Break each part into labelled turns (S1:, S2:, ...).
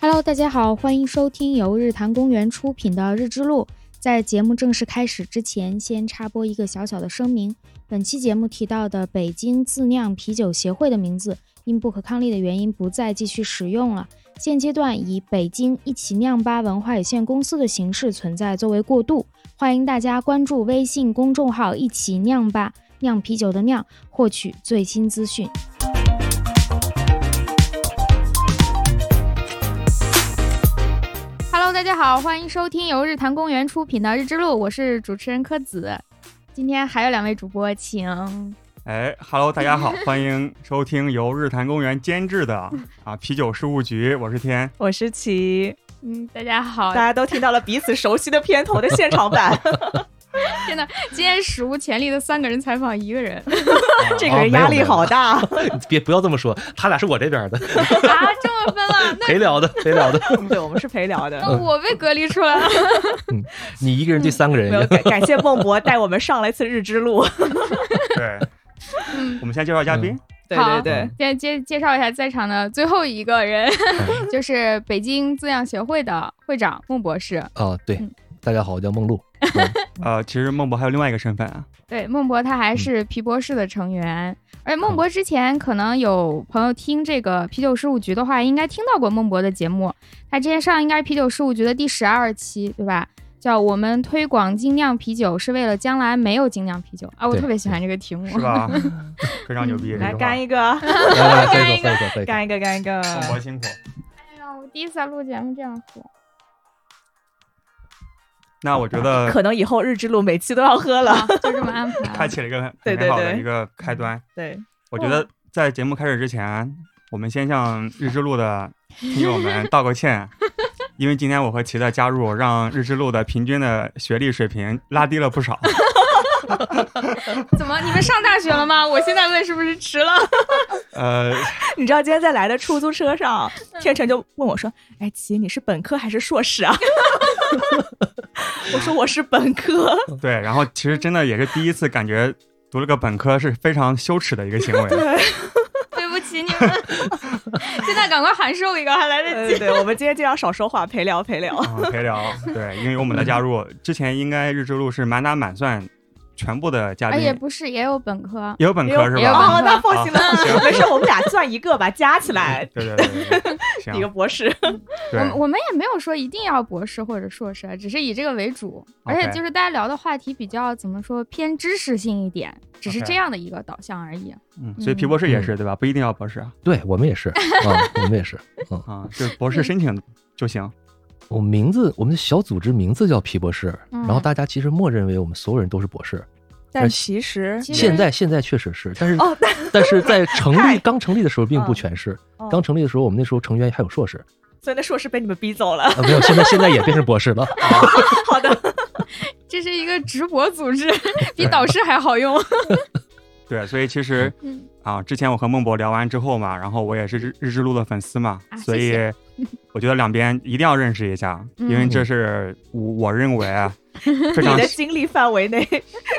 S1: Hello，大家好，欢迎收听由日坛公园出品的《日之路》。在节目正式开始之前，先插播一个小小的声明：本期节目提到的北京自酿啤酒协会的名字，因不可抗力的原因不再继续使用了。现阶段以北京一起酿吧文化有限公司的形式存在作为过渡，欢迎大家关注微信公众号“一起酿吧”，酿啤酒的酿，获取最新资讯。Hello，大家好，欢迎收听由日坛公园出品的《日之路》，我是主持人柯子。今天还有两位主播，请
S2: 哎，Hello，大家好， 欢迎收听由日坛公园监制的啊啤酒事务局，我是天。
S3: 我是琪，
S1: 嗯，大家好
S3: 大，家都听到了彼此熟悉的片头的现场 版，
S1: 天呐，今天史无前例的三个人采访一个人
S3: 这个人压力好大。
S4: 别不要这么说，他俩是我这边的，
S1: 啊，这么分了，那
S4: 陪聊的，陪聊的。
S3: 对，我们是陪聊
S1: 那
S3: 的。
S1: 我被隔离出来了，
S4: 你一个人对三个
S3: 没有
S4: 人，
S3: 感感谢孟博带我们上了一次日之 路。
S2: 对， 我们先介绍嘉宾，
S3: 对
S1: 好
S3: 对对，
S1: 先介介绍一下在场的最后一个人， 就是北京自酿协会的会长孟博士。
S4: 啊，对
S1: 嗯，
S4: 大家好，我叫梦露，
S2: 呃，其实孟博还有另外一个身份啊，
S1: 对，孟博他还是皮博士的成员，而且孟博之前可能有朋友听这个啤酒事务局的话，应该听到过孟博的节目。他之前上应该是啤酒事务局的第十二期，对吧？叫我们推广精酿啤酒是为了将来没有精酿啤酒啊！我
S4: 对
S1: 特别喜欢这个题目，
S2: 是 吧？ 非常牛
S1: 嗯
S2: 逼，这句话
S3: 来干一个，
S4: 来来，再一个，再一个，再一个。
S3: 干一个，干一个。
S2: 孟 博辛苦。
S1: 哎呀，我第一次录节目这样喝，
S2: 那我觉得
S3: 可能以后日之路每期都要喝了。
S1: 啊、就这么安
S2: 开
S1: 排。
S2: 启了一个很
S3: 对对
S2: 美好的
S3: 对
S2: 一个开端。
S3: 对， 嗯
S2: 我觉得在节目开始之前，我们先向日之路的听友们道个 歉，因为今天我和齐的加入，让日之路的平均的学历水平拉低了不少。
S1: 怎么你们上大学了吗？我现在问是不是迟了？
S2: 呃，
S3: 你知道今天在来的出租车上，天成就问我说：“哎，琪，你是本科还是硕士啊？” 我说我是本科。
S2: 对，然后其实真的也是第一次感觉读了个本科是非常羞耻的一个行 为。
S1: 对不起你们， 现在赶快函授一个，还来
S3: 对
S1: 得及。
S3: 对对，我们今天尽量少说话，陪聊陪聊。
S2: 啊， 陪聊，对，因为我们的加入之前，应该日之路是满打满算全部的嘉
S1: 哎，
S2: 宾，
S1: 也
S2: 呃也
S1: 不是，也有本科。
S2: 有本
S3: 也有
S2: 科是
S1: 也有本
S2: 吧？
S1: 科
S3: 哦，那放心
S2: 啊
S3: 了，
S2: 行
S3: 没事，我们俩算一个吧，加起来
S2: 对对 对对，行
S3: 一，个博士。
S1: 我
S2: 对
S1: 们，我们也没有说一定要博士或者硕士，啊只是以这个为主，而
S2: OK
S1: 且就是大家聊的话题比较怎么说偏知识性一点，只是
S2: OK
S1: 这样的一个导向而已。啊
S2: 嗯，所以皮博士也是对吧？不一定要博士啊，
S4: 对我们也是啊，我们也是。
S2: 啊，就博
S1: 嗯
S2: 士申请就行。
S4: 我们名字，我们的小组织名字叫皮博士，
S1: 嗯
S4: 然后大家其实默认为我们所有人都是博士。
S2: 呃
S3: 但其 实
S1: 其实
S4: 现在现在确实是，但是
S3: 哦，但
S4: 但是在成
S3: 嗨
S4: 立刚成立的时候并不
S3: 嗯
S4: 全是。
S3: 哦
S4: 刚成立的时候，我们那时候成员还有硕士
S3: 所以那硕士被你们逼走了。
S4: 啊，没有，现在现在也变成博士了。
S3: 好的，
S1: 这是一个直博组织， 比
S2: 对
S1: 导师还好用。
S2: 对，所以其实
S1: 嗯
S2: 啊，之前我和孟博聊完之后嘛，然后我也是日日之路的粉丝嘛
S1: 啊，
S2: 所
S1: 谢
S2: 以
S1: 谢 嗯
S2: 我觉得两边一定要认识一下，因为这是我我认 为啊非
S3: 你
S2: 常
S3: 的经历 范围内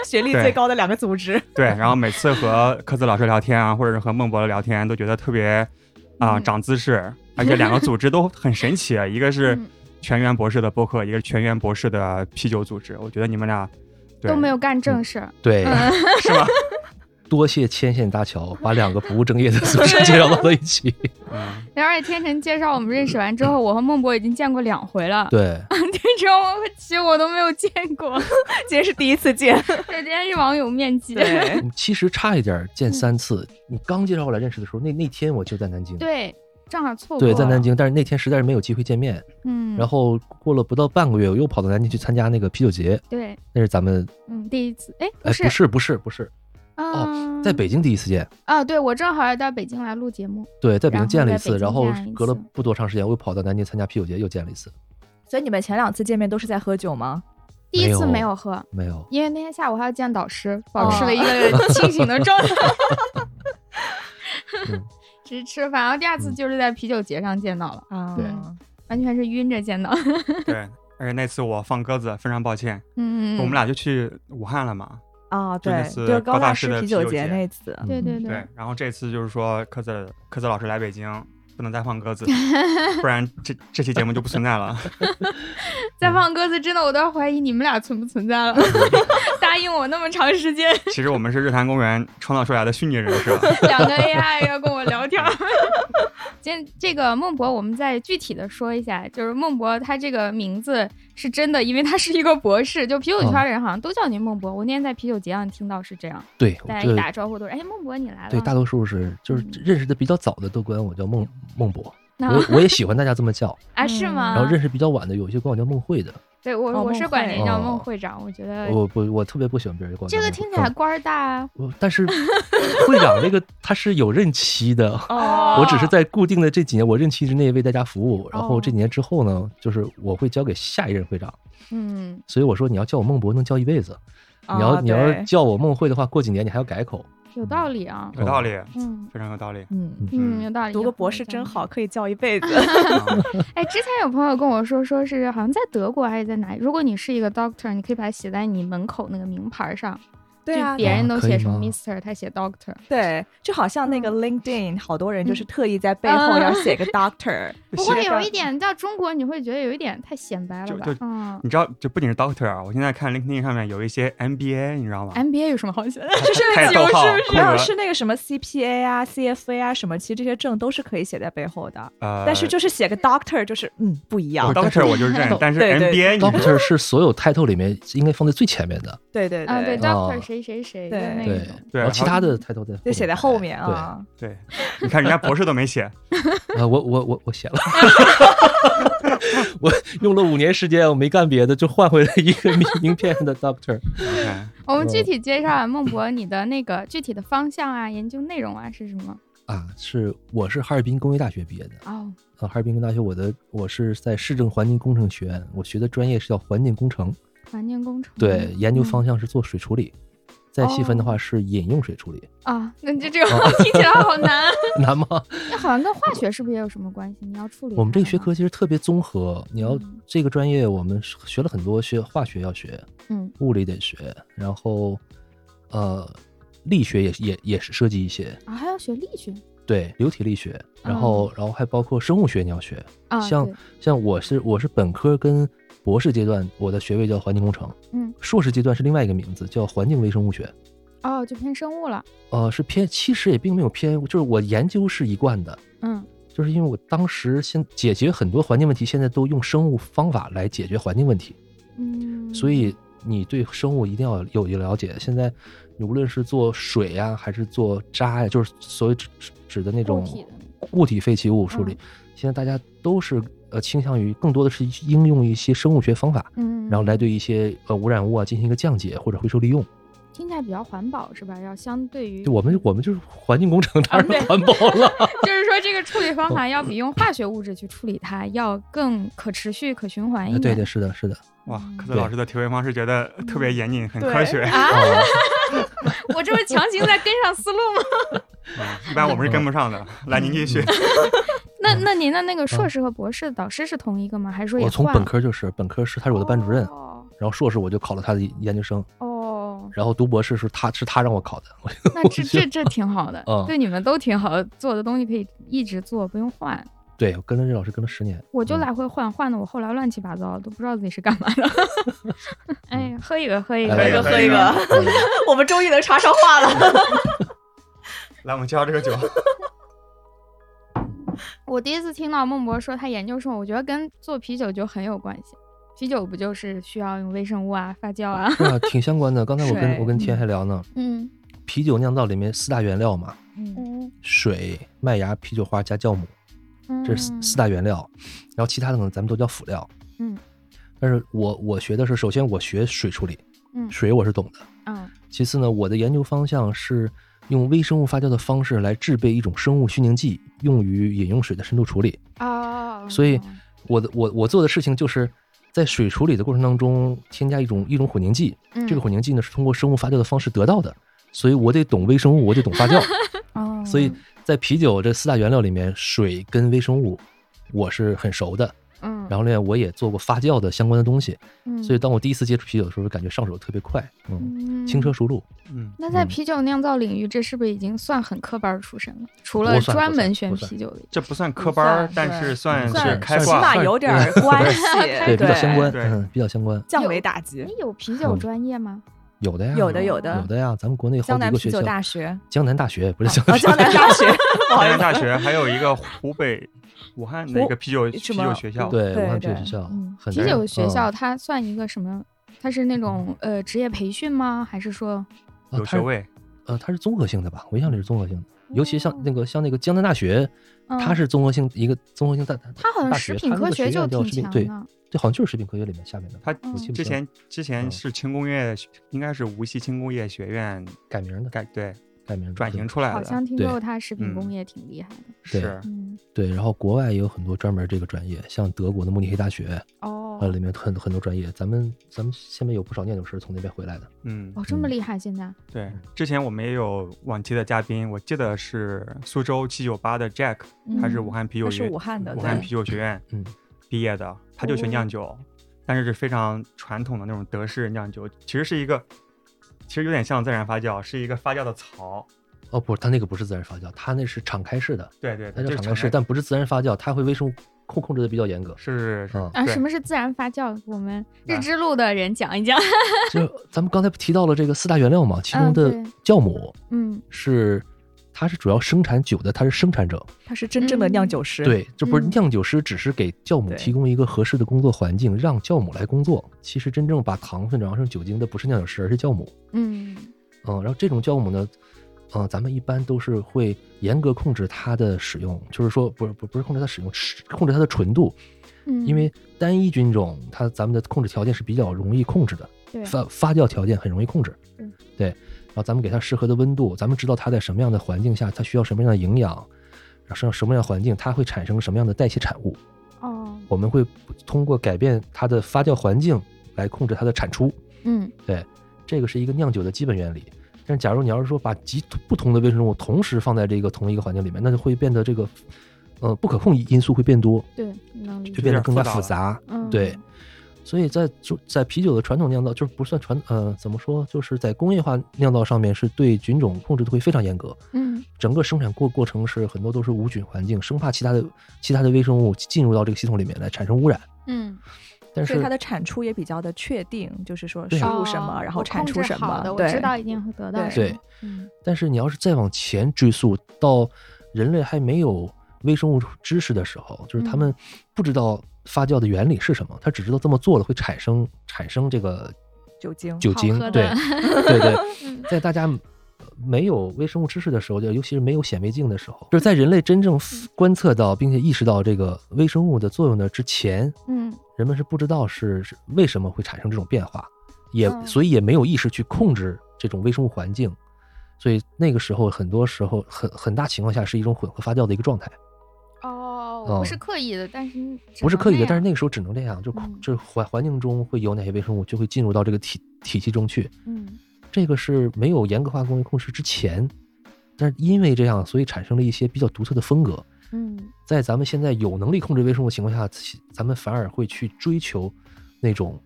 S3: 学历最高的两个组织，
S2: 对，然后每次和科子老师聊天啊，或者是和孟博聊天，都觉得特别啊、
S1: 嗯
S2: 长知识，而且两个组织都很神奇，啊一个是
S1: 嗯
S2: 全员博士的播客，一个是全员博士的啤酒组织。我觉得你们俩对
S1: 都没有干正事儿，
S4: 对，
S2: 是 吧？
S4: 多谢牵线搭桥，把两个不务正业的组织介绍到了一起。
S2: 嗯，
S1: 然后而且天成介绍我们认识完之后，我和孟博已经见过两回了，
S4: 对，
S1: 这种我和琪我都没有见过，
S3: 今天是第一次见。
S1: 这今天是网友面基。
S3: 对，
S4: 嗯其实差一点儿
S1: 嗯
S4: 见三次。你刚介绍我来认识的时候，那那天我就在南京，
S1: 对，正好错过。
S4: 对，在南。京，但是那天实在是没有机会见面。
S1: 嗯，
S4: 然后过了不到半个月，我又跑到南京去参加那个啤酒节，
S1: 对，
S4: 那是咱们
S1: 嗯，第一次，哎，
S4: 哎，
S1: 是，
S4: 不是不是不是，
S1: 嗯，
S4: 在北京第一次见。
S1: 啊，对我正好要到北京来录节目，
S4: 对，在北京见了一次，
S1: 然
S4: 然
S1: 后
S4: 后
S1: 在北京见了一次
S4: 隔了不多长时间，我又跑到南京参加啤酒节，又见了一次。
S3: 所以你们前两次见面都是在喝酒吗？
S1: 第一
S4: 没
S1: 次
S4: 有
S1: 没有喝，
S4: 没有，
S1: 因为那天下午还要见导师，保持
S3: 哦
S1: 了一个清醒的状态。
S4: 嗯
S1: 只是吃饭，然后第二次就是在啤酒节上见到了，
S3: 啊
S4: 对
S1: 完全是晕着见到。
S2: 对。而且那次我放鸽子，非常抱歉，
S1: 嗯，
S2: 我们俩就去武汉了嘛。
S3: 啊，
S2: 真的
S3: 对，
S2: 是
S3: 就是
S2: 高大
S3: 大
S2: 师
S3: 师
S2: 的
S3: 啤
S2: 啤酒
S3: 节
S2: 节
S3: 那次，
S4: 嗯
S1: 对对
S2: 对，然后这次就是说科子科子老师来北京，不能再放鸽子， 不然这这期节目就不存在了。 嗯
S5: 再放鸽子，真的我都要怀疑你们俩存不存在了。 答应我那么长时间，
S2: 其实我们是日坛公园创造出来的虚拟人设，
S5: 两个 AI 要跟我聊天儿。今天这个孟博，我们再具体的说一下，就是孟博他这个名字是真的，因为他是一个博士，就啤酒
S4: 啊
S5: 圈人好像都叫您孟博。我那天在啤酒节上听到是这样，
S4: 对，
S5: 大家
S4: 这
S5: 一打招呼都是哎孟博你来了。
S4: 对大多数是就是
S1: 嗯
S4: 认识的比较早的都管我叫孟孟 博，
S5: 那
S4: 我我也喜欢大家这么叫。
S5: 啊是
S1: 嗯
S5: 吗？
S4: 然后认识比较晚的，有些管我叫孟慧的，
S5: 对我、
S3: 嗯哦
S5: 我是
S3: 孟
S5: 管
S3: 慧
S5: 您叫
S4: 哦
S5: 孟会长，我觉得
S4: 我不我特别不喜欢别人管我叫孟
S5: 这个
S4: 慧。
S5: 听起来
S4: 嗯
S5: 官儿大。
S4: 我但是会长这个他是有任期 的，
S3: 哦
S4: 我只是在固定的这几年我任期之内为大家服务，然后
S5: 哦
S4: 这几年之后呢，就是我会交给下一任会长。
S5: 嗯，
S4: 所以我说你要叫我孟博能叫一辈子，你要、
S3: 哦
S4: 你要
S3: 对
S4: 叫我孟慧的话，过几年你还要改口。
S5: 有道理啊。
S2: 有道
S4: 哦
S2: 理，
S5: 嗯
S2: 非常有道理。
S3: 嗯，
S5: 嗯，
S2: 嗯
S5: 有道理。
S3: 读
S5: 有
S3: 个
S5: 可
S3: 博
S5: 能
S3: 士
S5: 这样
S3: 真好，可以叫一辈子。
S2: 嗯
S5: 哎，之前有朋友跟我说，说是好像在德国还是在哪里，如果你是一个 doctor，你可以把它写在你门口那个名牌上，
S3: 对
S5: 就
S3: 啊，
S5: 别人
S4: 啊
S5: 都
S4: 可以
S5: 写什么
S4: 吗
S5: Mister，他写 doctor。
S3: 对，就好像那个 LinkedIn，好多人就是特意在背后
S5: 嗯
S3: 要 写个 Doctor，
S5: 不
S3: 写
S5: 会有
S2: 啊
S3: 上
S5: 一点到中国，你会觉得有一点太显摆了
S2: 就
S5: 吧
S2: 就？
S5: 嗯
S2: 你知道，就不仅是 Doctor，啊我现在看 LinkedIn 上面有一些 MBA，你知道吗？
S5: ，MBA 有什么好写的？
S2: 就是开
S5: 有
S2: 逗号
S5: 是不，是
S2: 空
S3: 没有
S2: 格
S3: 是那个什么 CPA 啊、CFA 啊什么，其实这些证都是可以写在背后的，
S2: 呃，
S3: 但是就是写个 Doctor 就是嗯不一样。
S2: Doctor 我就认，但是
S3: 对对
S2: MBA 你
S4: Doctor 是所有 title 里面应该放在最前面的，
S3: 对对
S5: 啊，对
S3: 对，
S5: ，doctor 谁谁谁的
S3: 对
S5: 那
S4: 哦对
S5: 种。，
S2: 对啊
S4: 然后哦哎其
S2: 还有
S4: 他的 title 在
S3: 嗯就写在后面啊。
S2: 对，你看人家博士都没写，
S4: 啊，我我我 我写了，我用了五年时间，我没干别的，就换回了一个名名片的 Doctor。
S2: 你看
S5: 我们具体介绍啊，孟博你的那个具体的方向啊，研究内容啊是什么？
S4: 啊，是我是哈尔滨工业大学毕业的
S5: 哦，
S4: 啊，哈尔滨工业大学我的我是在市政环境工程学院，我学的专业是叫环境工程，
S5: 环境工程。
S4: 对，研究
S5: 嗯
S4: 方向是做水处理，再细分的
S5: 哦
S4: 话是饮用水处理，
S5: 啊，那就这个
S4: 哦
S5: 听起来好难。
S4: 难吗？
S5: 那好像跟化学是不是也有什么关系？你要处理
S4: 我们这个
S5: 它
S4: 学
S5: 吗
S4: 科其实特别综合，你要
S5: 嗯
S4: 这个专业我们是学了很多，学化学要学，
S5: 嗯，
S4: 物理得学，然后呃，力学也也也是涉及一些，
S5: 啊，还要学力学
S4: 对，流体力学，然
S5: 哦
S4: 后、然后还包括生物学你要学，
S5: 啊，
S4: 像
S5: 对
S4: 像我是我是本科跟博士阶段，我的学位叫环境工程，
S5: 嗯，
S4: 硕士阶段是另外一个名字叫环境微生物学，
S5: 哦，就偏生物了。
S4: 呃，是偏其实也并没有偏，就是我研究是一贯的，
S5: 嗯
S4: 就是因为我当时现解决很多环境问题，现在都用生物方法来解决环境问题，
S5: 嗯，
S4: 所以你对生物一定要有一个了解。现在你无论是做水呀、还是做渣呀、就是所谓指指指的那
S5: 固
S4: 种
S5: 体的嗯
S4: 固体废弃物处理，现在大家都是呃倾向于更多的是应用一些生物学方法，
S5: 嗯，
S4: 然后来对一些呃污染物啊进行一个降解或者回收利用。
S5: 嗯听起来比较环保是吧？要相对于
S4: 就我们我们就是环境工 程，当
S5: 啊对
S4: 然环保 了。
S5: 就是说这个处理方法要比用化学物质去处理它要更可持续、可循环一
S4: 啊对
S5: 点。
S4: 的，是的，是的。
S2: 哇，科子
S4: 对
S2: 老师的提问方式觉得特别严谨，很
S3: 对
S2: 科学。
S5: 啊，
S4: 啊
S5: 我这不是强行在跟上思路 吗？
S2: 嗯一般我们是跟不上的。来，您继续。
S4: 嗯
S5: 那那您的那个硕士和博士导师是同一个吗？还是说也
S4: 啊我从
S5: 换
S4: 本
S5: 了
S4: 科就是本科是他是我的班主任，
S5: 哦
S4: 然后硕士我就考了他的研究生，
S5: 哦，
S4: 然后读博士是他是他让 我考的，
S5: 那这这这挺好的
S4: 嗯，
S5: 对你们都挺好的，做的东西可以一直做，不用换。
S4: 对我跟着这老师跟了十年，
S5: 我就
S4: 嗯
S5: 来回换，换的我后来乱七八糟，都不知道自己是干嘛的。 哎，喝一个，喝一个，
S4: 来来来
S3: 喝一个，我们终于能插上话了。
S2: 来，我们介绍这个酒。
S5: 我第一次听到孟博说他研究生，我觉得跟做啤酒就很有关系。啤酒不就是需要用微生物啊、发酵啊？
S4: 是啊，挺相关的。刚才我跟
S3: 水
S4: 我跟天还聊呢，
S5: 嗯
S4: 啤酒酿造里面四大原料嘛，
S5: 嗯，
S4: 水、麦芽、啤酒花加酵母，这是四四大原料，然后其他的可能咱们都叫辅料。
S5: 嗯，
S4: 但是我我学的是，首先我学水处理，
S5: 嗯
S4: 水我是懂的。
S5: 嗯
S4: 其次呢，我的研究方向是用微生物发酵的方式来制备一种生物虚凝剂，用于饮用水的深度处理。
S5: 哦，
S4: 所以我的我我做的事情就是在水处理的过程当中添加一种一种混凝剂，
S5: 嗯
S4: 这
S3: 嗯
S4: 个混凝剂呢是通过生物发酵的方式得到的，所以我得懂微生物，我得懂发 酵。
S5: 哦，
S4: 所以在啤酒这四大原料里面，水跟微生物我是很熟的，
S5: 嗯，
S4: 然后另外我也做过发酵的相关的东西，
S3: 嗯
S5: 后
S4: 所以当我第一次接触啤酒的时候，感觉上手特别快，嗯，轻车。熟路。
S2: 嗯，
S5: 那在
S4: 嗯
S5: 啤酒酿造领域，这是不是已经算很科班出身了？除了
S4: 不算
S5: 专
S4: 不算
S5: 门
S4: 不
S5: 选
S4: 算
S5: 啤酒的，
S2: 这不算科班儿
S5: 不，算
S2: 但是算
S5: 算
S2: 是
S5: 是
S2: 开
S3: 起
S4: 算挂
S2: 挂。
S3: 码有点儿关系，
S4: 对，比较相关，
S2: 对
S4: 嗯，比较相关，
S3: 降维打击
S5: 哎。，有啤酒
S4: 嗯
S5: 专业吗？
S4: 有的呀，
S3: 有的有的
S4: 有的呀，咱们国内好
S3: 江
S4: 几
S3: 南
S4: 个
S3: 啤
S4: 学
S3: 酒
S4: 校，
S3: 大学，
S4: 江南大学不是江
S3: 啊，
S4: 南
S3: 江南 大学，不好
S2: 江
S3: 意思
S2: 南大学还有一个湖北武汉的一个啤酒啤
S3: 什么
S2: 酒学校，
S4: 对，
S3: 对
S4: 武汉啤酒
S3: 对
S4: 学校
S5: 嗯，
S4: 很
S5: 啤酒学校
S4: 嗯
S5: 它算一个什么？它是那种呃职业培训吗？还是说
S4: 啊
S2: 有
S4: 它
S2: 学
S4: 是
S2: 位。
S4: 呃，它是综合性的吧？我印象里是综合性的，尤其
S5: 哦
S4: 像那个像那个江南大学，它
S5: 嗯
S4: 是综合性一个综合性大，
S5: 它好像
S4: 大
S5: 食
S4: 学
S5: 品
S4: 它那
S5: 科
S4: 个
S5: 学
S4: 学
S5: 就
S4: 院叫
S5: 挺
S4: 食品
S5: 强
S4: 对
S5: 的。
S4: 对，好像就是食品科学里面下面的，
S2: 它
S5: 嗯
S4: 我记不
S2: 之
S4: 清
S2: 前之前
S4: 嗯
S2: 是轻工业，应该是无锡轻工业学院
S4: 改名的，
S2: 改对
S4: 改名的
S2: 转型
S4: 对
S2: 出来
S5: 好
S2: 的
S5: 像，听
S4: 对
S5: 说它食品工
S2: 嗯
S5: 业挺厉害的。
S4: 对
S2: 是
S5: 嗯，
S4: 对，然后国外也有很多专门这个专业，像德国的慕尼黑大学，
S5: 哦
S4: 呃，，里面很很多专业，咱们咱们下面有不少酿酒师从那边回来的，
S2: 嗯，
S5: 哦，这么
S4: 嗯
S5: 厉害，现在
S2: 对。之前我们也有往期的嘉宾，我记得是苏州七九八的 Jack，他
S5: 嗯
S2: 是武汉啤酒
S3: 那是
S2: 学
S3: 武汉的，
S2: 武汉
S3: 对
S2: 啤酒学院
S4: 嗯
S2: 毕业的，他就学
S3: 哦
S2: 酿酒，但是是非常传统的那种德式酿酒，其实是一个，其实有点像自然发酵，是一个发酵的槽。
S4: 哦不，它那个不是自然发酵，它那是敞开式的，
S2: 对对
S4: 它
S2: 对，
S4: 叫
S2: 就是
S4: 敞开式，
S2: 常
S4: 但不是自然发酵，它会微生物控控制的比较严格，
S2: 是是
S4: 啊、
S5: 啊，
S2: 对
S5: 什么是自然发酵？我们日
S2: 来
S5: 之路的人讲一 讲。
S4: 就是咱们刚才提到了这个四大原料嘛，其中
S5: 嗯
S4: 的
S5: 对
S4: 酵母
S5: 嗯，
S4: 是，它是主要生产酒的，它是生产者。
S3: 他是真正的酿酒师，，
S4: 对，这不是
S5: 嗯
S4: 酿酒师，只是给酵母
S3: 对
S4: 提供一个合适的工作环境，让酵母来工作。其实真正把糖分转化成酒精的不是酿酒师，而是酵母。
S5: 嗯
S4: 嗯，然后这种酵母呢，嗯、咱们一般都是会严格控制它的使用，就是说不是不不是控制它使用，是控制它的纯度，
S5: 嗯，
S4: 因为单一菌种它咱们的控制条件是比较容易控制的。
S5: 对
S4: 发发酵条件很容易控制
S5: 嗯，
S4: 对，然后咱们给它适合的温度，咱们知道它在什么样的环境下，它需要什么样的营养，然后什么什么样的环境，它会产生什么样的代谢产物，
S5: 哦，
S4: 我们会通过改变它的发酵环境来控制它的产出，
S5: 嗯
S4: 这个是一个酿酒的基本原理。但是，假如你要是说把极不同的微生物同时放在这个同一个环境里面，那就会变得这个，呃，不可控因素会变多，
S5: 对，能理
S4: 就
S5: 解。
S4: 变
S2: 有
S4: 得
S2: 点
S4: 更
S2: 复
S4: 加
S2: 杂
S4: 复
S2: 了
S4: 杂。
S5: 嗯，
S4: 对，所以在就在啤酒的传统酿造，就是不算传呃怎么说，就是在工业化酿造上面是对菌种控制的会非常严格，
S5: 嗯
S4: 整个生产过过程是很多都是无菌环境，生怕其他的其他的微生物进入到这个系统里面来产生污染。
S5: 嗯，
S4: 但
S3: 所以
S4: 是
S3: 它的产出也比较的确定，就是说
S4: 对
S3: 输入
S5: 哦
S3: 什么，然
S5: 我
S3: 后产
S5: 控
S3: 出
S5: 制
S3: 什
S5: 好
S3: 么
S5: 的，，我
S3: 对
S5: 知道一定会得到
S3: 对
S5: 什么。
S4: 对，
S5: 嗯
S4: 但是你要是再往前追溯到人类还没有微生物知识的时候，就是他们不知道发酵的原理是什么，他只知道这么做了会产生产生这个
S3: 酒精，
S4: 酒
S5: 好
S4: 精
S5: 喝，
S4: 对
S5: 的
S4: 对对，在大家没有微生物知识的时候，就尤其是没有显微镜的时候，嗯就是在人类真正观测到并且意识到这个微生物的作用的之前，
S5: 嗯
S4: 人们是不知道是是为什么会产生这种变化，也
S5: 嗯
S4: 所以也没有意识去控制这种微生物环境，所以那个时候很多时候很很大情况下是一种混合发酵的一个状态，
S5: 哦，我不
S4: 嗯
S5: 是刻意的，但是只
S4: 不是
S5: 能
S4: 刻意
S5: 那
S4: 的，但是
S5: 样
S4: 那个时候只能这样，就
S5: 嗯
S4: 就是环环境中会有哪些微生物就会进入到这个体体系中去，
S5: 嗯
S4: 这个是没有严格化工业控制之前，但是因为这样，所以产生了一些比较独特的风格。
S5: 嗯
S4: 在咱们现在有能力控制微生物的情况下，其咱们反而会去追求那种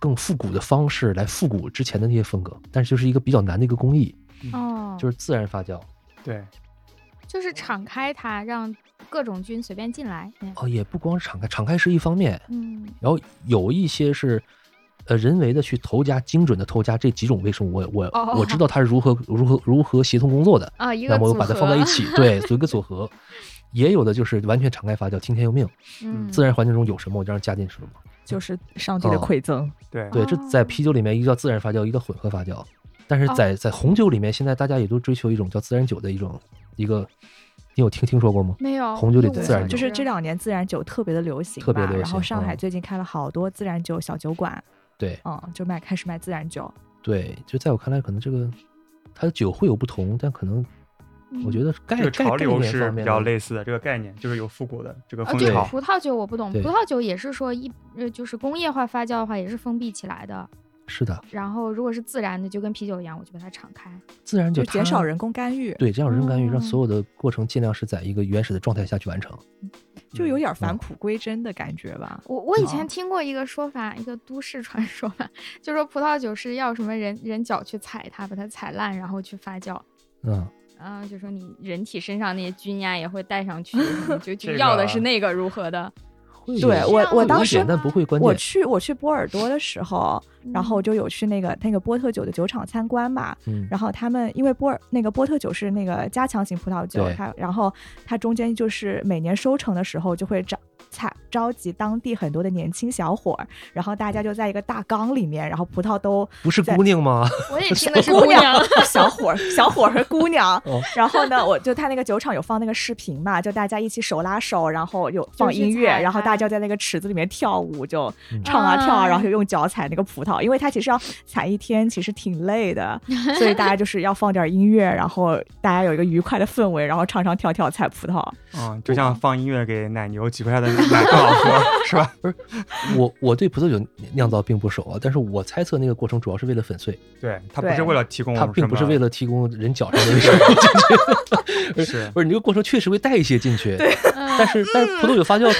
S4: 更复古的方式来复古之前的那些风格，但是就是一个比较难的一个工艺，
S5: 哦，
S4: 就是自然发酵。
S2: 对，
S4: 哦
S5: 就是敞开它，让各种菌随便进来。那样
S4: 哦，也不光是敞开，敞开是一方面，
S5: 嗯
S4: 然后有一些是。呃，人为的去投加，精准的投加这几种微生物，我我
S5: 哦
S4: 我知道它是如何如何如何协同工作的，
S5: 啊，一
S4: 那
S5: 个
S4: 么
S5: 组
S4: 我
S5: 合，
S4: 把它放到一起， 对，做一个组合。也有的就是完全敞开发酵，听天由命，
S5: 嗯，
S4: 自然环境中有什么我就让加进什么。
S3: 就是上帝的
S4: 哦
S3: 馈赠，
S2: 对
S4: 对，这在
S5: 哦
S4: 啤酒里面一个叫自然发酵，一个叫混合发酵。但是
S5: 哦
S4: 在在红酒里面，现在大家也都追求一种叫自然酒的一种一个，你有听听说过吗？
S5: 没有
S4: 红酒里
S5: 一无
S4: 的
S3: 对
S4: 自然
S5: 所
S3: 就
S4: 酒
S3: 是
S5: 知
S3: 这两年自然酒特别的流行吧，
S4: 特别流
S3: 然后
S4: 行
S3: 上海
S4: 嗯
S3: 最近开了好多自然酒小酒馆，
S4: 对
S3: 嗯，就卖开始卖自然酒，
S4: 对，就在我看来，可能这个它的酒会有不同，但可能我觉
S5: 嗯
S4: 得概
S2: 这个
S4: 概
S2: 潮
S4: 概
S2: 流
S4: 念
S2: 是
S4: 方
S2: 比
S4: 面
S2: 较
S4: 的
S2: 类似的这个概念，就是有复古的这个
S5: 啊，
S2: 风
S5: 这个
S2: 潮。
S5: 葡萄酒我不懂，
S4: 对
S5: 葡萄酒也是说一呃，就是工业化发酵的话也是封闭起来的，
S4: 是的，
S5: 然后如果是自然的，就跟啤酒一样，我就把它敞开。
S4: 自然酒
S3: 就减少
S4: 嗯它
S3: 人工干预。
S4: 对，减少人工干预，让
S5: 嗯
S4: 所有的过程尽量是在一个原始的状态下去完成。
S3: 就有点返璞归真的感觉吧。
S5: 我我以
S3: 哦
S5: 前听过一个说法，一个都市传说吧， 就说葡萄酒是要什么人人脚去踩它，把它踩烂，然后去发酵。
S4: 嗯，
S5: 啊，就说你人体身上那些菌呀也会带上去，就 就
S2: 这个
S5: 要的是那个如何的。
S4: 会
S3: 对
S4: 有
S3: 我
S4: 会
S3: 我
S4: 有
S3: 当
S4: 一
S3: 时
S4: 点但不会关
S3: 我
S4: 键。
S3: 去我去波尔多的时候，然后我就有去那个那个波特酒的酒厂参观嘛。
S4: 嗯，
S3: 然后他们因为波尔那个波特酒是那个加强型葡萄酒
S4: 对，
S3: 它然后它中间就是每年收成的时候就会招采召集当地很多的年轻小伙儿，然后大家就在一个大缸里面，然后葡萄都
S4: 不是姑娘吗？
S5: 我也听的是姑娘，
S3: 小伙儿、小伙儿和姑娘
S4: 哦。
S3: 然后呢，我就他那个酒厂有放那个视频嘛，就大家一起手拉手，然后有放
S5: 去
S3: 音乐，
S5: 踩
S3: 然后
S5: 它
S3: 大家在那个池子里面跳舞，就
S4: 嗯
S3: 唱啊跳
S5: 啊
S3: 啊，然后就用脚踩那个葡萄，因为它其实要踩一天，其实挺累的，所以大家就是要放点音乐，然后大家有一个愉快的氛围，然后唱唱跳跳踩葡萄。
S2: 嗯，就像放音乐给奶牛挤出来的奶更好喝， 是吧？
S4: 我我对葡萄酒酿造并不熟啊，但是我猜测那个过程主要是为了粉碎，
S2: 对，它不
S3: 对
S2: 是为了提供我
S4: 它
S2: 们什
S4: 并
S2: 么，
S4: 不是为了提供人脚上的那
S2: 是
S4: 个进去，不是你这个过程确实会带一些进去，
S5: 嗯
S4: 但是但是葡萄酒 发酵，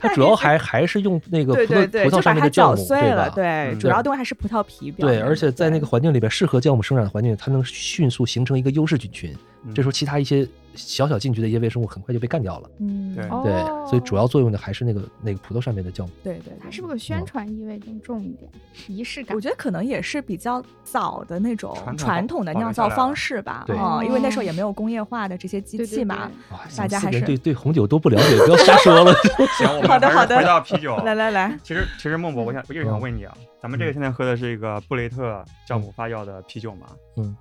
S4: 它主要还还是用那个
S3: 对
S4: 葡
S3: 对
S4: 萄
S3: 对，
S4: 葡萄
S3: 就把
S4: 上那
S3: 它
S4: 个酵
S3: 搅
S4: 母，
S3: 碎
S4: 吧
S3: 了，？对，
S2: 嗯
S3: 主要东西还是葡萄皮表面
S4: 对，
S3: 的。
S4: 而且在那个
S3: 对
S4: 环境里边，适合酵母生长的环境，它能迅速形成一个优势菌群。
S2: 嗯
S4: 这时候，其他一些小小进去的一些微生物很快就被干掉了。
S3: 嗯，
S2: 对
S5: 哦
S4: 对，所以主要作用的还是那个那个葡萄上面的酵母。
S3: 对对，
S5: 它是不是宣传意味更重一点，仪式感
S3: 我？觉得可能也是比较早的那种
S2: 传统
S3: 传统的酿造方式吧，
S4: 保留下
S5: 来了
S3: 啊，
S5: 对
S3: 因为那时候也没有工业化的这些机
S5: 对
S3: 器嘛。，
S4: 哇，
S3: 大家
S4: 四
S3: 还
S4: 个
S3: 是
S4: 人对对红酒都不了解，不要瞎说了。
S2: 行，我们
S3: 好的
S2: 还是
S3: 好的
S2: 回到啤
S4: 哦
S2: 酒。
S3: 来 来来，
S2: 其实其实孟博，我想我就
S4: 嗯
S2: 想问你啊，咱们这个现在喝的是一个布雷特酵母发酵的啤酒嘛？
S4: 嗯，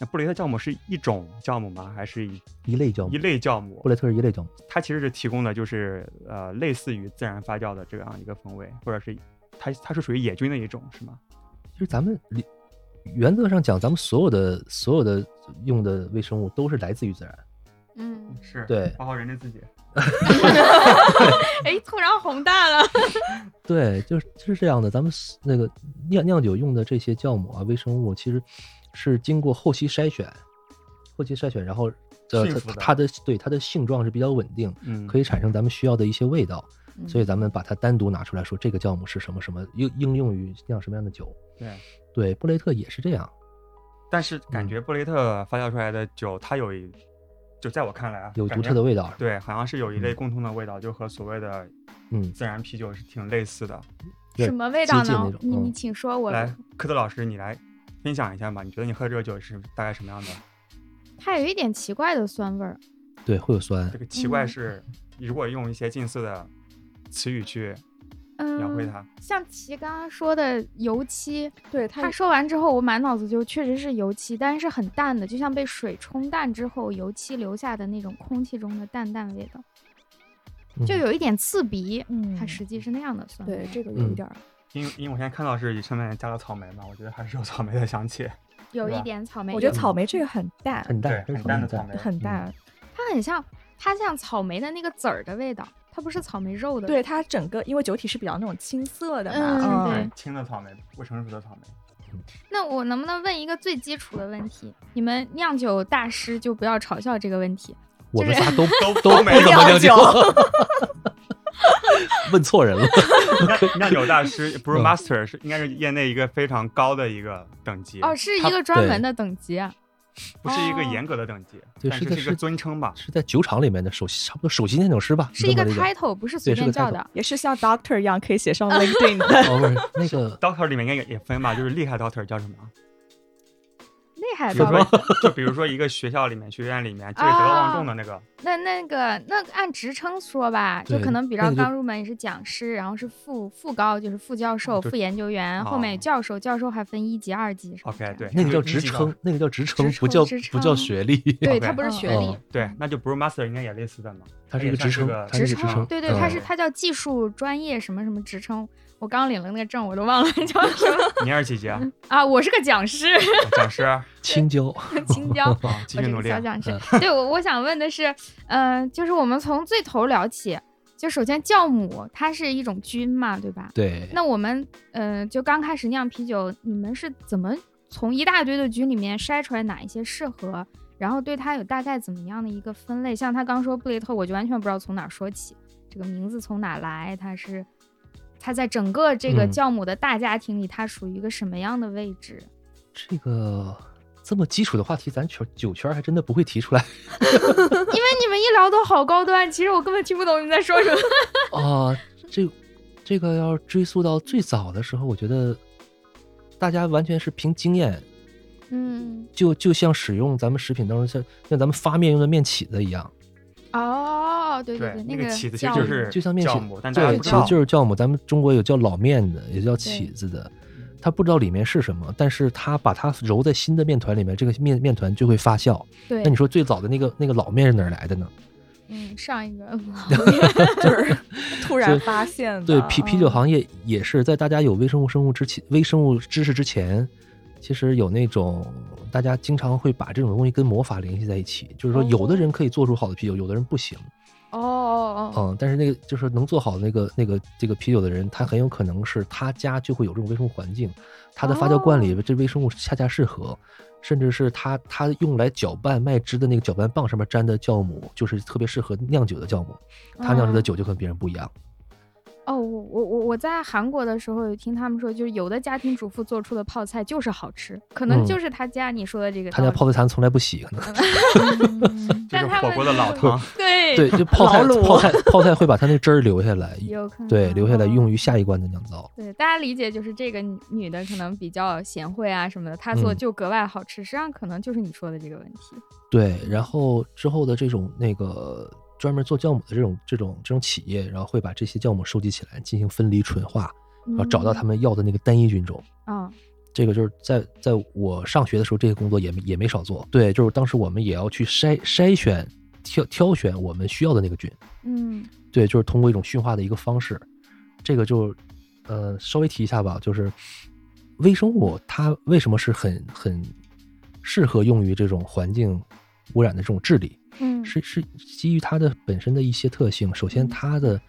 S2: 那布雷特酵母是一种酵母吗？还是一
S4: 一类酵母
S2: 一，类酵
S4: 布
S2: 母？
S4: 莱特是一类酵母。
S2: 它其实是提供的就是呃类似于自然发酵的这样一个风味，或者是它它是属于野菌的一种是吗？
S4: 其实咱们理原则上讲，咱们所有的所有的用的微生物都是来自于自然。
S5: 嗯，
S2: 是
S4: 对
S2: 包括人类自己。
S5: 哎，突然红蛋了，
S4: 对，就是就是这样的。咱们 s- 那个酿酿酒用的这些酵母啊、微生物，其实是经过后期筛选，后期筛选，然后呃，
S2: 驯
S4: 它
S2: 服的
S4: 它的对它的性状是比较稳定，
S2: 嗯，
S4: 可以产生咱们需要的一些味道。所以
S5: 以
S4: 咱们把它单独拿出来说，这个酵母是什么什么，应应用于酿什么样的酒。
S2: 对。
S4: 对，布雷特也是这样，
S2: 但
S4: 嗯
S2: 是感觉布雷特发酵出来的酒，它有一，就在我看来啊，
S4: 有
S2: 感
S4: 独
S2: 觉
S4: 特的味道。
S2: 对，好像是有一类
S4: 嗯
S2: 共通的味道，就和所谓的
S4: 嗯，
S2: 自然啤酒是挺类似的。
S4: 对
S5: 什么味道
S4: 接近那
S5: 呢
S4: 种？
S5: 你
S4: 嗯
S5: 你请说，我
S2: 来，科特老师，你来分享一下吧，你觉得你喝这个酒是大概什么样的？
S5: 它有一点奇怪的酸味儿，
S4: 对，会有酸
S2: 这。个奇怪
S5: 嗯
S2: 是，如果用一些近似的词语去描绘
S5: 嗯，
S2: 它，
S5: 像齐刚刚说的油漆，
S3: 对它
S5: 他说完之后，我满脑子就确实是油漆，但是很淡的，就像被水冲淡之后油漆留下的那种空气中的淡淡味道，
S4: 嗯
S5: 就有一点刺鼻。
S3: 嗯
S5: 它实际是那样的酸味。
S3: 对这个
S4: 有
S3: 有
S4: 一
S3: 一点
S4: 点
S3: 儿，
S2: 因为因为我现在看到是上面加了草莓嘛，我觉得还是有草莓的香气，
S5: 有
S2: 是
S5: 一
S2: 吧
S5: 点草莓。
S3: 我觉得
S5: 有
S3: 草莓这个很淡，
S4: 很淡，嗯
S2: 对，
S4: 非
S2: 很
S4: 常
S2: 淡的草莓，
S3: 很淡，
S5: 它很像，它像草莓的那个籽儿的味道，它不是草莓肉的。
S3: 对，它整个因为酒体是比较那种青涩的
S5: 嗯
S3: 嘛，啊
S5: 对
S2: 对，青的草莓，不成熟的草莓。
S5: 那我能不能问一个最基础的问题？你们酿酒大师就不要嘲笑这个问题。
S4: 我们仨都
S2: 都
S4: 都
S2: 都
S4: 不
S2: 没
S4: 怎么
S2: 有
S4: 酿
S3: 酒
S4: 问错人了。
S2: 酿酿酒大师不是
S4: 嗯
S2: master，是应该是业内一个非常高的一个等级，
S5: 哦，是一
S2: 它
S5: 个专
S4: 对
S5: 门的等级啊。
S2: 不是一个
S5: 哦
S2: 严格的等级，
S4: 对
S2: 但
S4: 是
S2: 是
S4: 的
S2: 是一个
S4: 是
S2: 尊称吧。
S4: 是在酒厂里面的首席，差不多首席酿酒师吧，
S5: 是一个
S4: 你这么理解
S5: title，不是随
S4: 对是个
S5: 便叫的。
S3: 也是像 Doctor 一样可以写上 LinkedIn 的。
S4: 哦，不是那 个
S2: Doctor 里面应该也也分吧，就是厉害 Doctor 叫什么？啊
S5: 厉害
S2: 比如
S5: 吧？
S2: 说，就比如说一个学校里面、学院里面，这个德高望重的那个，
S5: 那那个那按职称说吧，就
S4: 对
S5: 可能比
S4: 那
S5: 较
S4: 个就啊
S5: 刚入门也是讲师，然后是副副高就是副教授、
S2: 就
S5: 副研究员，后面有
S2: 哦
S5: 教授，教授还分一级、二级什么
S2: OK，
S5: 这
S2: 对
S5: 样
S4: 那个叫
S2: 就是
S4: 职
S2: 一级的
S4: 称，那个叫职称，
S5: 职
S4: 不叫
S5: 称职
S4: 不叫
S5: 称
S4: 学历，
S5: 对
S2: OK
S5: 他不是
S3: 嗯
S5: 学历
S4: 嗯，，
S2: 对，那就不是 Master，应该也类似的嘛。
S4: 它是一
S2: 哎
S4: 个
S2: 它也
S4: 职
S2: 算
S4: 称
S2: 是个，
S4: 它是一个职
S5: 称，
S4: 称，
S5: 对对，
S4: 嗯
S5: 他是他叫技术专业什么什么职称。我刚领了那个证，我都忘了叫什么
S2: 你二几级啊？
S5: 啊！我是个讲师，
S2: 讲师，啊
S4: 青椒，
S5: 青 椒，
S2: 继
S5: 我
S2: 续
S5: 是
S2: 努
S5: 个
S2: 力啊
S5: 小。讲师。对，我我想问的是，呃，就是我们从最头聊起，就首先酵母它是一种菌嘛，对吧？
S4: 对，
S5: 那我们呃，就刚开始酿啤酒，你们是怎么从一大堆的菌里面筛出来哪一些适合，然后对它有大概怎么样的一个分类？像他刚说布雷特，我就完全不知道从哪说起，这个名字从哪来？它是它在整个这个
S4: 嗯
S5: 酵母的大家庭里，它属于一个什么样的位置？
S4: 这个这么基础的话题，咱圈酒圈还真的不会提出 来
S5: 因为你们一聊都好高端，其实我根本听不懂你们在说什么。
S4: 啊、这这个要追溯到最早的时候，我觉得大家完全是凭经验，
S5: 嗯，
S4: 就就像使用咱们食品当中像像咱们发面用的面起子一样，
S5: 哦，对
S2: 对
S5: 对，，
S2: 那
S5: 个
S2: 起子其
S5: 酵
S2: 实
S5: 母
S2: 嗯就是
S4: 就像面
S2: 酵
S4: 起
S2: 母，但大家
S4: 对，
S2: 不知
S4: 其实
S2: 道，
S4: 就是酵母。咱们中国有叫老面的，也叫起子的，他不知道里面是什么，但是他把它揉在新的面团里面，这个面面团就会发酵。
S5: 对
S4: 那，你说最早的那个那个老面是哪儿来的呢？
S5: 嗯，上一个，
S3: 就是突然
S4: 所以
S3: 发现的。
S4: 对，啤啤酒
S3: 嗯
S4: 行业也是在大家有微生物生物之前，微生物知识之前，其实有那种大家经常会把这种东西跟魔法联系在一起，就是说
S5: 哦
S4: 有的人可以做出好的啤酒，有的人不行。
S5: 哦哦哦，
S4: 嗯，但是那个就是能做好那个那个这个啤酒的人，他很有可能是他家就会有这种微生物环境，他的发酵罐里这微生物恰恰适合，甚至是他他用来搅拌麦汁的那个搅拌棒上面沾的酵母，就是特别适合酿酒的酵母，他酿出的
S5: 嗯
S4: 酒就跟别人不一样。
S5: 哦，我我我我在韩国的时候有听他们说，就是有的家庭主妇做出的泡菜就是好吃，可能
S4: 嗯
S5: 就是他家你说的这个道
S4: 他
S5: 理。
S4: 家泡菜坛从来不洗，可能。
S2: 就
S5: 但
S2: 是
S5: 他
S2: 火
S5: 们
S2: 锅的老汤，
S5: 对
S4: 对，就泡菜
S3: 老卤
S4: 泡菜泡菜会把它那汁儿留下来，
S5: 有哦可能
S4: 对，留下来用
S5: 于。
S4: 于下一关的酿造。
S5: 对，大家理解就是这个女女的可能比较贤惠啊什么的，她做
S4: 嗯
S5: 就格外好吃。实际上可能就是你说的这个问题。
S4: 对，然后之后的这种那个专门做酵母的这种这种这种企业，然后会把这些酵母收集起来进行分离纯化，然后找到他们要的那个单一菌种。
S5: 嗯，哦
S4: 这个就是在在我上学的时候，这些工作也没也没少做。对，就是当时我们也要去筛筛选、挑挑选我们需要的那个菌。
S5: 嗯
S4: 对，就是通过一种驯化的一个方式。这个就呃稍微提一下吧，就是微生物它为什么是很很适合用于这种环境污染的这种治理，
S5: 嗯
S4: 是是基于它的本身的一些特性。首先
S5: 嗯
S4: 它的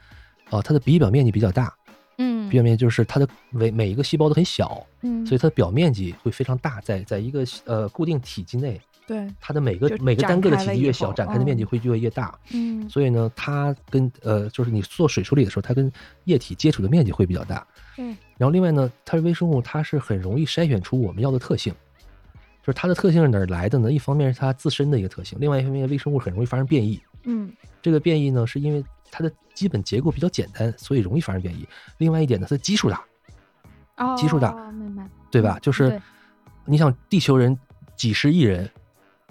S4: 啊、它的比表面积比较大，
S5: 嗯
S4: 比表面积就是它的每每一个细胞都很小，
S5: 嗯，
S4: 所以它的表面积会非常大，在在一个呃固定体积内，
S3: 对，
S4: 它的每个
S3: 就
S4: 每个
S3: 展
S4: 单个的
S3: 开
S4: 体
S3: 了
S4: 积
S3: 以
S4: 越小，
S3: 后
S4: 展开的面积
S3: 嗯
S4: 会越越大。
S5: 嗯
S4: 所以呢，它跟呃，就是你做水处理的时候，它跟液体接触的面积会比较大。
S5: 嗯。
S4: 然后另外呢，它是微生物，它是很容易筛选出我们要的特性。就是它的特性是哪儿来的呢？一方面是它自身的一个特性，另外一方面微生物很容易发生变异。
S5: 嗯
S4: 这个变异呢，是因为它的基本结构比较简单，所以容易发生变异。另外一点呢，它的基数大，
S5: 哦，
S4: 基数大
S5: 明白，
S4: 对吧？
S5: 嗯
S4: 就是
S5: 对
S4: 你想，地球人几十亿人，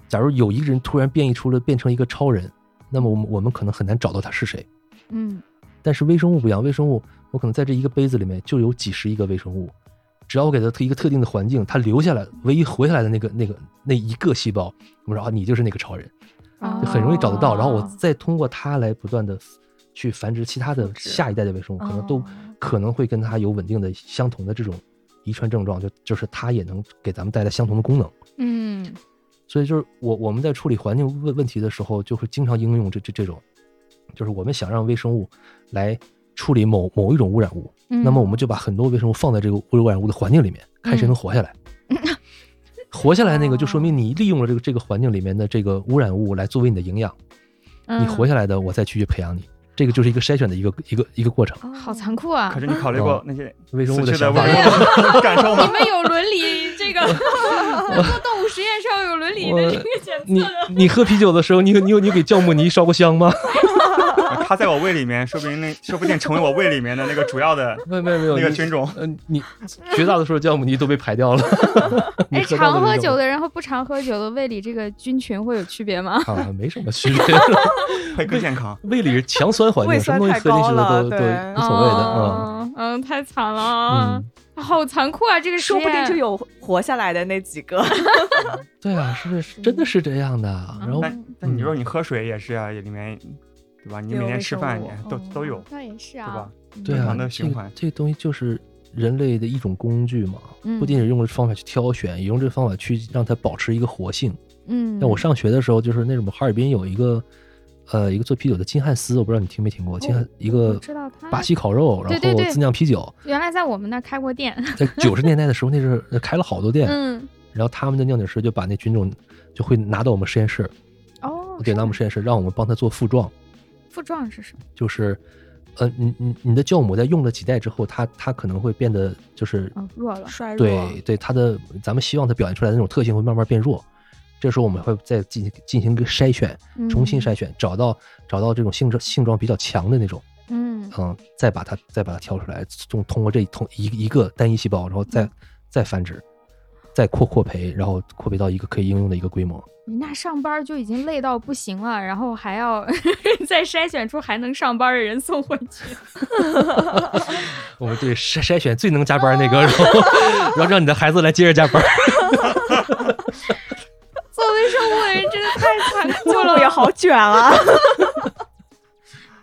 S4: 假如有一个人突然变异出了变成一个超人，那么我们我们可能很难找到他是谁。
S5: 嗯
S4: 但是微生物不一样，微生物我可能在这一个杯子里面就有几十亿个微生物，只要我给它一个特定的环境，它留下来唯一活下来的那个那个那一个细胞，我们说啊，你就是那个超人，
S3: 啊
S4: 就很容易找得到。然后我再通过它来不断的去繁殖其他的
S3: 复制
S4: 下一代的微生物，可能都、
S3: 哦
S4: 可能会跟它有稳定的相同的这种遗传症状，就就是它也能给咱们带来相同的功能。
S5: 嗯
S4: 所以就是我我们在处理环境问问题的时候，就会经常应用这这这种，就是我们想让微生物来处理某某一种污染物，
S5: 嗯，
S4: 那么我们就把很多微生物放在这个污染物的环境里面，看
S5: 嗯
S4: 谁能活下来。活下来那个就说明你利用了这个这个环境里面的这个污染物来作为你的营养，你活
S5: 下
S4: 下来的我再去培养你，这个就是一个筛选的一个一个一个过程。
S5: 好残酷啊
S2: 可！是你考虑过那些
S4: 微生
S2: 死
S4: 物
S2: 去
S4: 的
S2: 的
S4: 想
S2: 微
S4: 法，
S2: 生 物的感受吗
S5: 你？们有伦理这个做动物实验是要有伦理的这个检测
S4: 你
S5: 的。
S4: 你喝啤酒的时候，你有你有你有给酵母泥烧过香吗？
S2: 它在我胃里面，说不定那说不定成为我胃里面的那个主要 的
S4: 没有没有没有，
S2: 那个
S4: 你
S2: 菌种。
S4: 嗯，你绝大多数的酵母泥都被排 掉了。 你
S5: 哎，
S4: 喝到
S5: 常
S4: 的
S5: 喝
S4: 是什
S5: 酒
S4: 么
S5: 的人和不常喝酒的胃里这个菌群会有区别吗？
S4: 啊，没什么区别，
S2: 会更健康。
S4: 胃里是强酸环
S3: 胃
S4: 境，
S3: 酸
S4: 什么东西
S3: 太
S4: 喝进
S3: 高
S4: 去的
S3: 了
S4: 都都
S3: 对
S4: 无 所谓的啊。嗯
S5: 哦嗯，太惨了啊，好残酷啊！这个实
S3: 说不定
S5: 验
S3: 就有活下来的那几个。
S4: 对啊，是不是真的是这样的？啊然后
S2: 但但你说你喝水也是啊，也里面对吧？你每天吃饭
S3: 有微
S2: 也
S3: 生物
S2: 都
S3: 嗯
S2: 都有，
S5: 倒也是
S2: 对吧
S5: 啊，？
S4: 对
S2: 正
S4: 啊
S2: 常，的
S4: 这
S2: 循
S4: 个
S2: 环
S4: 这个东西就是人类的一种工具嘛，
S5: 嗯
S4: 不仅仅是用这方法去挑选，也用这方法去让它保持一个活性。
S5: 嗯，
S4: 像我上学的时候，就是那种哈尔滨有一个呃一个做啤酒的金汉斯，我不知道你听没听过，金汉一
S5: 哦我
S4: 个
S5: 知道他
S4: 巴西烤肉，然
S5: 对对
S4: 后
S5: 对
S4: 自酿啤酒。
S5: 原来在我们那儿开过店，
S4: 在九十年代的时候，那是开了好多店，
S5: 嗯
S4: 然后他们的酿酒师就把那菌种就会拿到我们实验室，
S5: 哦，
S4: 给
S5: 是
S4: 到我们
S5: 吗
S4: 实验室，让我们帮他做复状，
S5: 副状是什么？
S4: 就是，呃，你你你的酵母在用了几代之后，它它可能会变得就是
S5: 哦，弱了。
S3: 衰弱，
S4: 对对，它的咱们希望它表现出来的那种特性会慢慢变弱。这时候我们会再进行进行一个筛选，
S5: 嗯
S4: 重新筛选，找到找到这种性状性状比较强的那种，
S5: 嗯，
S4: 嗯，再把它再把它挑出来，通通过这一通一一个单一细胞，然后
S5: 嗯
S4: 再再繁殖，再扩扩培，然后扩培到一个可以应用的一个规模。
S5: 你那上班就已经累到不行了，然后还要 再筛选出还能上班的人送回去。
S4: 我们哦对筛筛选最能加班那个，然 后然后让你的孩子来接着加班。
S5: 做微生物的人真的太残酷
S3: 做
S5: 了
S3: 了也。好卷啊！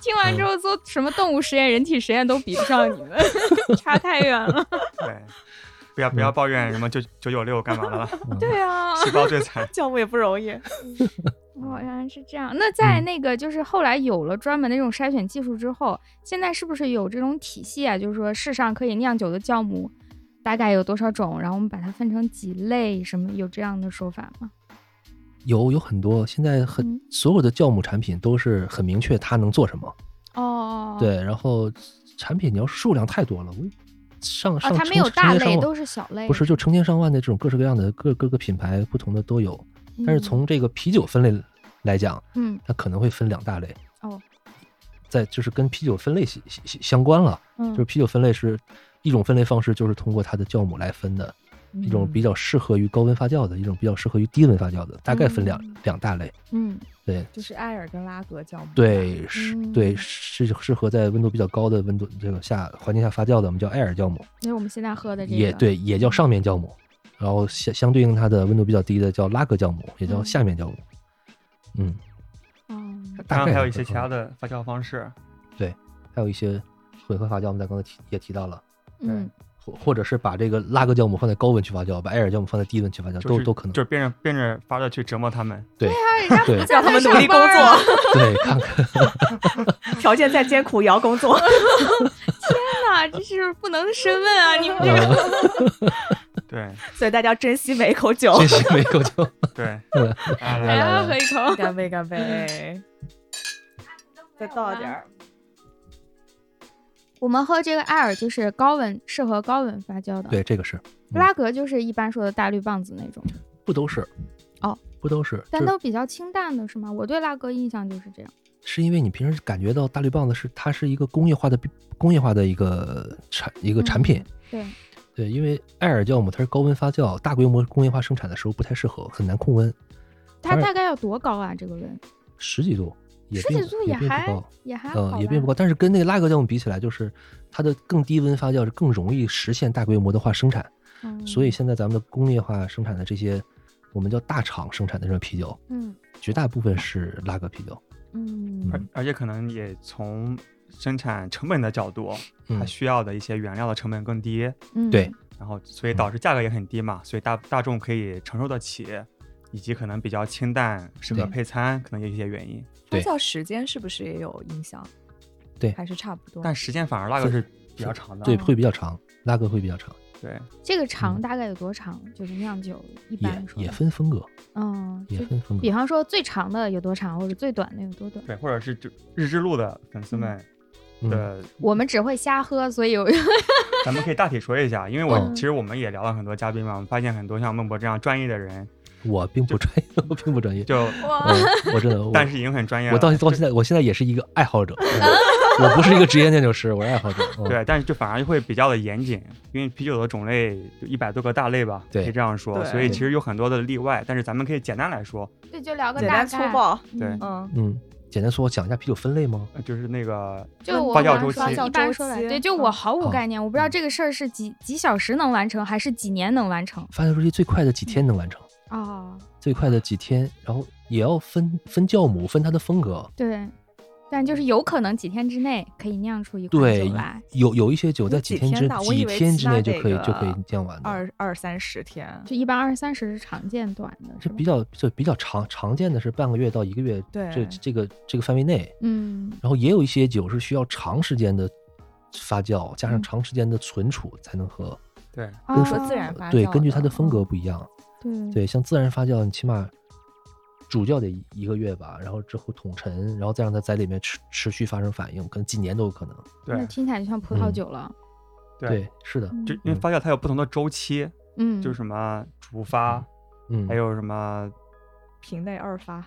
S5: 听完之后做什么动物实验、人体实验都比不上你们， 差太远了。
S2: 对，不要不
S4: 嗯
S2: 要抱怨什么九九九六干嘛了，
S3: 对啊，
S2: 细胞最惨。
S3: 酵母也不容易。
S5: 哦，原来是这样。那在那个就是后来有了专门的这种筛选技术之后，现在是不是有这种体系啊？就是说世上可以酿酒的酵母大概有多少种，然后我们把它分成几类，什么有这样的说法吗？
S4: 有有很多，现在很、
S5: 嗯
S4: 所有的酵母产品都是很明确它能做什么。
S5: 哦，
S4: 对，然后产品你要数量太多了，我上
S5: 哦，
S4: 上
S5: 它
S4: 成
S5: 没有
S4: 成
S5: 大
S4: 千上
S5: 类，
S4: 万
S5: 都是小类。
S4: 不是，就成千上万的这种各式各样的各各个品牌不同的都有。
S5: 嗯，
S4: 但是从这个啤酒分类来讲，
S5: 嗯
S4: 它可能会分两大类。
S5: 哦，
S4: 在就是跟啤酒分类相相相关了，
S5: 嗯，
S4: 就是啤酒分类是一种分类方式，就是通过它的酵母来分的，一种
S5: 嗯
S4: 比较适合于高温发酵的，一种比较适合于低温发酵的，大概分两、
S5: 嗯
S4: 两大类。
S5: 嗯
S4: 对
S3: 就是艾尔跟拉格酵母，
S4: 对，是对
S5: 嗯
S4: 是适合在温度比较高的温度这个下环境下发酵的，我们叫艾尔酵母，
S5: 就是我们现在喝的这个
S4: 也，对，也叫上面酵母。然后相相对应它的温度比较低的叫拉格酵母，也叫
S5: 嗯
S4: 下面酵母。嗯，
S5: 嗯
S2: 当
S4: 大
S2: 然
S4: 概
S2: 还有
S4: 是
S2: 一些
S4: 这
S2: 其
S4: 样
S2: 他的发酵方式，
S4: 还有一些混合发酵，我们在刚才提也提到了，
S5: 嗯
S4: 或或者是把这个拉格酵母放在高温去发酵，把艾尔酵母放在低温去发酵，
S2: 就
S4: 都
S2: 是
S4: 都可能
S2: 就。是变着变着法儿的去折磨他们。
S5: 啊
S4: 对
S3: 让他们努力工
S5: 上班啊
S3: 作，
S4: 对，看看
S3: 条件再艰苦也要工 作。
S5: 那这是不能深问啊！ 你们这
S4: 呃，
S2: 对
S3: 所以大家珍惜每一口酒
S4: 这。是没有就
S2: 对，哎
S4: 嗯
S2: 来
S5: 还
S2: 来，
S5: 要喝一 口。
S3: 干杯，干杯！ 再倒点儿，
S5: 我们喝这个艾尔就是高温，适合高温发酵的。
S4: 对这个是嗯
S5: 拉格就是一般说的大绿棒子那种，
S4: 不都是
S5: 哦，
S4: 不都是，
S5: 但
S4: 就是
S5: 都比较清淡的是吗？我对拉格印象就是这样。
S4: 是因为你平时感觉到大绿棒子是它是一个工业化的工业化的一个产一个产品，
S5: 嗯对，
S4: 对，因为艾尔酵母它是高温发酵，大规模工业化生产的时候不太适合，很难控温，
S5: 它
S4: 当然
S5: 大概要多高啊？这个温
S4: 十几度也
S5: 十
S4: 哎并
S5: 几
S4: 不
S5: 度
S4: 也并
S5: 还
S4: 不高，
S5: 也还好吧，
S4: 嗯，也并不高，但是跟那个拉格酵母比起来，就是它的更低温发酵是更容易实现大规模的化生产，
S5: 嗯
S4: 所以现在咱们的工业化生产的这些我们叫大厂生产的这种啤酒，
S5: 嗯
S4: 绝大部分是拉格啤酒，
S5: 嗯
S2: 而而且可能也从生产成本的角度，它
S4: 嗯，
S2: 需要的一些原料的成本更低，
S5: 嗯，
S4: 对，
S2: 然后所以导致价格也很低嘛，所以大大众可以承受得起，以及可能比较清淡，适合
S4: 对
S2: 配餐，可能也有一些原因。
S4: 对
S3: 酵时间是不是也有影响？
S4: 对
S3: 还是差不多
S2: 但时间反而拉格是比较长的，
S4: 对，会比较长，拉格会比较长。
S2: 对
S5: 这个长大概有多长？就是酿酒一般
S4: 嗯也
S5: 说
S4: 也，分风格，
S5: 嗯，
S4: 也
S5: 就
S4: 分风
S5: 比
S4: 格。
S5: 方说最长的有多长，或者最短的有多短。
S2: 对，或者是就日之路的粉丝们
S4: 嗯，
S2: 的，
S5: 我们只会瞎喝，所以 有
S2: 咱们可以大体说一下，因为我
S4: 嗯
S2: 其实我们也聊了很多嘉宾嘛，我们发现很多像孟博这样专业的人，
S4: 我并不专业， 我并不专业，
S2: 就
S5: 哇，
S4: 嗯我 真的，我
S2: 但是啊已经很专业了。
S4: 我到到现在，我现在也是一个爱好者，嗯我不是一个职业酿酒师，我是爱好者。嗯，
S2: 对，但是就反而会比较的严谨，因为啤酒的种类就一百多个大类吧，
S4: 对
S2: 可以这样说，
S3: 对
S2: 所以其实有很多的例外，但是咱们可以简单来说，
S5: 对，就聊个
S3: 简
S5: 大
S3: 单粗
S5: 概。
S3: 暴，
S5: 嗯
S2: 对
S3: 嗯，
S4: 嗯，简单说，我讲一下啤酒分类吗？
S2: 呃就是那个
S3: 嗯
S5: 就我
S2: 发酵
S5: 刚
S2: 周
S5: 说
S2: 期
S5: 一般说来，
S3: 发酵周期
S5: 对，就我
S3: 嗯
S5: 毫无
S4: 好
S5: 概念，我不知道这个事儿是几几小时能完成，还是几年能完成
S4: 发酵周期最快的几天能完成，
S5: 哦，
S4: 最快的几天，然后也要分分酵母，分它的风格。
S5: 对，但就是有可能几天之内可以酿出一款
S4: 对
S5: 酒来。，
S4: 有有一些酒在
S3: 几
S4: 几天之
S3: 天呐我以
S4: 几
S3: 为
S4: 天
S3: 其
S4: 之
S3: 他
S4: 内就
S3: 这
S4: 可以
S3: 个
S4: 就可以酿完的。
S3: 二二三十天，
S5: 就一般二三十是常见短的，是
S4: 这
S5: 吧
S4: 比较就比较常常见的是半个月到一个月，
S3: 对
S4: 这这个这个范围内，
S5: 嗯
S4: 然后也有一些酒是需要长时间的发酵，加上
S5: 嗯
S4: 长时间的存储才能喝。
S2: 对
S5: 哦
S4: 跟
S3: 说自然发酵
S4: 对，根据它
S3: 的嗯
S4: 的风格不一样，
S5: 对
S4: 对，像自然发酵，你起码主酵得一个月吧，然后之后桶陈，然后再让它在里面持持续发生反应，可能几年都有可能。
S2: 对
S5: 那听起来就像葡萄
S4: 嗯
S5: 酒了。
S2: 对
S4: 对，是的，
S2: 就因为发酵它有不同的周期，
S5: 嗯，
S2: 就是什么主发，
S4: 嗯，
S2: 还有什么
S3: 瓶内二发，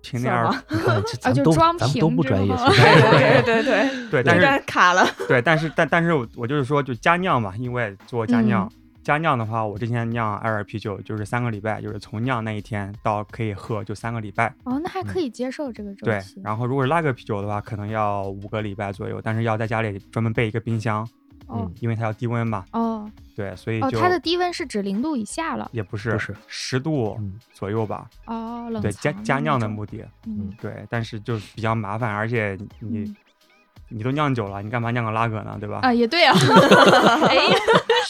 S2: 瓶内二
S3: 算，
S4: 你看，这
S5: 啊
S4: 咱
S5: 就
S4: 们都
S5: 装
S4: 咱们
S5: 瓶
S4: 都不
S5: 之
S4: 专业，
S5: 后
S4: 其实
S3: 对对对
S2: 对，
S3: 对，
S2: 但是啊
S3: 是卡了，
S2: 对，但是但但是我我就是说，就加酿嘛，因为做加酿，加酿的话，我之前酿艾尔啤酒就是三个礼拜，就是从酿那一天到可以喝就三个礼拜。
S5: 哦，那还可以接受这个周
S2: 对
S5: 期，。
S2: 然后如果是拉格啤酒的话，可能要五个礼拜左右，但是要在家里专门备一个冰箱，
S5: 哦
S2: 因为它要低温嘛。
S5: 哦
S2: 对，所以
S5: 哦，
S2: 就
S5: 它的低温是指零度以下了。
S2: 也不是
S4: 不是
S2: 十度
S4: 嗯
S2: 左右吧。
S5: 哦，冷
S2: 对，加
S5: 藏
S2: 加酿的
S5: 那种
S2: 目的，
S5: 嗯
S2: 对，但是就是比较麻烦，而且你、
S5: 嗯
S2: 你都酿酒了，你干嘛酿个拉格呢？对吧？
S5: 啊，也对啊。哎呀，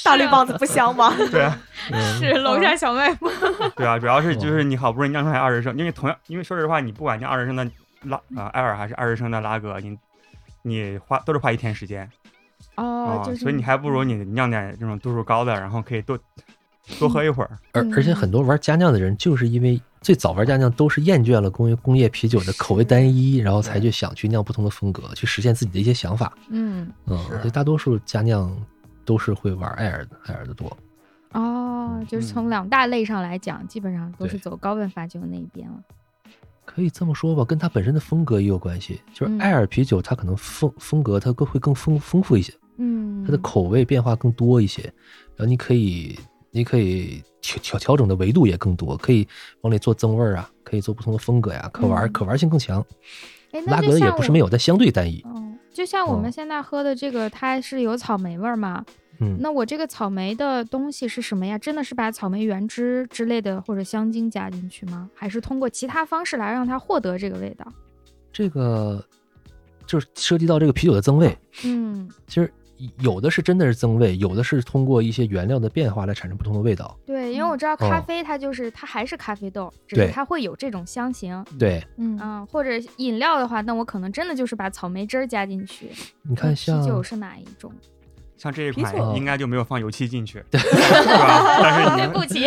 S3: 大绿棒子不香吗？
S2: 对啊。
S4: 嗯
S5: 是楼下小卖部。
S2: 对啊，主要是
S4: 哇
S2: 就是你好不容易酿出来二十升，因为同样，因为说实话，你不管酿二十升的拉呃艾尔还是二十升的拉格，你你花都是花一天时间
S5: 哦
S2: 啊，，
S5: 就是
S2: 所以你还不如你酿点这种度数高的，然后可以多多喝一会儿。
S4: 而而且很多玩家酿的人，就是因为最早玩家酿都是厌倦了工业工业啤酒的口味单一，然后才去想去酿不同的风格，去实现自己的一些想法。
S5: 嗯
S4: 嗯，
S2: 是
S4: 所以大多数家酿都是会玩艾尔的，艾尔的多。
S5: 哦，就是从
S2: 嗯
S5: 两大类上来讲，基本上都是
S4: 对
S5: 走高温发酵那一边了。
S4: 可以这么说吧，跟它本身的风格也有关系。就是
S5: 嗯
S4: 艾尔啤酒，它可能风风格它更会更丰丰富一些，
S5: 嗯，
S4: 它的口味变化更多一些，然后你可以你可以调调调整的维度也更多，可以往里做增味儿啊，可以做不同的风格呀、可玩、
S5: 嗯
S4: 可玩性更强。
S5: 哎，那
S4: 拉
S5: 就
S4: 格也
S5: 像
S4: 不是
S5: 我
S4: 没有，但相对单一。
S5: 嗯，就像我们
S4: 嗯
S5: 现在喝的这个，它是有草莓味儿嘛？
S4: 嗯，
S5: 那我这个草莓的东西是什么呀？真的是把草莓原汁之类的或者香精加进去吗？还是通过其他方式来让它获得这个味道？
S4: 这个就是涉及到这个啤酒的增味，
S5: 嗯，
S4: 其实有的是真的是增味，有的是通过一些原料的变化来产生不同的味道。
S5: 对，因为我知道咖
S4: 哦
S5: 啡它就是、它还是咖啡豆，只
S4: 对
S5: 是它会有这种香型。
S4: 对，
S1: 嗯，
S5: 嗯，或者饮料的话，那我可能真的就是把草莓汁儿加进去。
S4: 你
S5: 那
S4: 看像
S5: 嗯啤酒是哪一种？
S2: 像这一
S3: 啤
S2: 款
S4: 酒
S2: 应该就没有放油漆进去，对吧？但 是你
S5: 对
S2: 们
S5: 不起，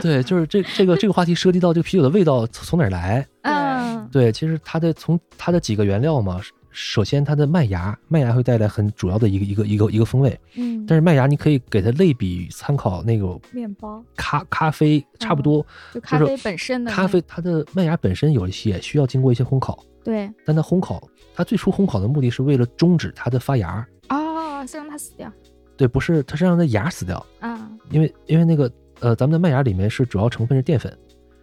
S4: 对，就是这这个这个话题涉及到这个啤酒的味道从从哪儿 来？
S5: 嗯，
S4: 对，其实它的从它的几个原料嘛，首先它的麦芽，麦芽会带来很主要的一个一个一个一个风味，
S5: 嗯，
S4: 但是麦芽你可以给它类比参考那个
S3: 面包
S4: 咖咖啡差不多，
S5: 就咖
S4: 就是
S5: 啡本身的
S4: 咖
S5: 嗯那
S4: 啡它的麦芽本身有一些也需要经过一些烘烤，
S5: 对
S4: 但它烘烤，它最初烘烤的目的是为了终止它的发芽，
S5: 哦，是让它死掉
S4: 对，不是它是让它芽死掉，
S5: 啊，
S4: 因为因为那个呃，咱们的麦芽里面是主要成分是淀粉，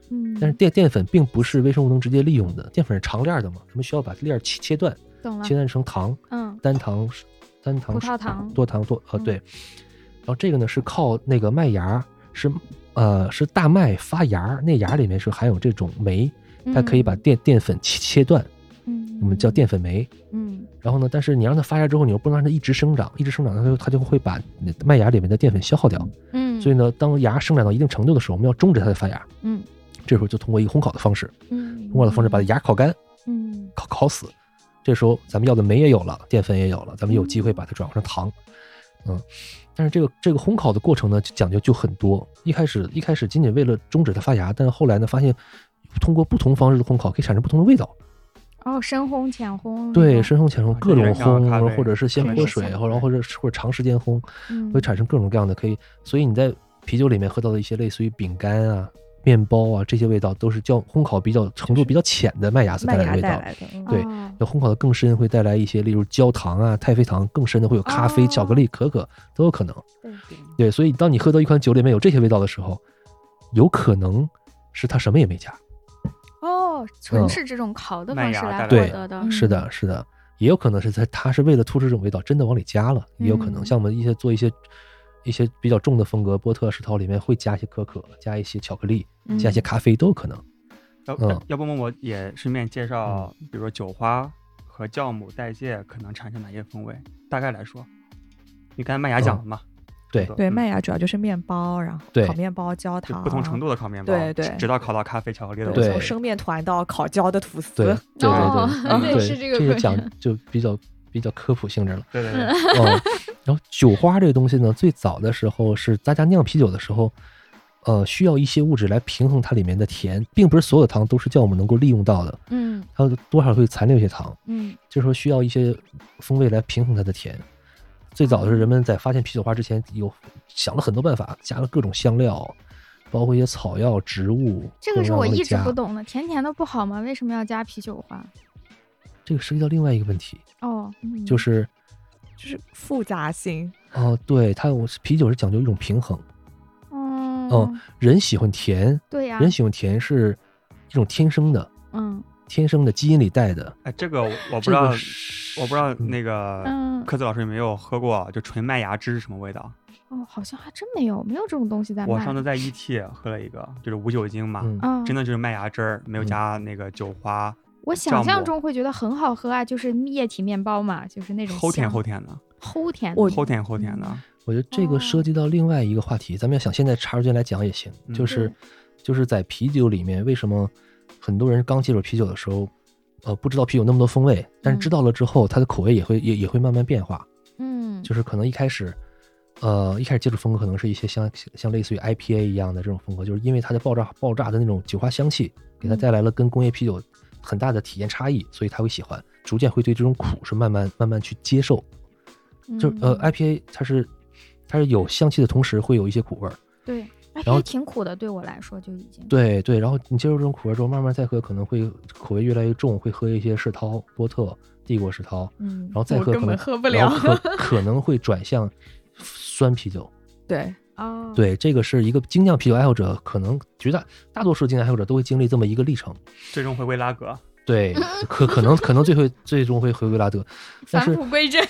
S5: 嗯，
S4: 但是淀淀粉并不是微生物能直接利用的，淀粉是长链儿的嘛，它们需要把链儿切切断，
S5: 懂了
S4: 切，断成糖、
S5: 嗯
S4: 单糖、单糖、
S5: 葡萄糖
S4: 多糖多呃
S5: 嗯
S4: 对，然后这个呢是靠那个麦芽是呃是大麦发芽，那芽里面是含有这种酶，它可以把
S5: 嗯
S4: 淀淀粉切切断，
S5: 嗯，
S4: 我们叫淀粉酶。
S5: 嗯
S4: 然后呢，但是你让它发芽之后，你又不能让它一直生长，一直生长它就它就会把你的麦芽里面的淀粉消耗掉。
S5: 嗯，
S4: 所以呢，当芽生长到一定程度的时候，我们要终止它的发芽。
S5: 嗯，
S4: 这时候就通过一个烘烤的方式，
S5: 嗯，
S4: 通过的方式把芽烤干、
S5: 嗯
S4: 烤烤死。这时候咱们要的酶也有了，淀粉也有了，咱们有机会把它转化成糖。嗯，但是这个这个烘烤的过程呢，就讲究就很多。一开始一开始仅仅为了终止它发芽，但是后来呢，发现通过不同方式的烘烤可以产生不同的味道。
S5: 哦，深烘、浅烘，
S4: 对，，深烘、浅烘、
S2: 啊
S4: 各种
S2: 这个像咖啡
S4: 烘，或者是先
S5: 对
S4: 泼
S5: 是
S4: 水，
S5: 像
S4: 然后或者是或者长时间烘，
S5: 嗯，
S4: 会产生各种各样的可以。所以你在啤酒里面喝到的一些类似于饼干啊、面包啊这些味道，都是较烘烤比较程度比较浅的麦芽所带
S3: 麦
S4: 来
S3: 芽
S4: 的味
S3: 带
S4: 道。
S3: 来的，嗯
S4: 对
S5: 哦
S4: 要烘烤的更深，会带来一些，例如焦糖啊、太妃糖，更深的会有咖啡、
S5: 哦
S4: 巧克力、可可都有可能。
S5: 对
S4: 对，所以当你喝到一款酒里面有这些味道的时候，有可能是它什么也没加。
S5: 哦，纯
S4: 嗯
S5: 是这种烤的
S2: 麦
S5: 方
S2: 芽
S5: 式
S2: 带
S5: 来获
S2: 来嗯
S4: 对
S5: 得的，
S4: 是的，是的，也有可能是它它是为了突出这种味道，真的往里加了，也有可能。
S5: 嗯
S4: 像我们一些做一些一些比较重的风格，波特石涛里面会加一些可可，加一些巧克力，
S5: 嗯
S4: 加一些咖啡都有可能。
S2: 要、
S4: 嗯
S2: 要不我也顺便介绍，比如说酒花和酵母代谢可能产生哪些风味，大概来说，你刚才麦芽讲了嘛？
S4: 嗯对
S2: 差不多
S3: 对，
S2: 嗯
S3: 麦芽主要就是面包，然后
S4: 对
S3: 烤面包、焦
S2: 就
S3: 糖，
S2: 不同程度的烤面包，
S3: 对对
S2: 直到烤到咖啡、巧克力的味
S4: 对
S2: 道
S3: 从生面团到烤焦的吐司，
S4: 对对对对，
S5: 哦
S4: 嗯
S5: 对
S4: 对
S5: 是这个
S4: 个
S5: 观
S4: 讲
S5: 点
S4: 就比较比较科普性质了。
S2: 对对 对，
S4: 嗯，然后酒花这个东西呢，最早的时候是大家酿啤酒的时候，呃，需要一些物质来平衡它里面的甜，并不是所有的糖都是酵母能够利用到的，
S1: 嗯
S4: 它多少会残留一些糖，
S1: 嗯
S4: 就是说需要一些风味来平衡它的甜。最早的是人们在发现啤酒花之前，有想了很多办法，加了各种香料，包括一些草药、植物。
S5: 这个
S4: 各
S5: 是
S4: 种
S5: 我
S4: 往里
S5: 一直
S4: 加
S5: 不。懂的，甜甜的不好吗？为什么要加啤酒花？
S4: 这个涉及到另外一个问题，
S5: 哦，
S4: 就是是
S3: 就是复杂性，
S4: 哦、对它有啤酒是讲究一种平衡，
S5: 嗯，
S4: 哦，人喜欢甜，
S5: 对呀、
S4: 人喜欢甜是一种天生的，
S5: 嗯
S4: 天生的基因里带的。
S2: 哎，这个我我不
S4: 这
S2: 知道
S4: 个，是
S2: 我不知道
S4: 嗯
S2: 那个
S5: 嗯，
S2: 科子老师有没有喝过，啊就纯麦芽汁是什么味道？
S5: 哦，好像还真没有，没有这种东西在卖。
S2: 我上次在 ET 喝了一个，就是无酒精嘛，
S4: 嗯
S5: 嗯，
S2: 真的就是麦芽汁儿，没有加那个酒花，
S5: 我想
S2: 酵
S5: 象
S2: 母
S5: 中会觉得很好喝啊，就是液体面包嘛，就是那种
S2: 齁甜
S5: 香嗯
S2: 齁甜的，
S5: 齁甜的。
S3: 我
S2: 齁甜齁甜的。
S4: 我觉得这个涉及到另外一个话题，咱们要想现在插入进来讲也行，
S2: 嗯
S4: 就是
S5: 对
S4: 就是在啤酒里面，为什么很多人刚接触啤酒的时候，呃，不知道啤酒那么多风味，但是知道了之后，它的口味也会也也会慢慢变化，
S1: 嗯
S4: 就是可能一开始。呃，一开始接触风格可能是一些像像类似于 IPA 一样的这种风格，就是因为它的爆炸爆炸的那种酒花香气，给它带来了跟工业啤酒很大的体验差异，所以他会喜欢，逐渐会对这种苦是慢慢慢慢去接受。就是呃
S1: 嗯
S4: ，IPA 它是它是有香气的同时会有一些苦味儿，
S5: 对，
S1: 哎
S4: 然后
S1: 也挺苦的，对我来说就已经
S4: 对对，然后你接受这种苦味儿之后，慢慢再喝，可能会口味越来越重，会喝一些世涛、波特、帝国世涛，
S1: 嗯
S4: 然后再
S3: 我
S4: 喝可
S3: 根
S4: 能
S3: 本喝不
S4: 然后
S3: 了
S4: 可可能会转向酸啤酒。
S3: 对，
S5: 哦，，
S4: 对，这个是一个精酿啤酒爱好者，可能绝大大多数精酿爱好者都会经历这么一个历程。
S2: 最终回归拉格，
S4: 对，可可能可能最后最终会回归拉德，但
S5: 返
S4: 是
S5: 璞归真。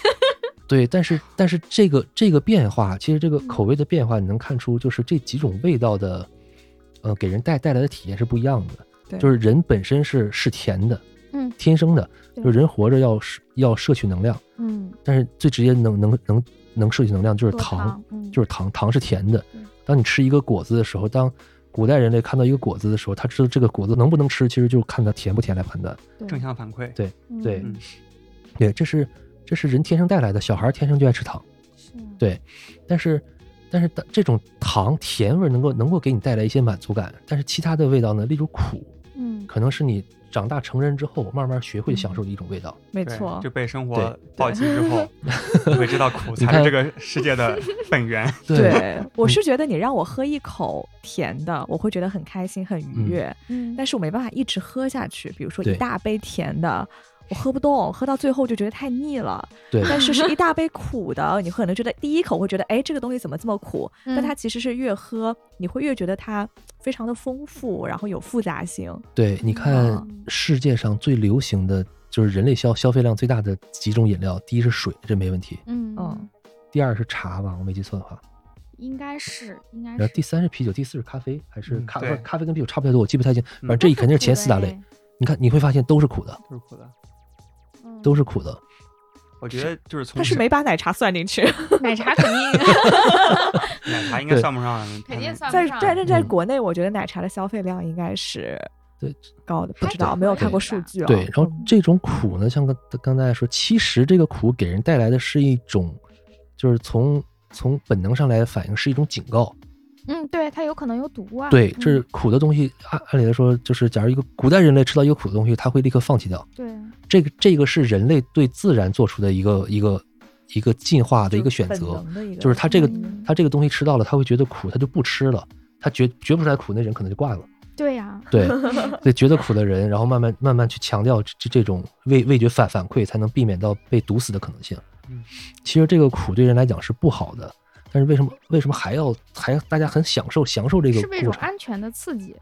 S4: 对，但是但是这个这个变化，其实这个
S1: 嗯
S4: 口味的变化，你能看出就是这几种味道的，呃，给人带带来的体验是不一样的。
S3: 对
S4: 就是人本身是是甜的，
S1: 嗯，
S4: 天生的，
S1: 对
S4: 就人活着要摄要摄取能量，
S1: 嗯
S4: 但是最直接能能能能摄取能量就是
S5: 多
S4: 糖，
S5: 糖
S1: 嗯
S4: 就是糖，糖是甜的
S1: 嗯。
S4: 当你吃一个果子的时候，当古代人类看到一个果子的时候，他知道这个果子能不能吃，其实就是看它甜不甜来判断。
S2: 正向反馈。
S4: 对
S1: 嗯
S4: 对，这是这是人天生带来的，小孩儿天生就爱吃糖。
S1: 是啊
S4: 对但是但是当这种糖甜味儿能够能够给你带来一些满足感，但是其他的味道呢，例如苦，
S1: 嗯
S4: 可能是你长大成人之后慢慢学会享受的一种味道。
S3: 没
S2: 对
S3: 错
S2: 就，被生活
S4: 对
S2: 暴击之 后，你会知道苦才
S4: 你看
S2: 是这个世界的本源。
S3: 对，我
S4: 嗯
S3: 是觉得你让我喝一口甜的，我会觉得很开心、很愉
S4: 嗯
S3: 悦，
S1: 嗯
S3: 但是我没办法一直喝下去。比如说一
S4: 对
S3: 大杯甜的，我喝不动，喝到最后就觉得太腻了。
S4: 对
S3: 但是是 一大杯苦的，你可能觉得第一口会觉得，哎，这个东西怎么这么苦？但
S1: 嗯
S3: 它其实是越喝，你会越觉得它非常的丰富，然后有复杂性。
S4: 对，你看
S1: 嗯
S4: 世界上最流行的就是人类消消费量最大的几种饮料，第一是水，这没问题；
S1: 嗯
S4: 哦
S3: 嗯，
S4: 第二是茶吧，我没记错的话，
S1: 应该是应该
S4: 然后第
S1: 是
S4: 三是啤酒，第四是咖啡，还是
S2: 嗯
S4: 咖、
S2: 对
S4: 咖啡跟啤酒差不太多，我记不太清，
S2: 嗯
S4: 反正这一肯定是前四大类。
S1: 对
S4: 你看你会发现都是苦的，
S2: 都是苦的。
S1: 嗯
S4: 都是苦的。
S2: 我觉得就是从
S3: 它
S4: 嗯
S3: 是没把奶茶算进去，
S5: 奶茶肯定
S2: 奶茶应该
S4: 对
S2: 算不上，
S5: 肯定算
S3: 在
S5: 不上。
S3: 但是在
S4: 嗯
S3: 国内，我觉得奶茶的消费量应该是
S4: 对
S3: 高的，不
S5: 还
S3: 知道
S5: 可
S3: 没有
S5: 以
S3: 看过
S5: 吧
S3: 数据啊。
S4: 对，然后
S3: 嗯
S4: 这种苦呢，像刚刚大家说，其实这个苦给人带来的是一种，就是从从本能上来反应是一种警告。
S1: 嗯对它有可能有毒啊
S4: 对，
S1: 嗯
S4: 这是苦的东西，按按理来说，就是假如一个古代人类吃到一个苦的东西，他会立刻放弃掉。
S1: 对
S4: 这个这个是人类对自然做出的一个一个一个进化的一个选择，，就是它这个
S1: 嗯
S4: 他这个东西吃到了，他会觉得苦，他就不吃了。他觉觉不出来苦，那人可能就挂了。
S1: 对呀
S4: 对，对，觉得苦的人，然后慢慢慢慢去强调这这种味味觉反反馈，才能避免到被毒死的可能性
S2: 嗯。
S4: 其实这个苦对人来讲是不好的，但是为什么为什么还要还大家很享受享受这个
S5: 是不是一
S4: 过
S5: 种
S4: 程？
S5: 安全的刺激？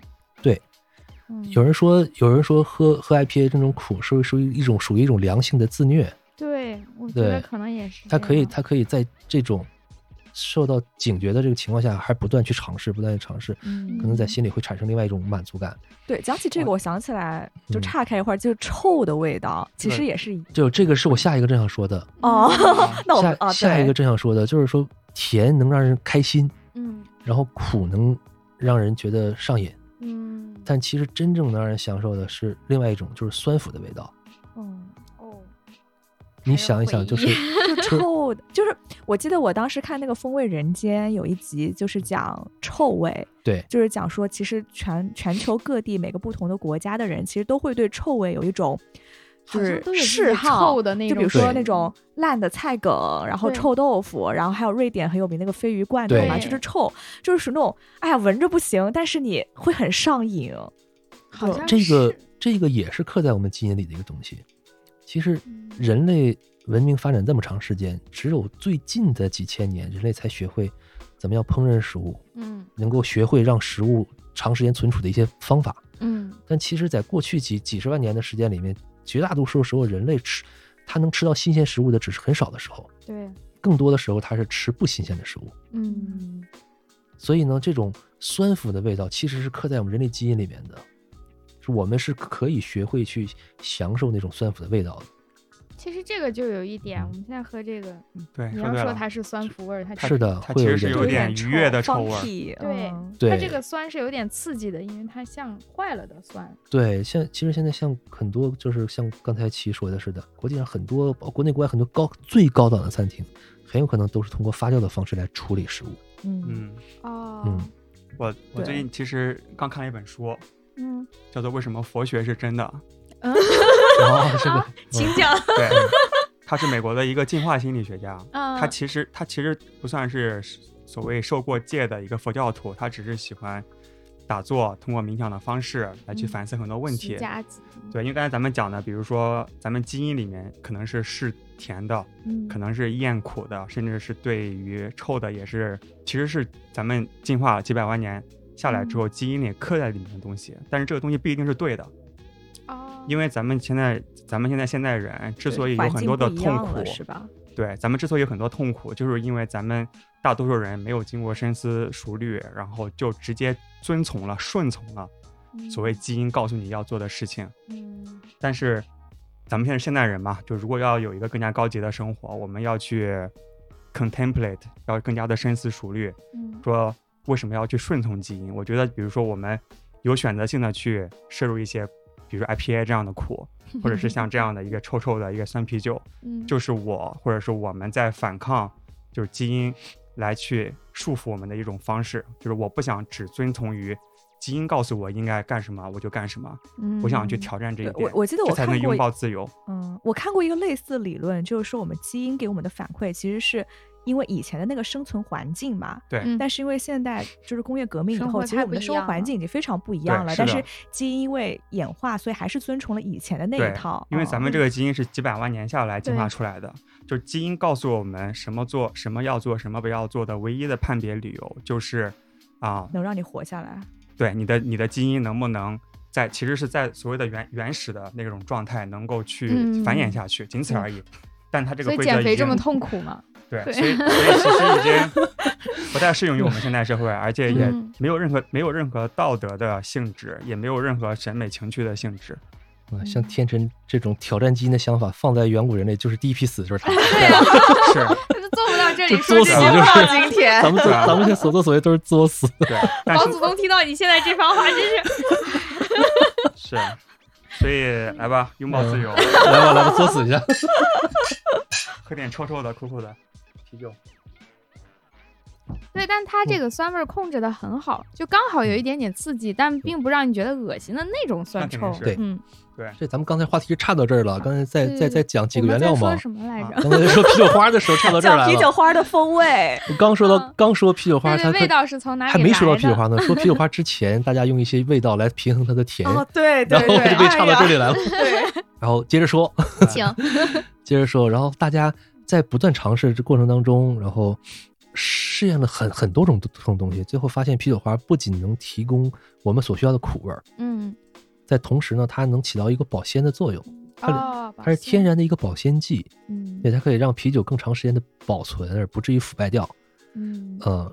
S1: 嗯
S4: 有人说有人说喝喝 IPA 这种苦是属于一种属于一种良性的自虐，
S1: 对我觉得
S4: 对
S1: 可能也是
S4: 它
S1: 这
S5: 嗯
S4: 可以
S1: 样
S4: 它可以在这种受到警觉的这个情况下，还不断去尝试，不断去尝试，
S1: 嗯
S4: 可能在心里会产生另外一种满足感。
S3: 对，讲起这个，我想起来，就
S4: 哦嗯
S3: 岔开一会儿，就是臭的味道，其
S2: 对
S3: 实也是一
S4: 就这个是我下一个正想说的，
S5: 嗯
S3: 哦。那我
S4: 下
S3: 们啊，
S4: 下一
S3: 对
S4: 个正想说的就是说甜能让人开心，
S1: 嗯
S4: 然后苦能让人觉得上瘾，
S1: 嗯
S4: 但其实
S5: 嗯
S4: 真正能让人享受的是另外一种，就是酸腐的味道。
S1: 嗯哦
S4: 你想一想，就是
S3: 臭的，就是我记得我当时看那个《风味人间》有一集，就是讲臭味，
S4: 对
S3: 就是讲说其实全全球各地每个不同的国家的人，其实都会对臭味有一种就
S5: 好像
S3: 是
S5: 都有自己
S3: 嗜好
S5: 臭的那
S3: 就
S5: 种，
S3: 比如说
S4: 对
S3: 那种烂的菜梗，然后
S5: 对
S3: 臭豆腐，然后还有瑞典很有名那个鲱鱼罐头嘛，
S5: 对
S3: 就是臭，就是属于那种哎呀闻着不行，但是你会很上瘾。
S5: 好像
S4: 这个
S5: 是
S4: 这个也是刻在我们基因里的一个东西。其实人类文明发展这么长时间，只有最近的几千年，人类才学会怎么样烹饪食物，
S5: 嗯
S4: 能够学会让食物长时间存储的一些方法。
S5: 嗯
S4: 但其实，在过去几几十万年的时间里面，绝大多数时候人类吃，他能吃到新鲜食物的只是很少的时候，
S5: 对
S4: 更多的时候他是吃不新鲜的食物。
S5: 嗯
S4: 所以呢，这种酸腐的味道其实是刻在我们人类基因里面的，是我们是可以学会去享受那种酸腐的味道的。
S5: 其实这个就有一点，我们现在喝这个，
S2: 对，
S5: 你
S2: 说
S5: 要
S2: 哎对
S5: 说
S2: 了，
S5: 它是酸腐味儿，它
S4: 是的，
S2: 它
S4: 会有
S2: 其
S4: 一
S2: 实是
S4: 点
S2: 有点
S4: 这种
S2: 愉悦的臭
S3: 放
S2: 味儿。
S3: 屁
S5: 对
S3: 嗯
S5: 它
S4: 对
S5: 这个酸是有点刺激的，因为它像坏了的酸。
S4: 对，像其实现在像很多就是像刚才齐说的似的，国际上很多包括国内国外很多高最高档的餐厅，很有可能都是通过发酵的方式来处理食物。
S3: 嗯
S2: 嗯，
S5: 哦，
S4: 嗯
S2: 我我最
S3: 对
S2: 近其实刚看了一本书，
S5: 嗯
S2: 叫做《为什么佛学是真的》。
S4: 哦，这
S5: 啊
S4: 个
S3: 请讲。
S2: 对，他是美国的一个进化心理学家。
S5: 嗯
S2: 他其实他其实不算是所谓受过戒的一个佛教徒，他只是喜欢打坐，通过冥想的方式来去
S5: 嗯
S2: 反思很多问题。
S5: 徐佳子
S2: 对，因为刚才咱们讲的，比如说咱们基因里面可能是嗜甜的，
S5: 嗯
S2: 可能是厌苦的，甚至是对于臭的也是，其实是咱们进化了几百万年下来之
S5: 嗯
S2: 后，基因里刻在里面的东西。但是这个东西不一定是对的，
S5: 哦，
S2: 因为咱们现在咱们现在现代人 之所以有
S3: 环
S2: 很
S3: 境
S2: 多的
S3: 不一
S2: 痛
S3: 样
S2: 苦
S3: 了，是吧？
S2: 对，咱们之所以有很多痛苦，就是因为咱们大多数人没有经过深思熟虑，然后就直接遵从了、顺从了
S3: 嗯
S2: 所谓基因告诉你要做的事情。
S5: 嗯
S2: 但是咱们现在是现代人嘛，就如果要有一个更加高级的生活，我们要去 contemplate，要更加的深思熟虑，
S5: 嗯
S2: 说为什么要去顺从基因？我觉得，比如说我们有选择性的去摄入一些，比如说 IPA 这样的苦，或者 是像这样的一个臭臭的一个酸啤酒，
S5: 嗯
S2: 就是我或者是我们在反抗，就是基因来去束缚我们的一种方式。就是我不想只遵从于基因告诉我应该干什么我就干什么，
S5: 嗯
S2: 我想去挑战这一
S3: 对
S2: 点，
S3: 嗯我我记得我
S2: 这才能
S3: 看过
S2: 拥抱自由。
S3: 嗯，我看过一个类似的理论，就是说我们基因给我们的反馈，其实是因为以前的那个生存环境嘛。
S2: 对
S5: 嗯
S3: 但是因为现代就是工业革命以
S5: 生
S3: 后，
S5: 活
S3: 其实
S5: 太
S3: 我们
S5: 不
S3: 的
S5: 一
S3: 生活
S5: 样
S3: 环
S5: 了
S3: 境已经非常不一
S2: 对
S3: 样了。
S2: 是
S3: 但
S2: 的
S3: 是基因因为演化，所以还是遵从了以前的那
S2: 对
S3: 一套。嗯
S5: 哦
S2: 因为咱们这
S3: 个，
S2: 个基因是几百万年下来进化出来的，就是基因告诉我们什么做、什么要做、什么不要做的唯一的判别理由就是，啊、
S3: 能让你活下来。
S2: 对你的你的基因能不能在其实是在所谓的原原始的那种状态能够去
S5: 嗯
S2: 繁衍下去，仅此而已。但它这个
S5: 所以
S2: 规则
S5: 减
S2: 已
S5: 肥
S2: 经
S5: 这么痛苦 嘛？
S2: 对，
S5: 对
S2: 所以所以其实已 经不太适用于我们现代社会，而且也
S5: 嗯
S2: 没有任何没有任何道德的性质，也没有任何审美情趣的性质。
S4: 啊，像天真这种挑战基因的想法，放在远古人类就是第一批死就是 他。
S5: 啊
S2: 是，
S5: 做不到这里
S4: 就
S5: 说
S4: 作
S5: 这
S4: 死
S5: 句
S4: 就
S5: 话
S4: 是
S5: 了。
S3: 今天
S4: 咱们所咱们这所作所为都是作死。
S2: 对， 但
S5: 老
S2: 是
S5: 祖宗听到你现在这番话，真是
S2: 是，所 以来吧，拥抱自由，
S5: 嗯
S4: 来吧，来吧，作死一下。
S2: 喝点臭臭的、苦苦的啤酒。
S5: 对，但它这
S4: 嗯
S5: 个酸味儿控制的很好，就刚好有一点点刺激，但并不让你觉得恶心的那种酸
S2: 那肯
S5: 臭
S2: 定。是
S4: 对
S5: 嗯，
S4: 这咱们刚才话题岔到这儿了，刚才在在在讲几
S5: 我
S4: 个原
S5: 们在
S4: 料啊嘛
S5: 说。什么来着？
S4: 刚才在说啤酒花的时候岔到这儿
S3: 叫
S4: 来
S3: 啤酒
S4: 了。
S3: 花的风味，
S4: 我刚说到
S5: 嗯
S4: 刚说啤酒花，
S5: 对
S4: 它它
S5: 对，味道是从哪里来
S4: 还
S5: 的？
S4: 没说到啤酒花呢，说啤酒花之前，大家用一些味道来平衡它的甜，
S3: 哦，对对
S4: 然
S3: 对，
S4: 后我就被
S3: 哎
S4: 唱到
S3: 呀
S4: 这里 来了。然后接着说，
S5: 请
S4: 接着说，然后大家在不断尝试这过程当中，然后试验了很很多种种东西，最后发现啤酒花不仅能提供我们所需要的苦味儿，
S5: 嗯
S4: 在同时呢，它能起到一个保鲜的作用，它
S5: 哦，
S4: 它是天然的一个保鲜剂，
S5: 嗯
S4: 也它可以让啤酒更长时间的保存，而不至于腐败掉。
S5: 嗯，
S4: 嗯，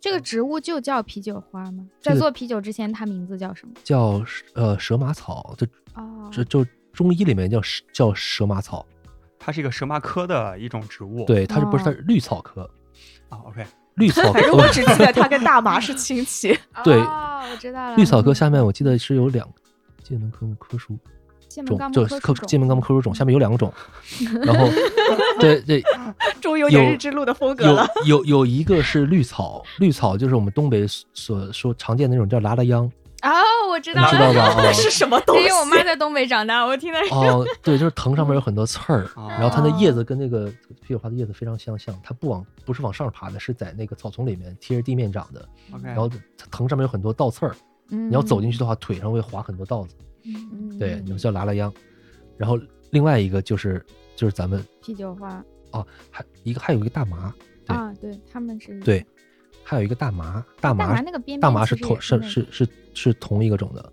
S5: 这个植物就叫啤酒花吗？
S4: 这
S5: 在
S4: 个
S5: 做啤酒之前，它名字叫什么？
S4: 叫呃蛇麻草，这
S5: 哦，
S4: 这就中医里面叫蛇叫蛇麻草，
S2: 它是一个蛇麻科的一种植物。
S4: 对，它是不是它
S5: 哦
S4: 是绿草科？
S2: 啊，OK，
S4: 绿 草
S3: 反正我
S4: 科，
S3: 只记得它跟大麻是亲戚。
S4: 对
S5: 哦，我知道了。
S4: 绿草科下面我记得是有两这门科目科属，
S5: 界门
S4: 种
S5: 纲目
S4: 就
S5: 科
S4: 科
S5: 属种嗯
S4: 界门纲目科属种，下面有两个种，然 后对对，
S3: 终于有点
S4: 有
S3: 日之路的风格了。
S4: 有有有一个是绿草，绿草就是我们东北所说常见的那种叫拉拉 秧，
S5: 哦，我知道
S4: 你知道吧？
S5: 了，
S4: 啊
S3: 是什么东
S5: 因
S3: 西？
S5: 为哎我妈在东北长大，我听到
S4: 哦，对，就是藤上面有很多刺儿，
S2: 哦
S4: 然后它的叶子跟那个啤酒花的叶子非常相像，它不往不是往上爬的，是在那个草丛里面贴着地面长的。
S2: OK，
S4: 然后它藤上面有很多倒刺儿，
S5: 你
S4: 你要走进去的话，腿上会划很多道子。对，你们
S5: 嗯
S4: 叫拉拉秧。然后另外一个就是就是咱们
S5: 啤酒花
S4: 哦，还一个还有一个大麻，对
S5: 啊，对他们是
S4: 对，还有一个大麻，大
S5: 哦大麻
S4: 麻
S5: 那个边
S4: 大
S5: 边
S4: 麻
S5: 其
S4: 是
S5: 实也嗯
S4: 同
S5: 是
S4: 是
S5: 嗯那
S4: 是是是同一个种的，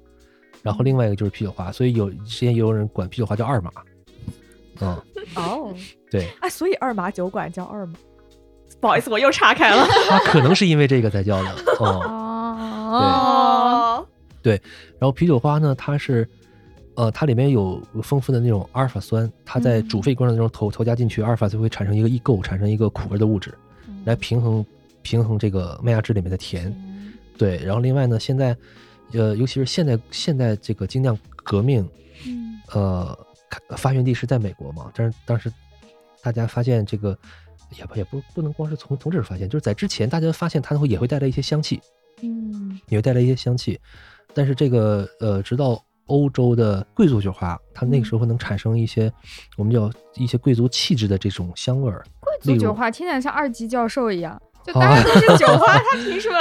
S4: 然后另外一个就是啤酒花，所以有之前也有人管啤酒花叫二麻，嗯，
S5: 哦，
S4: 对，
S3: 啊，所以二麻酒馆叫二麻。不好意思，我又岔开 了。
S4: 它可能是因为这个才叫 的，嗯，
S5: 哦，
S4: 然后啤酒花呢，它是。呃，它里面有丰富的那种阿尔法酸，它在煮沸过程中投投加进去，阿尔法就会产生一个异构，产生一个苦味的物质，来平衡平衡这个麦芽汁里面的甜。对，然后另外呢，现在，呃，尤其是现代现代这个精酿革命，
S5: 嗯
S4: 呃，开发源地是在美国嘛，但是当时大家发现这个也不也不不能光是从从这儿发现，就是在之前大家发现它会也会带来一些香气，
S5: 嗯
S4: 也会带来一些香气，但是这个呃，直到欧洲的贵族酒花，它
S3: 嗯
S4: 那个时候能产生一些、我们叫一些贵族气质的这种香味儿，
S5: 贵
S4: 例
S5: 族
S4: 如
S5: 酒花听起来像二级教授一样，就
S4: 啊
S5: 大家都是酒 花，他凭什么？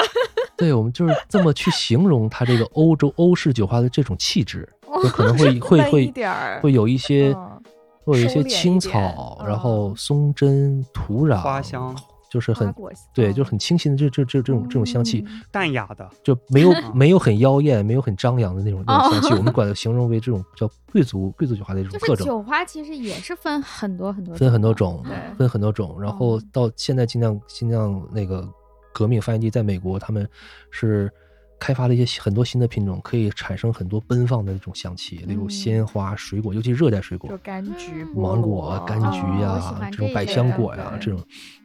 S4: 对，我们就是这么去形容它这个欧洲欧式酒花的这种气质，
S3: 哦
S4: 有可能会会
S3: 分一
S4: 会
S3: 点儿
S4: 会有一些
S3: 嗯
S4: 会有一
S3: 收
S4: 些
S3: 敛一
S4: 青
S3: 点
S4: 草，然
S3: 嗯
S4: 后松针、土壤、
S2: 花香，
S4: 就是
S3: 花
S4: 很
S3: 果香
S4: 对，就是很清新的这这这这种这种香气，
S5: 嗯
S2: 淡雅的，
S4: 就没有
S2: 嗯
S4: 没有很妖艳，没有很张扬的那种那种香气，我们管它形容为这种叫贵族贵族酒花的一种
S5: 哦就
S4: 特
S5: 是
S4: 征，
S5: 酒花其实也是分很多很多，
S4: 分很多种
S5: 对，
S4: 分很多种。然后
S5: 嗯
S4: 到现在尽量尽量那个革命发源地在美国，他们是。开发了一些很多新的品种，可以产生很多奔放的那种香气，例如
S5: 嗯
S4: 鲜花、水果，尤其热带水果
S3: 就，柑橘、
S5: 嗯
S4: 芒
S3: 菠
S4: 果啊
S3: 萝、嗯
S4: 柑橘
S5: 哦
S4: 呀、
S5: 我喜欢
S4: 这
S5: 这
S4: 种
S5: 一
S4: 百
S5: 类
S4: 香
S5: 的
S4: 果呀、
S5: 对
S4: 这种，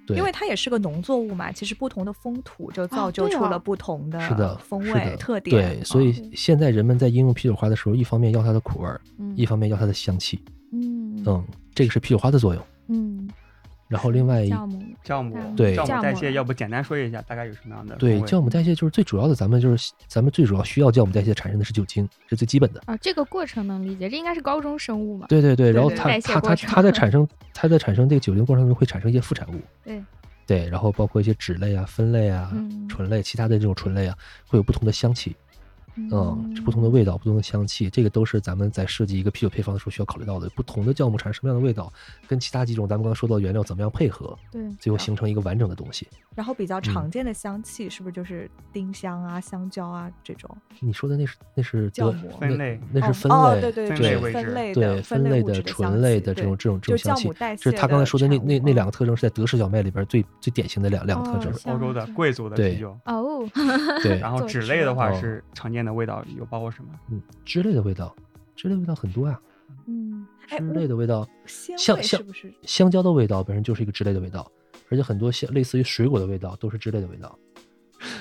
S4: 对，
S3: 因为它也是个农作物嘛，其实不同的风土就
S5: 啊
S3: 造就
S5: 对
S3: 出
S5: 啊
S3: 了不同
S4: 是的
S3: 风
S4: 是
S3: 味
S4: 的
S3: 特点。
S4: 对，所以
S5: 嗯
S4: 现在人们在应用啤酒花的时候，一方面要它的苦味儿，
S5: 嗯
S4: 一方面要它的香气，
S5: 嗯
S4: 嗯，这个是啤酒花的作用。
S5: 嗯，
S4: 然后另外一
S5: 酵母
S2: 酵母
S5: 嗯，
S4: 对
S2: 酵
S5: 酵母
S2: 母代谢，要不简单说一下大概有什么样的
S4: 对
S2: 风味
S4: 酵母代谢就是最主要的，咱们就是咱们最主要需要酵母代谢产生的是酒精，是最基本的。
S5: 啊，这个过程能理解，这应该是高中生物嘛？
S4: 对对对，然后
S3: 对
S4: 它
S5: 代谢
S4: 它
S5: 过
S4: 它
S5: 程
S4: 它在产生它在产生这个酒精过程中会产生一些副产物，
S5: 对
S4: 对，然后包括一些酯类啊、酚类啊、
S5: 嗯
S4: 醇类、其他的这种醇类啊，会有不同的香气，嗯，是不同的味道、不同的香气，这个都是咱们在设计一个啤酒配方的时候需要考虑到的。不同的酵母产生什么样的味道，跟其他几种咱们刚刚说到的原料怎么样配合，
S5: 对，
S4: 最后形成一个完整的东西。
S3: 嗯然后比
S4: 嗯
S3: 较常见的香气是不是就是丁香啊、香蕉啊这种？
S4: 你说的那是那是
S3: 酵
S4: 德
S3: 母
S4: 那
S2: 分类
S4: 那是
S3: 哦
S4: 分
S3: 哦
S4: 类，
S3: 对对
S2: 分
S4: 类
S3: 对，
S2: 位置
S3: 分类
S4: 对
S3: 的
S4: 分
S3: 类
S4: 类
S3: 物质
S4: 的
S3: 的
S4: 醇
S3: 香
S4: 类
S3: 气
S4: 的这
S3: 对
S4: 种这种这
S3: 就
S4: 种
S3: 是
S4: 香
S3: 酵
S4: 气
S3: 母。代谢。
S4: 这是他刚才说的那那那两个特征是在德式小麦里边最最典型的两两个特
S5: 哦
S4: 征，
S5: 像
S2: 欧洲的
S5: 这样
S2: 贵族的
S4: 对
S2: 啤酒，
S5: 哦，
S4: 对，
S2: 然后
S5: 做
S2: 脂
S5: 吃
S2: 类的
S5: 的
S2: 话
S4: 哦
S2: 是常见的味道有包括什么？
S4: 嗯，脂类的味道，脂类味道很多呀、
S5: 嗯，
S3: 哎
S4: 脂类的味道，
S3: 鲜
S4: 像
S3: 味
S4: 像
S3: 是不是？
S4: 香蕉的味道本身就是一个脂类的味道，而且很多像类似于水果的味道都是脂类的味道。
S2: 啊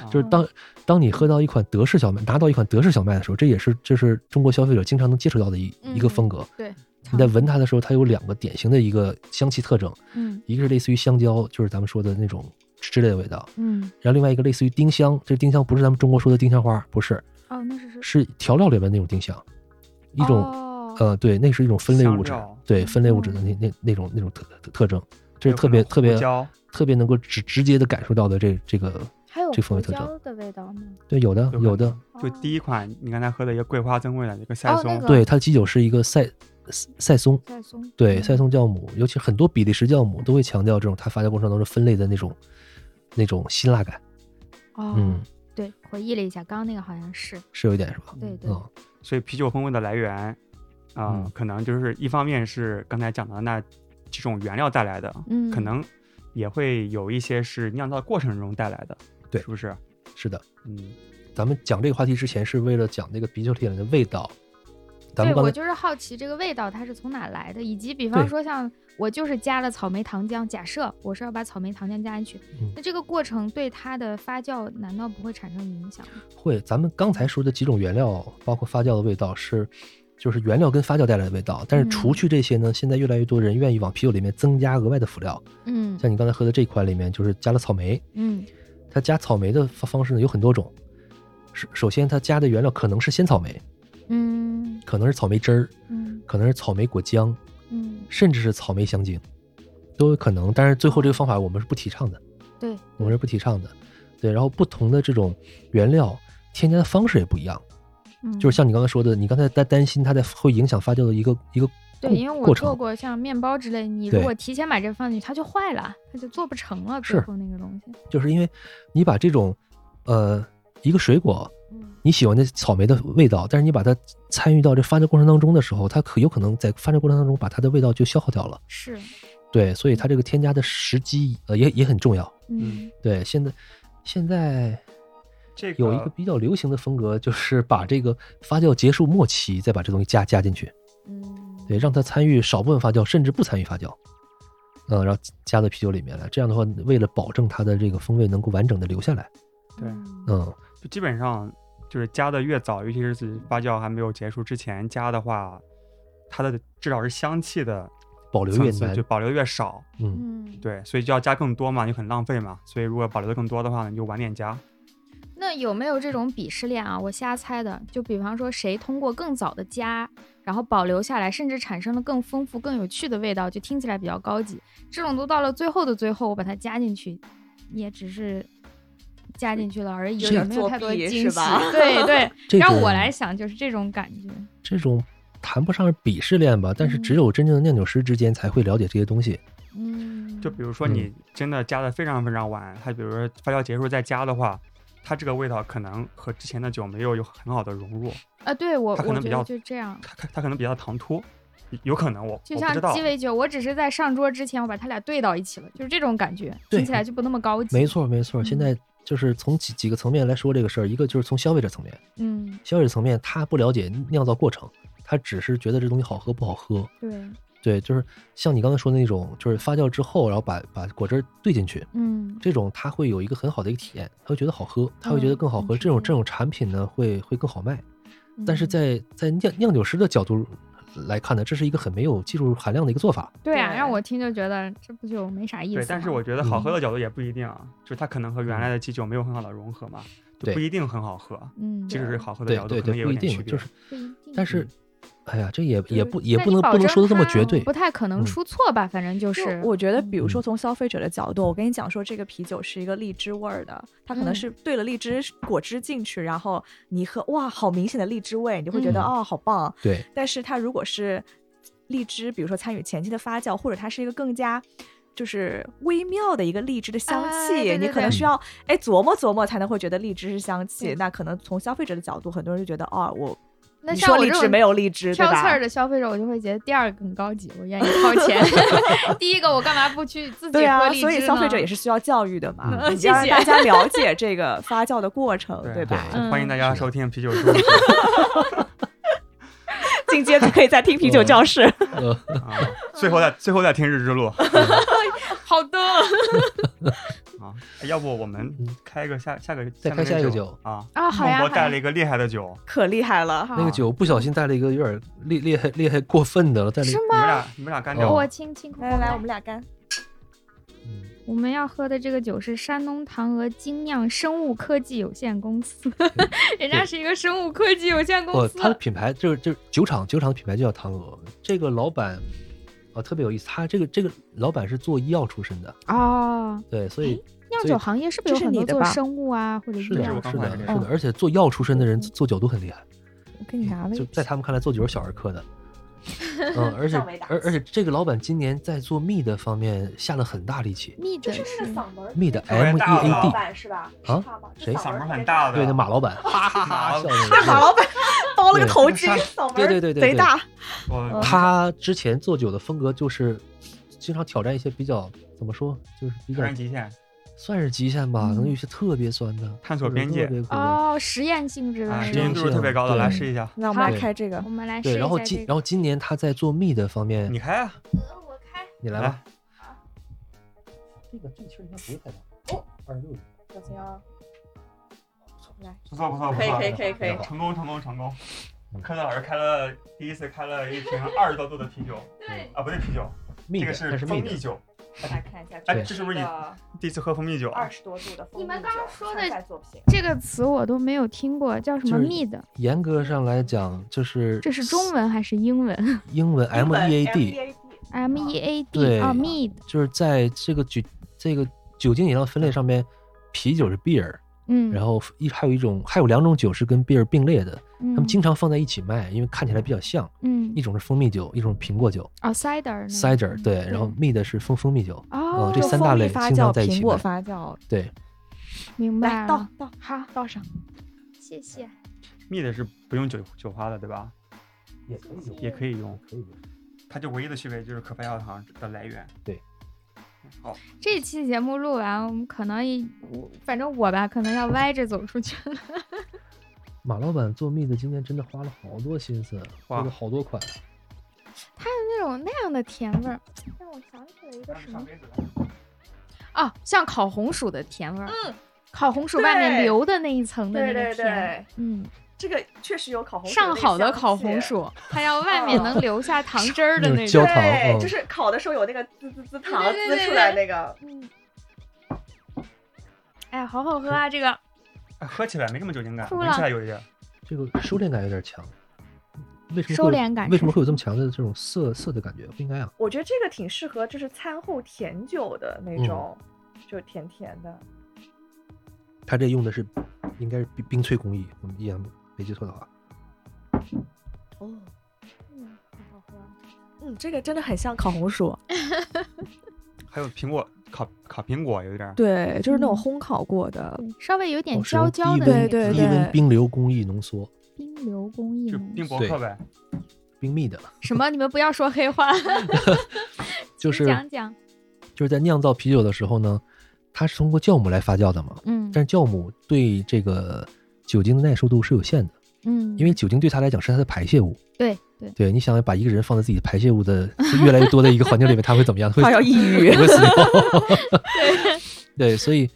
S5: 哦
S4: 就是当当你喝到一款德式小麦，拿到一款德式小麦的时候，这也是这是中国消费者经常能接触到的一、一个
S5: 嗯
S4: 风格。
S5: 对，
S4: 你在闻它的时候，它有两个典型的一个香气特征，
S5: 嗯
S4: 一个是类似于香蕉，就是咱们说的那种之类的味道，
S5: 嗯，
S4: 然后另外一个类似于丁香，这丁香不是咱们中国说的丁香花，不是，
S5: 哦，那是
S4: 是调料里面那种丁香，一种、
S5: 哦
S4: 呃，对，那是一种分类
S2: 香
S4: 物质
S2: 料，
S4: 对，分类物质的
S5: 嗯
S4: 那那那种那种特特特征，这
S2: 有
S4: 是
S2: 可
S4: 特别
S2: 能
S4: 特别
S2: 胡椒
S4: 特别能够直直接的感受到的这这个，
S5: 还有
S4: 这风
S5: 胡
S4: 味特
S5: 椒的味道吗？
S4: 对，有的
S2: 有可
S4: 有的
S2: 能，就第一款你刚才喝的一个桂花增味的一个
S5: 哦
S2: 赛
S5: 那
S2: 松
S5: 个，
S4: 对，它的基酒是一个赛赛赛松，
S5: 再松，
S4: 对，赛松酵母，尤其很多比利时酵母都会强调这种它发酵过程当中分类的那种那种辛辣感，
S5: 哦，
S4: 嗯，
S5: 对，回忆了一下，刚刚那个好像是，
S4: 是有一点是吧？
S5: 对对，
S4: 嗯，
S2: 所以啤酒风味的来源啊
S4: 嗯，
S2: 可能就是一方面是刚才讲的那几种原料带来的，
S5: 嗯，
S2: 可能也会有一些是酿造过程中带来的，
S4: 对
S2: 是不是？
S4: 是的。
S2: 嗯，
S4: 咱们讲这个话题之前是为了讲那个啤酒里面的味道，咱
S5: 对
S4: 们刚
S5: 我
S4: 才
S5: 就是好奇这个味道它是从哪来的，以及比方
S4: 对
S5: 说像我就是加了草莓糖浆，假设我是要把草莓糖浆加进去，
S4: 嗯
S5: 那这个过程对它的发酵难道不会产生影响吗？
S4: 会，咱们刚才说的几种原料，包括发酵的味道是，就是原料跟发酵带来的味道。但是
S1: 嗯
S4: 除去这些呢，现在越来越多人愿意往啤酒里面增加额外的辅料，
S1: 嗯
S4: 像你刚才喝的这款里面就是加了草莓，
S1: 嗯
S4: 它加草莓的方方式呢有很多种。首首先，它加的原料可能是鲜草莓，
S1: 嗯
S4: 可能是草莓汁儿，
S1: 嗯
S4: 可能是草莓果浆，
S1: 嗯，
S4: 甚至是草莓香精，都有可能。但是最后这个方法我们是不提倡的，
S1: 对，
S4: 我们是不提倡的。对，然后不同的这种原料添加的方式也不一样，
S5: 嗯
S4: 就是像你刚才说的，你刚才担担心它在会影响发酵的一个一个
S5: 对，
S4: 过
S5: 因为我
S4: 过
S5: 做
S4: 程
S5: 过像面包之类，你如
S4: 对
S5: 果提前把这放进去，它就坏了，它就做不成了。最
S4: 是
S5: 后那个东西，
S4: 就是因为你把这种呃一个水果，
S5: 嗯
S4: 你喜欢的草莓的味道，但是你把它参与到这发酵过程当中的时候，它可有可能在发酵过程当中把它的味道就消耗掉了。
S5: 是，
S4: 对，所以它这个添加的时机呃也也很重要。
S5: 嗯，
S4: 对，现在现在
S2: 这个
S4: 有一个比较流行的风格，就是把这个发酵结束末期再把这东西加加进去，
S1: 嗯
S4: 对，让它参与少部分发酵，甚至不参与发酵。嗯，然后加到啤酒里面来，这样的话，为了保证它的这个风味能够完整的留下来，
S2: 对
S4: 嗯，
S2: 就基本上就是加的越早，尤其是自己发酵还没有结束之前加的话，它的至少是香气的
S4: 保留越
S2: 层次
S4: 难
S2: 就，保留越少。
S4: 嗯，
S1: 嗯，
S2: 对，所以就要加更多嘛，你很浪费嘛。所以如果保留的更多的话呢，你就晚点加。
S5: 那有没有这种鄙视链啊？我瞎猜的，就比方说谁通过更早的加，然后保留下来，甚至产生了更丰富、更有趣的味道，就听起来比较高级。这种都到了最后的最后，我把它加进去，也只是加进去了而已，
S3: 有
S5: 也
S3: 点
S5: 没有
S3: 作
S5: 太多
S3: 弊
S5: 惊喜
S3: 是吧。
S5: 对对，
S4: 这
S5: 让
S4: 种
S5: 我来想就是这种感觉。
S4: 这种谈不上是鄙视链吧，但是
S5: 嗯
S4: 只有真正的酿酒师之间才会了解这些东西。
S1: 嗯，
S2: 就比如说你真的加的非常非常晚，它比如说发酵结束再加的话，它这个味道可能和之前的酒没有有很好的融入，
S5: 啊，对我
S2: 它可
S5: 我
S2: 能
S5: 觉
S2: 比
S5: 得
S2: 较
S5: 就这样。
S2: 它可它可能比较唐突，有可能我
S5: 啊就
S2: 我不
S5: 像
S2: 知道
S5: 鸡。尾酒，我只是在上桌之前，我把它俩兑到一起了，就是这种感觉，
S4: 对
S5: 听起来就不那么高级。
S4: 没，错，没错。
S5: 嗯
S4: 现在就是从几几个层面来说这个事儿，一个就是从消费者层面，
S5: 嗯，
S4: 消费者层面他不了解酿造过程，他只是觉得这东西好喝不好喝。
S5: 对，
S4: 对，就是像你刚才说的那种，就是发酵之后，然后把把果汁儿兑进去，
S5: 嗯，
S4: 这种他会有一个很好的一个体验，他会觉得好喝，他会觉得更好喝。
S1: 嗯
S4: 这种这种产品呢，会会更好卖。但是
S1: 嗯
S4: 在在酿酿酒师的角度来看呢，这是一个很没有技术含量的一个做法。
S5: 对啊，
S3: 对
S5: 让我听就觉得这不就没啥意思
S2: 对
S5: 吗。，
S2: 但是我觉得
S4: 嗯
S2: 好喝的角度也不一定啊，就是它可能和原来的基酒没有很好的融合嘛，就
S4: 对
S2: 不一定很好喝。
S1: 嗯，
S2: 即使是好喝的
S4: 对
S2: 角度，
S4: 对
S2: 可能也
S4: 对，
S2: 有
S4: 不一
S2: 点区别。
S4: 定，就是
S1: 不一定，
S4: 但是
S2: 嗯，
S4: 哎呀，这也也不也
S5: 那
S4: 不
S5: 你
S4: 能
S5: 保
S4: 不能
S5: 证
S4: 说的这么
S5: 它
S4: 绝对
S5: 不。太可能
S4: 嗯
S5: 出错吧？反正就，
S3: 就是我觉得，比如说
S4: 嗯
S3: 从消费者的角度，我跟你讲说，这个啤酒是一个荔枝味儿的，它可能
S1: 嗯
S3: 是兑了荔枝果汁进去，然后你喝，哇，好明显的荔枝味，你就会觉得
S4: 嗯
S3: 哦，好棒。
S4: 对，
S3: 但是它如果是荔枝，比如说参与前期的发酵，或者它是一个更加就是微妙的一个荔枝的香
S5: 哎
S3: 气，
S5: 对对
S3: 你可能
S4: 对
S3: 需要哎琢磨琢磨才能会觉得荔枝是香气
S5: 对。
S3: 那可能从消费者的角度，很多人就觉得哦，我
S5: 那
S3: 你
S5: 像
S3: 说
S5: 我
S3: 荔
S5: 这
S3: 枝
S5: 种
S3: 没有荔枝，对
S5: 挑刺
S3: 吧
S5: 儿？的消费者，我就会觉得第二个更高级，我愿意掏钱。 第一个我干嘛不去自己
S3: 对
S5: 喝
S3: 啊，
S5: 荔枝
S3: 所以消费者也
S5: 是
S3: 是需要教育的嘛，
S5: 嗯
S3: 你要让
S5: 谢谢
S3: 大家了解这个发酵的过程，对吧？
S4: 对
S5: 嗯
S2: 欢迎大家收听啤酒叔
S3: 进阶可以再
S4: 嗯
S3: 听啤酒教 室，
S4: 呃，
S2: 啊，最
S5: 嗯
S2: 后再最后再听日之路嗯
S5: 好的。
S2: 啊，要不我们开个下下个
S4: 嗯再开
S2: 下
S4: 下
S2: 面
S4: 一
S2: 的
S4: 个
S2: 酒
S4: 酒
S2: 啊
S5: 啊好
S2: 孟
S5: 呀
S2: 博
S5: 好
S2: 带
S5: 呀
S2: 了一个厉害的酒，
S3: 可厉害了。
S4: 那个酒不小心带了一个有点厉厉害厉害过分的了，带了一
S5: 是
S4: 个
S2: 你们俩你们俩干
S4: 哦
S2: 掉
S5: 我
S2: 吧，
S5: 清清空
S3: 来来来，我们俩干。
S4: 嗯
S5: 我们要喝的这个酒是山东唐鹅精酿生物科技有限公司，人家是一个生物科技有限公
S4: 哦，
S5: 司。
S4: 它的品牌就是就是酒厂，酒厂的品牌就叫唐鹅。这个老板啊特别有意思，他这个这个老板是做医药出身的，
S5: 哦，
S4: 对，所以
S1: 酿
S4: 所
S1: 酒
S4: 以
S1: 行业是不
S3: 这
S1: 是有
S3: 是
S1: 很
S3: 你
S1: 多
S3: 的
S1: 做
S3: 吧
S1: 生物啊或者
S4: 是
S1: 医
S4: 的，
S1: 药
S2: 我
S4: 是
S2: 刚才
S4: 的，
S2: 也
S4: 是
S2: 是
S4: 的，而且做药出身的人做酒都很厉害，嗯
S3: 我给你拿了一
S4: 就
S3: 瓶
S4: 在他们看来做酒是小 儿科的。嗯，而且
S3: 上尾打
S4: 而而且这个老板今年在做蜜的方面下了很大力气，
S1: 蜜的是
S3: 门
S4: 蜜的
S2: 稍微
S4: M E
S2: 大
S4: A
S2: 了
S4: D，
S3: 板是吧？是
S4: 啊
S3: 他吧
S4: 谁
S3: 就
S2: 嗓门
S3: 特别
S2: 很大的，
S4: 对，那马老板，啊
S2: 哈哈哈
S4: 笑的那个
S3: 是马 老板包了个
S4: 对
S3: 头
S2: 那
S3: 巾
S2: 是，
S3: 嗓门
S4: 对对对对
S3: 贼
S4: 对
S3: 大。
S5: 嗯
S2: 我
S4: 他之前做酒的风格就是经常挑战一些比较怎么说，就是比
S2: 突
S4: 较
S2: 然极限，
S4: 算是极限吧，
S5: 嗯
S4: 可能有一些特别酸的，
S2: 探索边界
S4: 特别苦的。
S5: 哦，实验性质的
S2: 啊，
S5: 那
S2: 实
S4: 验
S2: 验
S5: 种。
S2: 度是特别高的，
S4: 对
S2: 来试一下，
S3: 那我
S5: 好
S3: 们来开这个
S5: 我，们来试
S4: 对，
S5: 一下
S4: 然后
S5: 这
S4: 今
S5: 个。
S4: 然后今年他在做蜜的方面
S2: 你，开啊，
S5: 我开。
S4: 你来吧
S2: 来。，
S4: 这个这个气儿应该不会太大。哦，二十六。
S3: 小心啊！
S2: 不错不错不
S3: 可以
S2: 错
S3: 可以可以可以
S2: 哎成功成功成功，
S4: 嗯
S2: 科南老师开了第一次开了一瓶二十多度的啤酒
S5: 对，
S2: 啊，不对，啤酒，
S4: 蜜
S2: 这
S4: 的，
S2: 个
S4: 它是
S2: 蜂
S4: 蜜
S2: 蜜
S4: 的，
S2: 酒。
S3: 来看一下，
S2: 哎
S4: 对
S2: 这是不是你第一次喝蜂蜜酒啊？
S3: 二十多度的蜂蜜
S5: 你们刚刚说的
S3: 参赛作品？
S5: 这个词我都没有听过，叫什么
S4: 就是
S5: 蜜的？
S4: 严格上来讲就是
S5: 这是中文还是英文
S4: 英文 M E A D，
S3: D，
S5: ？M E A
S4: 对
S5: D 啊，蜜的，
S4: 就是在这个酒这个酒精饮料分类上面，啤酒是 beer，
S5: 嗯，
S4: 然后一还有一种还有两种酒是跟 beer 并列的，
S5: 嗯
S4: 他们经常放在一起卖，因为看起来比较像，
S5: 嗯
S4: 一种是蜂蜜酒，一种是苹果酒
S5: 哦，cider
S1: 嗯
S5: 那个
S4: cider，对，然后蜜的是蜂蜂蜜酒，
S5: 哦，
S4: 这三大类
S3: 发
S4: 经
S3: 酵、
S4: 常在一起
S3: 苹果
S4: 卖
S3: 发酵，啊
S4: 对，
S5: 明白
S3: 来倒
S5: 了，
S3: 倒
S5: 好，
S3: 倒上。
S5: 谢谢。
S2: 蜜的是不用酒酒花的，对吧？
S4: 也可以
S2: 也可以用，
S4: 可以
S2: 它就唯一的区别就是可发酵糖的来源。
S4: 对，
S2: 好，
S5: 这期节目录完，我们可能一我反正我吧，可能要歪着走出去了。
S4: 马老板做蜜的今天真的花了好多心思，
S2: 哇
S4: 花了好多款。
S5: 那种那样的甜味儿，让我想起了一个什么
S2: 杯子
S5: 哦，像烤红薯的甜味儿，嗯，烤红薯外面
S3: 对
S5: 流的那一层的那
S3: 对对
S5: 个
S3: 对，
S5: 甜，嗯，
S3: 这个确实有烤红薯
S5: 上
S3: 那个
S5: 好的
S3: 香
S5: 烤
S3: 气
S5: 红。薯，它要外面
S3: 哦
S5: 能留下糖汁儿的
S4: 那
S5: 那
S4: 种焦
S5: 种，
S4: 糖
S3: 对，
S4: 嗯
S3: 就是烤的时候有那个滋滋滋糖
S5: 对对对
S3: 滋
S5: 对
S3: 出来那个，
S5: 嗯，哎呀，好好喝啊，这个
S2: 哎喝起来没什么酒精感，
S5: 哭
S2: 闻
S5: 了
S2: 起来有一点。
S4: 这个收敛感有点强，为什么会有
S5: 收敛感
S4: 为什么会有这么强的这种涩涩的感觉？不应该啊，
S3: 我觉得这个挺适合，就是餐后甜酒的
S4: 嗯
S3: 那种，就是甜甜的。
S4: 他这用的是应该是冰冰萃工艺，我们依然没记错的话，
S3: 哦，
S5: 嗯，好喝。
S3: 嗯，这个真的很像烤红薯，
S2: 还有苹果烤烤苹果有一点儿，
S3: 对，就是那种
S5: 嗯
S3: 烘烤过的。
S5: 稍微有点
S4: 哦
S5: 焦焦的
S4: 是
S5: 那
S3: 对
S4: 用
S3: 对
S5: 个，
S4: 低温低
S3: 对
S4: 温冰流工艺浓缩
S5: 冰流工艺
S2: 就
S5: 浓
S2: 冰
S5: 缩
S2: 博客呗。
S4: 冰蜜的，
S5: 什么？你们不要说黑话，
S4: 就
S5: 请
S4: 是
S5: 讲讲，
S4: 就是在酿造啤酒的时候呢，它是通过酵母来发酵的嘛，
S5: 嗯
S4: 但是酵母对这个酒精的耐受度是有限的，
S5: 嗯，
S4: 因为酒精对它来讲是它的排泄物。
S5: 对对，
S4: 对，你想把一个人放在自己排泄物的 越来越多的一个环境里面，他会怎么样？会
S3: 他要抑郁
S4: 会死掉。对，所以，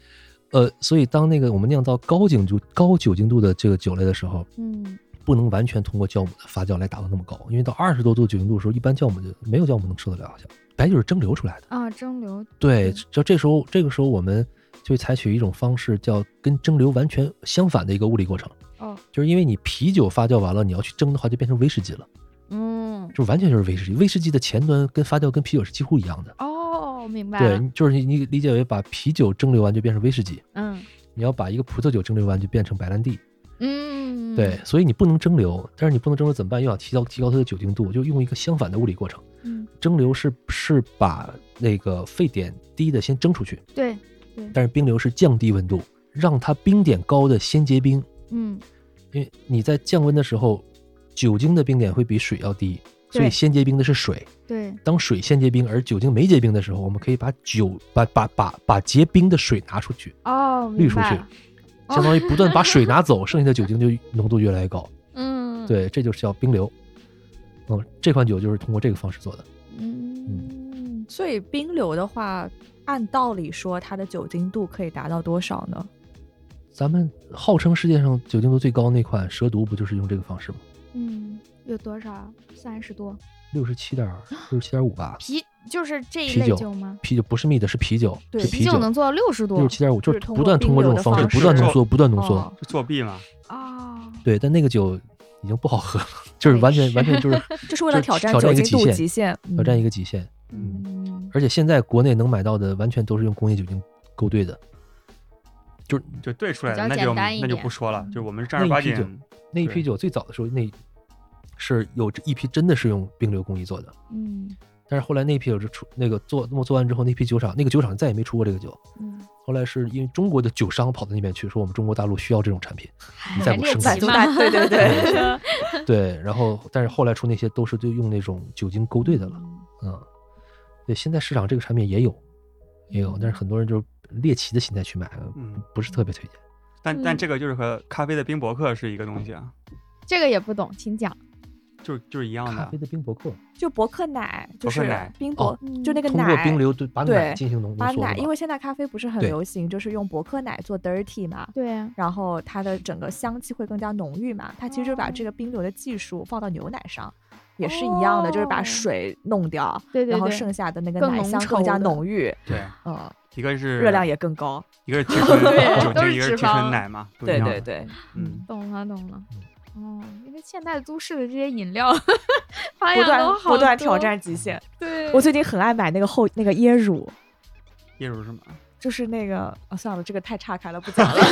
S4: 呃，所以当那个我们酿造高酒度、高酒精度的这个酒类的时候，
S5: 嗯
S4: 不能完全通过酵母的发酵来达到那么高，因为到二十多度酒精度的时候，一般酵母就没有酵母能受得了，好像白酒是蒸馏出来的。
S5: 啊，蒸馏，
S4: 对，就这时候，这个时候我们就采取一种方式，叫跟蒸馏完全相反的一个物理过程。
S5: 哦，
S4: 就是因为你啤酒发酵完了，你要去蒸的话，就变成威士忌了，
S5: 嗯，
S4: 就完全就是威士忌。威士忌的前端跟发酵跟啤酒是几乎一样的。
S5: 哦，明白
S4: 对
S5: 了，，
S4: 就是你你理解为把啤酒蒸馏完就变成威士忌，
S5: 嗯
S4: 你要把一个葡萄酒蒸馏完就变成白兰地。
S5: 嗯，
S4: 对，，所以你不能蒸馏，但是你不能蒸馏怎么办？又想提高提高它的酒精度，就用一个相反的物理过程。
S5: 嗯
S4: 蒸馏是是把那个沸点低的先蒸出去，
S5: 对，
S4: 但是冰流是降低温度，让它冰点高的先结冰，
S5: 嗯
S4: 因为你在降温的时候，酒精的冰点会比水要低，所以
S5: 对
S4: 先结冰的是水。
S5: 对，
S4: 当水先结冰，而酒精没结冰的时候，我们可以把酒把把把把结冰的水拿出去，
S5: 哦，
S4: 滤
S5: 明
S4: 出
S5: 白
S4: 去
S5: 了，，哦
S4: 相当于不断把水拿走，剩下的酒精就浓度越来越高。
S5: 嗯，，
S4: 对，这就是叫冰流。嗯，这款酒就是通过这个方式做的。
S5: 嗯，
S3: 所以冰流的话，按道理说它的酒精度可以达到多少呢？
S4: 咱们号称世界上酒精度最高那款蛇毒不就是用这个方式吗？
S5: 嗯，有多少？三十多，
S4: 六十七点六十七点五吧。
S5: 啤就是这一
S4: 啤
S5: 类
S4: 酒
S5: 酒吗？
S4: 啤酒不是蜜的，是啤酒，
S3: 对
S4: 是
S5: 啤
S4: 酒
S5: 能做到六十多
S4: 六十七点五，就
S3: 就是是
S4: 不断通
S3: 通
S4: 过
S3: 过
S4: 这种方式，
S2: 冰流的
S4: 不断浓
S2: 方式
S4: 缩，不断浓缩。
S3: 哦
S2: 就作弊嘛，
S3: 啊
S5: 哦，
S4: 对，但那个酒已经不好喝了， 就是完全
S5: 是
S4: 完全就是
S3: 就是为了
S4: 挑
S3: 挑战
S4: 挑
S3: 酒
S4: 一个
S3: 精度
S4: 极限，
S3: 极限，
S4: 挑战一
S3: 个。
S4: 个极限。嗯，
S5: 嗯，
S4: 而且现在国内能买到的，完全都是用工业酒精勾兑的。
S2: 就兑出来的
S5: 比较
S2: 那就
S5: 简单一
S2: 那就
S5: 点嗯
S2: 不说了，就我们正
S4: 那
S2: 儿
S4: 一
S2: 八
S4: 批
S2: 经
S4: 那一批
S2: 对
S4: 酒最早的时候，那是有这一批真的是用冰流工艺做的，
S5: 嗯
S4: 但是后来那批酒就出那个做那么做完之后，那批酒厂那个酒厂再也没出过这个酒。
S5: 嗯，
S4: 后来是因为中国的酒商跑到那边去，说我们中国大陆需要这种产品，你再
S5: 哎
S4: 不
S5: 猎
S4: 升级
S5: 奇
S3: 满足 大，
S5: 嘛
S3: 对对对，
S4: 对，然后但是后来出那些都是就用那种酒精勾兑的了，嗯，对，现在市场这个产品也有，也有，但是很多人就是猎奇的心态去买，
S2: 嗯
S4: 不是特别推荐。
S2: 但但
S5: 嗯
S2: 这个就是和咖啡的冰博客是一个东西啊。
S5: 这个也不懂，请讲。
S2: 就就是一样
S4: 咖
S2: 的
S4: 啡。的冰博克
S3: 就伯克奶，就
S2: 伯克
S3: 是
S2: 奶
S3: 冰博
S4: 哦，
S3: 就那个
S4: 通过
S3: 奶
S4: 冰流对把奶
S3: 对
S4: 进行浓浓
S3: 把
S4: 缩的
S3: 奶，
S4: 吧，
S3: 因为现在咖啡不是很
S4: 对
S3: 流行，就是用伯克奶做 dirty 嘛，
S1: 对啊，
S3: 然后它的整个香气会更加浓郁嘛。它其实就是把
S5: 哦
S3: 这个冰流的技术放到牛奶上，也是一样的，就是把
S5: 哦
S3: 水弄掉，
S1: 对对
S3: 然后
S1: 对，
S3: 剩下的那个
S5: 更
S3: 奶
S5: 浓
S3: 香更加
S5: 稠的
S3: 浓郁，
S2: 对，
S3: 嗯，
S2: 一个是
S3: 热量，也更高。
S2: 一个是 提纯
S5: 对
S2: 酒
S5: 都是
S2: 精，一个提
S5: 脂
S2: 纯
S5: 肪
S2: 奶嘛，不一
S3: 对
S2: 样
S3: 对
S2: 的，
S3: 对，
S2: 嗯，
S5: 懂了懂了。
S3: 嗯
S5: 哦，因为现代都市的这些饮料花
S3: 不
S5: 样
S3: 断
S5: 都哎好
S3: 不断挑
S5: 多。
S3: 战极限。
S5: 对，
S3: 我最近很爱买那个后那个椰乳，
S2: 椰乳什么？
S3: 就是那个啊，算了，这个太岔开了，不讲了。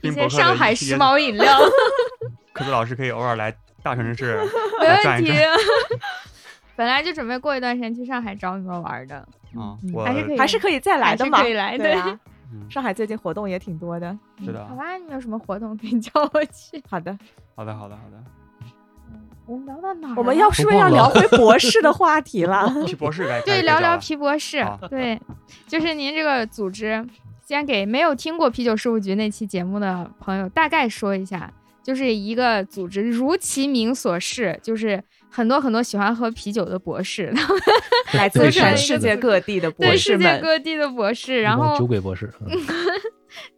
S5: 一
S2: 冰
S5: 些
S2: 博客
S5: 上
S2: 的
S5: 海
S2: 椰
S5: 时
S2: 子，
S5: 髦 饮料，
S2: 科子老师可以偶尔来大城市
S5: 没
S2: 来转
S5: 问
S2: 一嗯
S5: 题
S2: 转。。
S5: 本来就准备过一段时间去上海找你们玩的，
S2: 啊
S3: 嗯，
S2: 我
S5: 还是可以
S3: 还是可以再来的嘛，
S5: 还是可以来的
S3: 对啊。
S2: 嗯
S3: 上海最近活动也挺多的。
S2: 是的
S5: 好吧，你有什么活动可以叫 我去？
S3: 好的，
S2: 好的，好的，好的。
S5: 我们聊到哪儿了？
S3: 我们要是不是要聊回博士的话题 了？
S2: 皮博
S4: 哎
S2: 士该
S5: 对
S2: 该
S5: 聊
S2: 该
S5: 聊
S2: 讲了
S5: 皮博士
S4: 啊
S2: 好，
S5: 对，就是您这个组织，先给没有听过啤酒事务局那期节目的朋友大概说一下，就是一个组织，如其名所示，就是很多很多喜欢喝啤酒的博士，
S3: 来自
S5: 对
S3: 全
S5: 是
S3: 世
S5: 的
S3: 界各地的博
S5: 对
S3: 士
S5: 世界
S3: 们，
S5: 各地的博士，
S4: 一
S5: 然
S4: 帮
S5: 后
S4: 酒鬼博士，嗯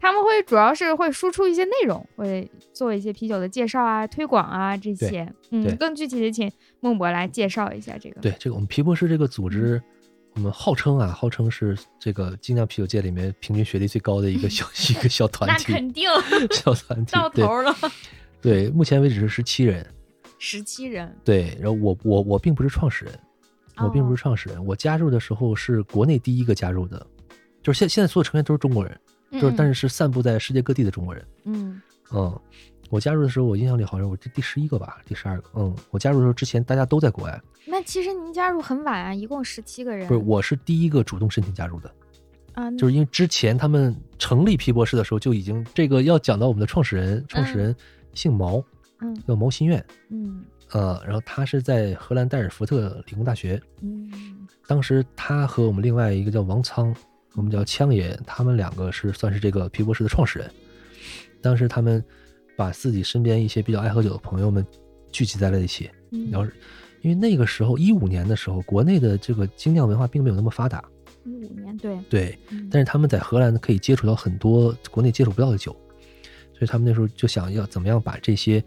S5: 他们会主要是会输出一些内容，会做一些啤酒的介绍啊、推广啊这些。
S4: 对
S5: 嗯，更具体的请孟博来介绍一下这个。
S4: 对这个我们皮博士这个组织，我们号称啊，号称是这个精酿啤酒界里面平均学历最高的一个小一个小团
S5: 那
S4: 体，
S5: 肯定
S4: 小团体
S5: 到，
S4: 对
S5: 头了，
S4: 对，目前为止是十七人，
S5: 十七人，
S4: 对，然后我我我并不是创始人，我并不
S5: 哦
S4: 是创始人，我加入的时候是国内第一个加入的，就是现现在所有成员都是中国人，
S1: 嗯
S4: 就是但
S5: 是
S4: 是是散布在世界各地的中国人。
S5: 嗯
S4: 嗯，我加入的时候，我印象里好像我这第十一个吧，第十二个。嗯，我加入的时候之前大家都在国外，
S1: 那其实您加入很晚啊，一共十七个人，
S4: 不是我是第一个主动申请加入的，
S1: 啊，
S4: 就是因为之前他们成立皮博士的时候就已经这个要讲到我们的创始人，创始人姓毛，
S1: 嗯
S4: 叫毛新苑，
S1: 嗯
S4: 呃，然后他是在荷兰代尔福特理工大学，
S1: 嗯
S4: 当时他和我们另外一个叫王仓，我们叫枪爷，他们两个是算是这个皮博士的创始人。当时他们把自己身边一些比较爱喝酒的朋友们聚集在了一起，
S1: 嗯，
S4: 然后因为那个时候一五年的时候，国内的这个精酿文化并没有那么发达，
S1: 一五年对，
S4: 对，
S1: 嗯
S4: 但是他们在荷兰可以接触到很多国内接触不到的酒，所以他们那时候就想要怎么样把这些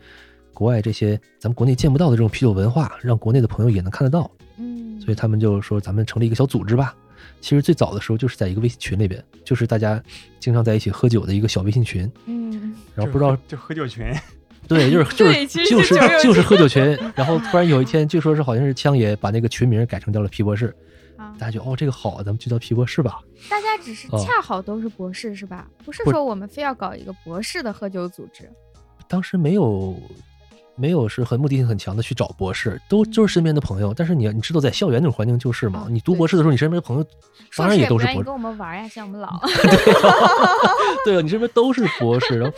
S4: 国外这些咱们国内见不到的这种啤酒文化，让国内的朋友也能看得到。
S1: 嗯，
S4: 所以他们就说咱们成立一个小组织吧。其实最早的时候就是在一个微信群里边，就是大家经常在一起喝酒的一个小微信群，
S1: 嗯
S4: 然后不知道
S2: 就喝酒群，
S4: 对，就是就是
S5: 对其实
S4: 就是
S5: 就是有
S4: 就是喝酒群，然后突然有一天，据说是好像是枪爷把那个群名改成叫了皮博士，
S1: 啊
S4: 大，家觉得哦这个好，咱们就叫皮博士吧。
S1: 大家只是
S4: 哦
S1: 恰好都是博士是吧？不是
S4: 不
S1: 说我们非要搞一个博士的喝酒组织，
S4: 当时没有没有是很目的性很强的去找博士，都
S5: 嗯
S4: 就是身边的朋友，但是你你知道在校园那种环境就是嘛，
S1: 嗯
S4: 你读博士的时候，你身边的朋友当
S1: 硕
S4: 然
S1: 士
S4: 也
S1: 不
S4: 都是
S1: 愿
S4: 博
S1: 意
S4: 士
S1: 跟，我们玩呀，嫌我们老，
S4: 对啊，你这边都是博士。然后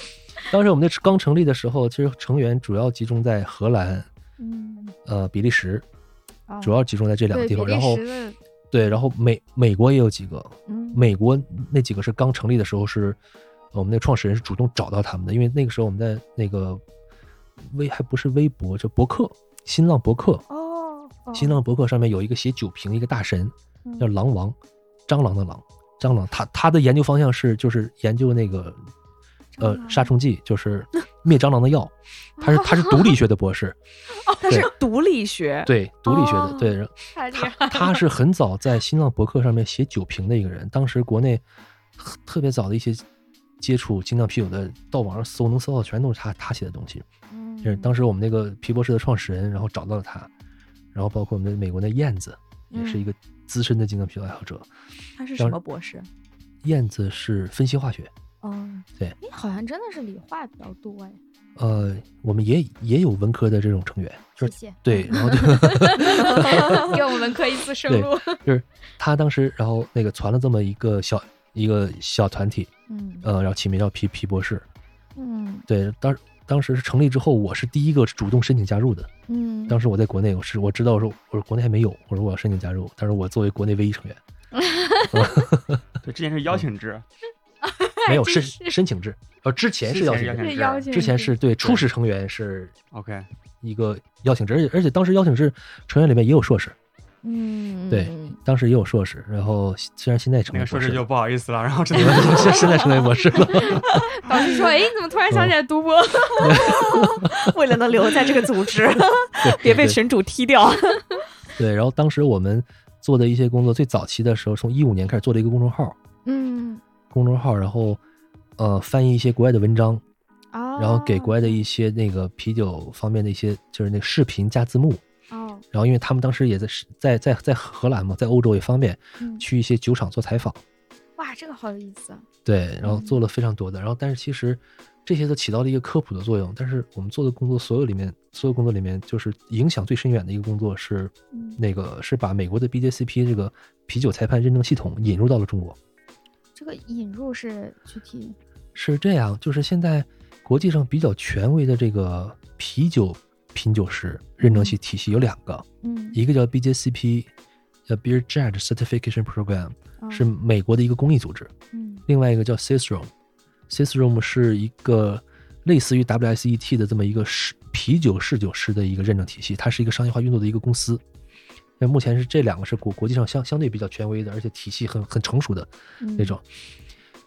S4: 当时我们那刚成立的时候，其实成员主要集中在荷兰、
S1: 嗯，
S4: 呃比利时，
S1: 哦
S4: 主要集中在这两个
S5: 对
S4: 地方。
S5: 比利
S4: 然后
S5: 时的
S4: 对，然后美美国也有几个，
S1: 嗯
S4: 美国那几个是刚成立的时候是呃我们那个创始人是主动找到他们的，因为那个时候我们在那个微还不是微博，就博客。新浪博客，
S1: 哦，哦
S4: 新浪博客上面有一个写酒评的一个大神，叫
S1: 嗯
S4: 狼王，蟑螂的狼，蟑螂。他他的研究方向是就是研究那个呃
S1: 蟑螂
S4: 杀虫剂，就是灭蟑螂的药。他是他是毒理学的 博士，
S3: 它是毒理学，
S4: 对毒理学的
S1: 哦
S4: 对。然后
S5: 太厉害
S4: 他他是很早在新浪博客上面写酒评的一个人，当时国内很特别早的一些接触精酿啤酒的，到网上搜能搜到全都是他他写的东西。
S1: 嗯
S4: 就是当时我们那个皮博士的创始人，然后找到了他，然后包括我们的美国的燕子，也是一个资深的精酿啤酒爱好者。
S3: 他是什么博士？
S4: 燕子是分析化学，
S3: 哦，
S1: 哎好像真的是理化比较多哎，
S4: 呃，我们也也有文科的这种成员，就
S1: 谢
S4: 是
S1: 谢，
S4: 对，然后就
S5: 给我们文科一次生
S4: 对
S5: 路。
S4: 就是他当时，然后那个传了这么一个小一个小团体，
S1: 嗯
S4: 呃，然后起名叫皮皮博士。
S1: 嗯
S4: 对，当当时是成立之后，我是第一个主动申请加入的。
S1: 嗯，
S4: 当时我在国内，我是我知道我说我说国内还没有，我说我要申请加入，但是我作为国内唯一成员，
S2: 对，之前是邀请制，
S4: 呃没有申
S5: 真是
S4: 申请制，呃，之前是邀请
S2: 之
S4: 制，
S2: 前
S5: 邀请
S4: 之前是对初
S2: 对
S4: 始成员是
S2: OK，
S4: 一个邀请制，而且而且当时邀请制成员里面也有硕士，
S1: 嗯，
S4: 对
S1: 嗯
S4: 当时也有硕士，然后虽然现在成
S2: 那
S4: 为
S2: 个硕
S4: 博
S2: 士
S4: 士
S2: 就
S4: 了，
S2: 不好意思了，然后只能
S4: 现现在成为博士了，
S5: 导师
S1: 嗯
S5: 说：“哎，你怎么突然
S4: 嗯
S5: 想起来读博？
S3: 为了能留在这个组织，
S4: 对
S3: 别被
S4: 对
S3: 群主踢掉。
S4: 对，然后当时我们做的一些工作，最早期的时候，从一五年开始做了一个公众号，
S1: 嗯，
S4: 公众号，然后呃翻译一些国外的文章，
S1: 哦，
S4: 然后给国外的一些那个啤酒方面的一些就是那个视频加字幕，
S1: 哦，
S4: 然后因为他们当时也在是在在在荷兰嘛，在欧洲也方便
S1: 嗯
S4: 去一些酒厂做采访，
S1: 哇，这个好有意思啊，
S4: 对，然后
S1: 嗯
S4: 做了非常多的，然后但是其实这些都起到了一个科普的作用，但是我们做的工作所有里面所有工作里面就是影响最深远的一个工作是
S1: 嗯
S4: 那个是把美国的 BJCP 这个啤酒裁判认证系统引入到了中国。
S1: 这个引入是具体，
S4: 是这样，就是现在国际上比较权威的这个啤酒品酒师认证系体系有两个，
S1: 嗯，
S4: 一个叫 BJCP，呃 Beer Judge Certification Program，
S1: 哦
S4: 是，美国的一个公益组织；
S1: 嗯
S4: 另外一个叫 CISROM。CISROM 是一个类似于 WSET 的这么一个试啤酒侍酒师的一个认证体系，它是一个商业化运作的一个公司。那目前是这两个是国国际上相相对比较权威的，而且体系很很成熟的
S1: 嗯
S4: 那种。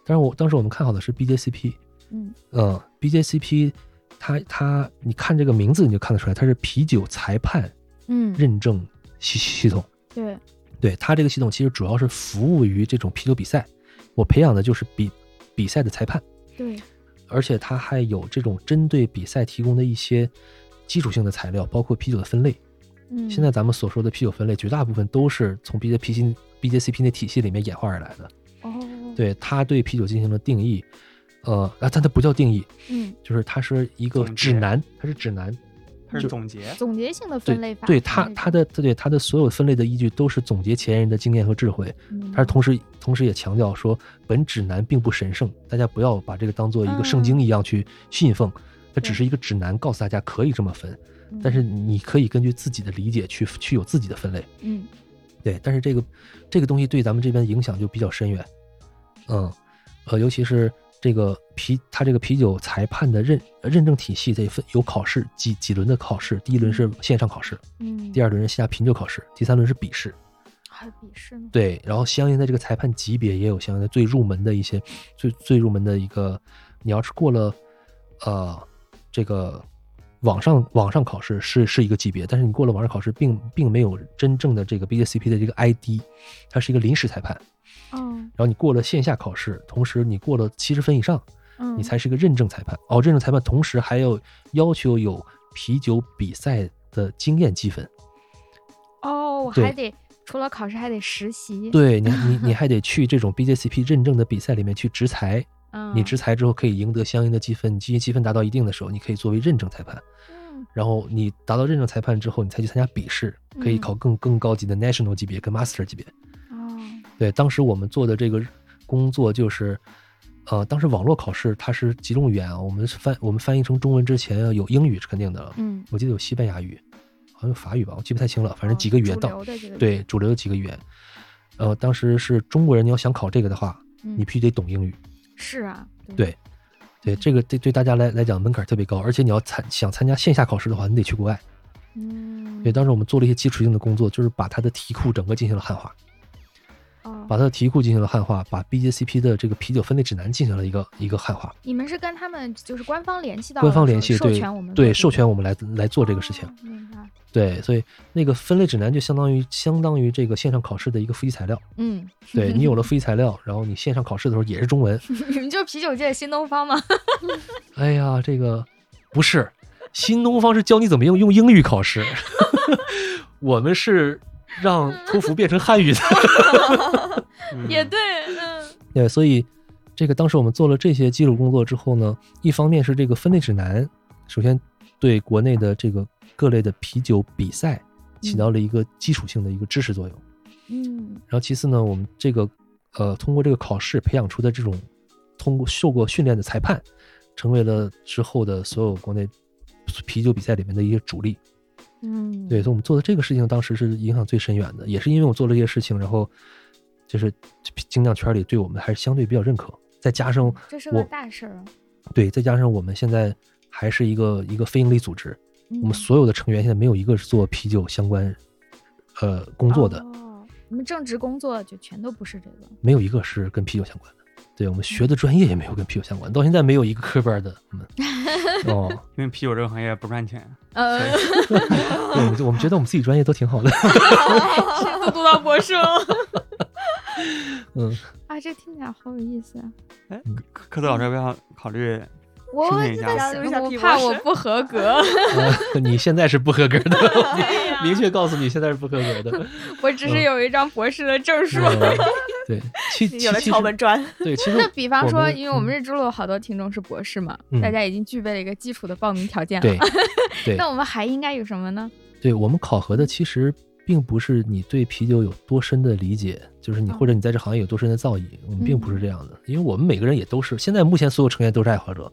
S4: 但是我当时我们看好的是 BJCP，
S1: 嗯
S4: 嗯，BJCP，它它，你看这个名字你就看得出来，它是啤酒裁判
S1: 嗯，
S4: 认证系系统。
S1: 对，
S4: 对它这个系统其实主要是服务于这种啤酒比赛，我培养的就是比比赛的裁判，
S1: 对，
S4: 而且它还有这种针对比赛提供的一些基础性的材料，包括啤酒的分类。
S1: 嗯，
S4: 现在咱们所说的啤酒分类，绝大部分都是从 BJPC BJCP 那体系里面演化而来的。
S1: 哦，，
S4: 对它对啤酒进行了定义，呃，啊，但它不叫定义，
S1: 嗯，
S4: 就是它是一个
S2: 总结
S4: 指南，它是指南，
S2: 它是总结，
S1: 总结性的分类
S4: 对
S1: 法，嗯
S4: 对，它它的对它的所有分类的依据都是总结前人的经验和智慧，
S1: 嗯，
S4: 它是同时同时也强调说，本指南并不神圣，大家不要把这个当做一个圣经一样去信奉，它只
S1: 嗯对
S4: 是一个指南，告诉大家可以这么分，
S1: 嗯，
S4: 但是你可以根据自己的理解去去有自己的分类，
S1: 嗯，
S4: 对，但是这个这个东西对咱们这边影响就比较深远，嗯，呃，尤其是这个啤，它这个啤酒裁判的认呃认证体系得分有考试几几轮的考试，第一轮是线上考试，
S1: 嗯，
S4: 第二轮是线下品酒考试，第三轮是笔试，
S1: 还有笔试呢，
S4: 对，然后相应的这个裁判级别也有相应的最入门的一些最最入门的一个，你要是过了，呃，这个网上网上考试是是一个级别，但是你过了网上考试并并没有真正的这个 BJCP 的这个 ID，它是一个临时裁判。
S1: 哦，
S4: 然后你过了线下考试，同时你过了七十分以上，
S1: 嗯，
S4: 你才是个认证裁判。哦，认证裁判同时还要要求有啤酒比赛的经验积分。
S1: 哦，我
S4: 对
S1: 还得除了考试还得实习，，
S4: 对你，你你还得去这种 BJCP 认证的比赛里面去执裁。
S1: 嗯，
S4: 你执裁之后可以赢得相应的积分，积积分达到一定的时候，你可以作为认证裁判。
S1: 嗯，
S4: 然后你达到认证裁判之后，你才去参加笔试，可以
S1: 嗯
S4: 考更更高级的 national 级别跟 master 级别。
S1: 哦，
S4: 对，当时我们做的这个工作就是，呃，当时网络考试它是几种语言啊，我们翻我们翻译成中文之前啊有英语是肯定的了，
S1: 嗯，
S4: 我记得有西班牙语，好像有法语吧，我记不太清了，反正几个语言到、
S1: 主流的这个，
S4: 对主流的几个语言。呃，当时是中国人，你要想考这个的话，
S1: 嗯
S4: 你必须得懂英语。
S1: 是啊，
S4: 对对，这个对对大家来来讲门槛特别高，而且你要参想参加线下考试的话，你得去国外。
S1: 嗯，
S4: 对，当时我们做了一些基础性的工作，就是把它的题库整个进行了汉化，
S1: 嗯哦，
S4: 把它的题库进行了汉化，把 BJCP 的这个啤酒分类指南进行了一个一个汉化，
S1: 你们是跟他们就是官方联系到
S4: 官
S1: 了
S4: 方
S1: 说
S4: 联系
S1: 授
S4: 对
S1: 权我们
S4: 对
S1: 做
S4: 授
S1: 这
S4: 权
S1: 个
S4: 我们来来做这个事情。
S1: 哦明白，
S4: 对，所以那个分类指南就相当于相当于这个线上考试的一个复习材料。
S1: 嗯，
S4: 对你有了复习材料，然后你线上考试的时候也是中文。
S1: 你们就是啤酒界的新东方吗？
S4: 哎呀，这个不是新东方是教你怎么用用英语考试， 我们是让托福变成汉语的。
S2: 嗯
S5: 也对，嗯，
S4: 对，所以这个当时我们做了这些基础工作之后呢，一方面是这个分类指南，首先对国内的这个各类的啤酒比赛起到了一个基础性的一个支持作用。
S1: 嗯
S4: 然后其次呢，我们这个呃通过这个考试培养出的这种通过受过训练的裁判，成为了之后的所有国内啤酒比赛里面的一些主力。
S1: 嗯，
S4: 对，所以我们做的这个事情当时是影响最深远的，也是因为我做了这些事情，然后就是精酿圈里对我们还是相对比较认可。再加上
S5: 这是
S4: 我
S5: 个大事儿啊。
S4: 对，再加上我们现在还是一个一个非营利组织，我
S1: 我
S4: 们所有的成员现在没有一个是做啤酒相关呃工作的，
S1: 哦、
S5: 你们正职工作就全都不是这个，
S4: 没有一个是跟啤酒相关的。对我们学的专业也没有跟啤酒相关，到现在没有一个科班的。嗯， 哦，
S2: 因为啤酒这个行业不赚钱。
S5: 呃，
S4: 对我们就我们觉得我们自己专业都挺好 的。
S3: 都读到博士 了。
S4: 嗯，
S5: 啊，这听起来好有意思啊！
S2: 科哎科子老师要不要考虑？
S5: 我
S2: 顺便
S5: 就
S2: 一
S5: 在
S2: 下
S5: 想
S3: 加入一下
S5: 我
S3: 皮
S5: 怕
S3: 博
S5: 我
S3: 士
S5: 不合 格，
S4: 呃你现在是不合格的，
S3: 对哎呀
S4: 明确告诉你现在是不合格的。
S5: 我只是
S4: 嗯
S5: 有一张博士的证书。
S4: 嗯对，其其
S3: 有了
S4: 其
S3: 敲
S4: 实
S3: 门砖，
S4: 对，其实
S5: 那比方
S4: 我
S5: 说，
S4: 们
S5: 因为我
S4: 嗯
S5: 们日之路有好多听众是博士嘛，
S4: 嗯
S5: 大家已经具备了一个基础的报名条件了。
S4: 对对
S5: 那我们还应该有什么呢？
S4: 对我们考核的其实并不是你对啤酒有多深的理解，就是你
S5: 哦
S4: 或者你在这行业有多深的造诣，我们并不
S5: 嗯
S4: 是这样的，因为我们每个人也都是现在目前所有成员都是爱好 者，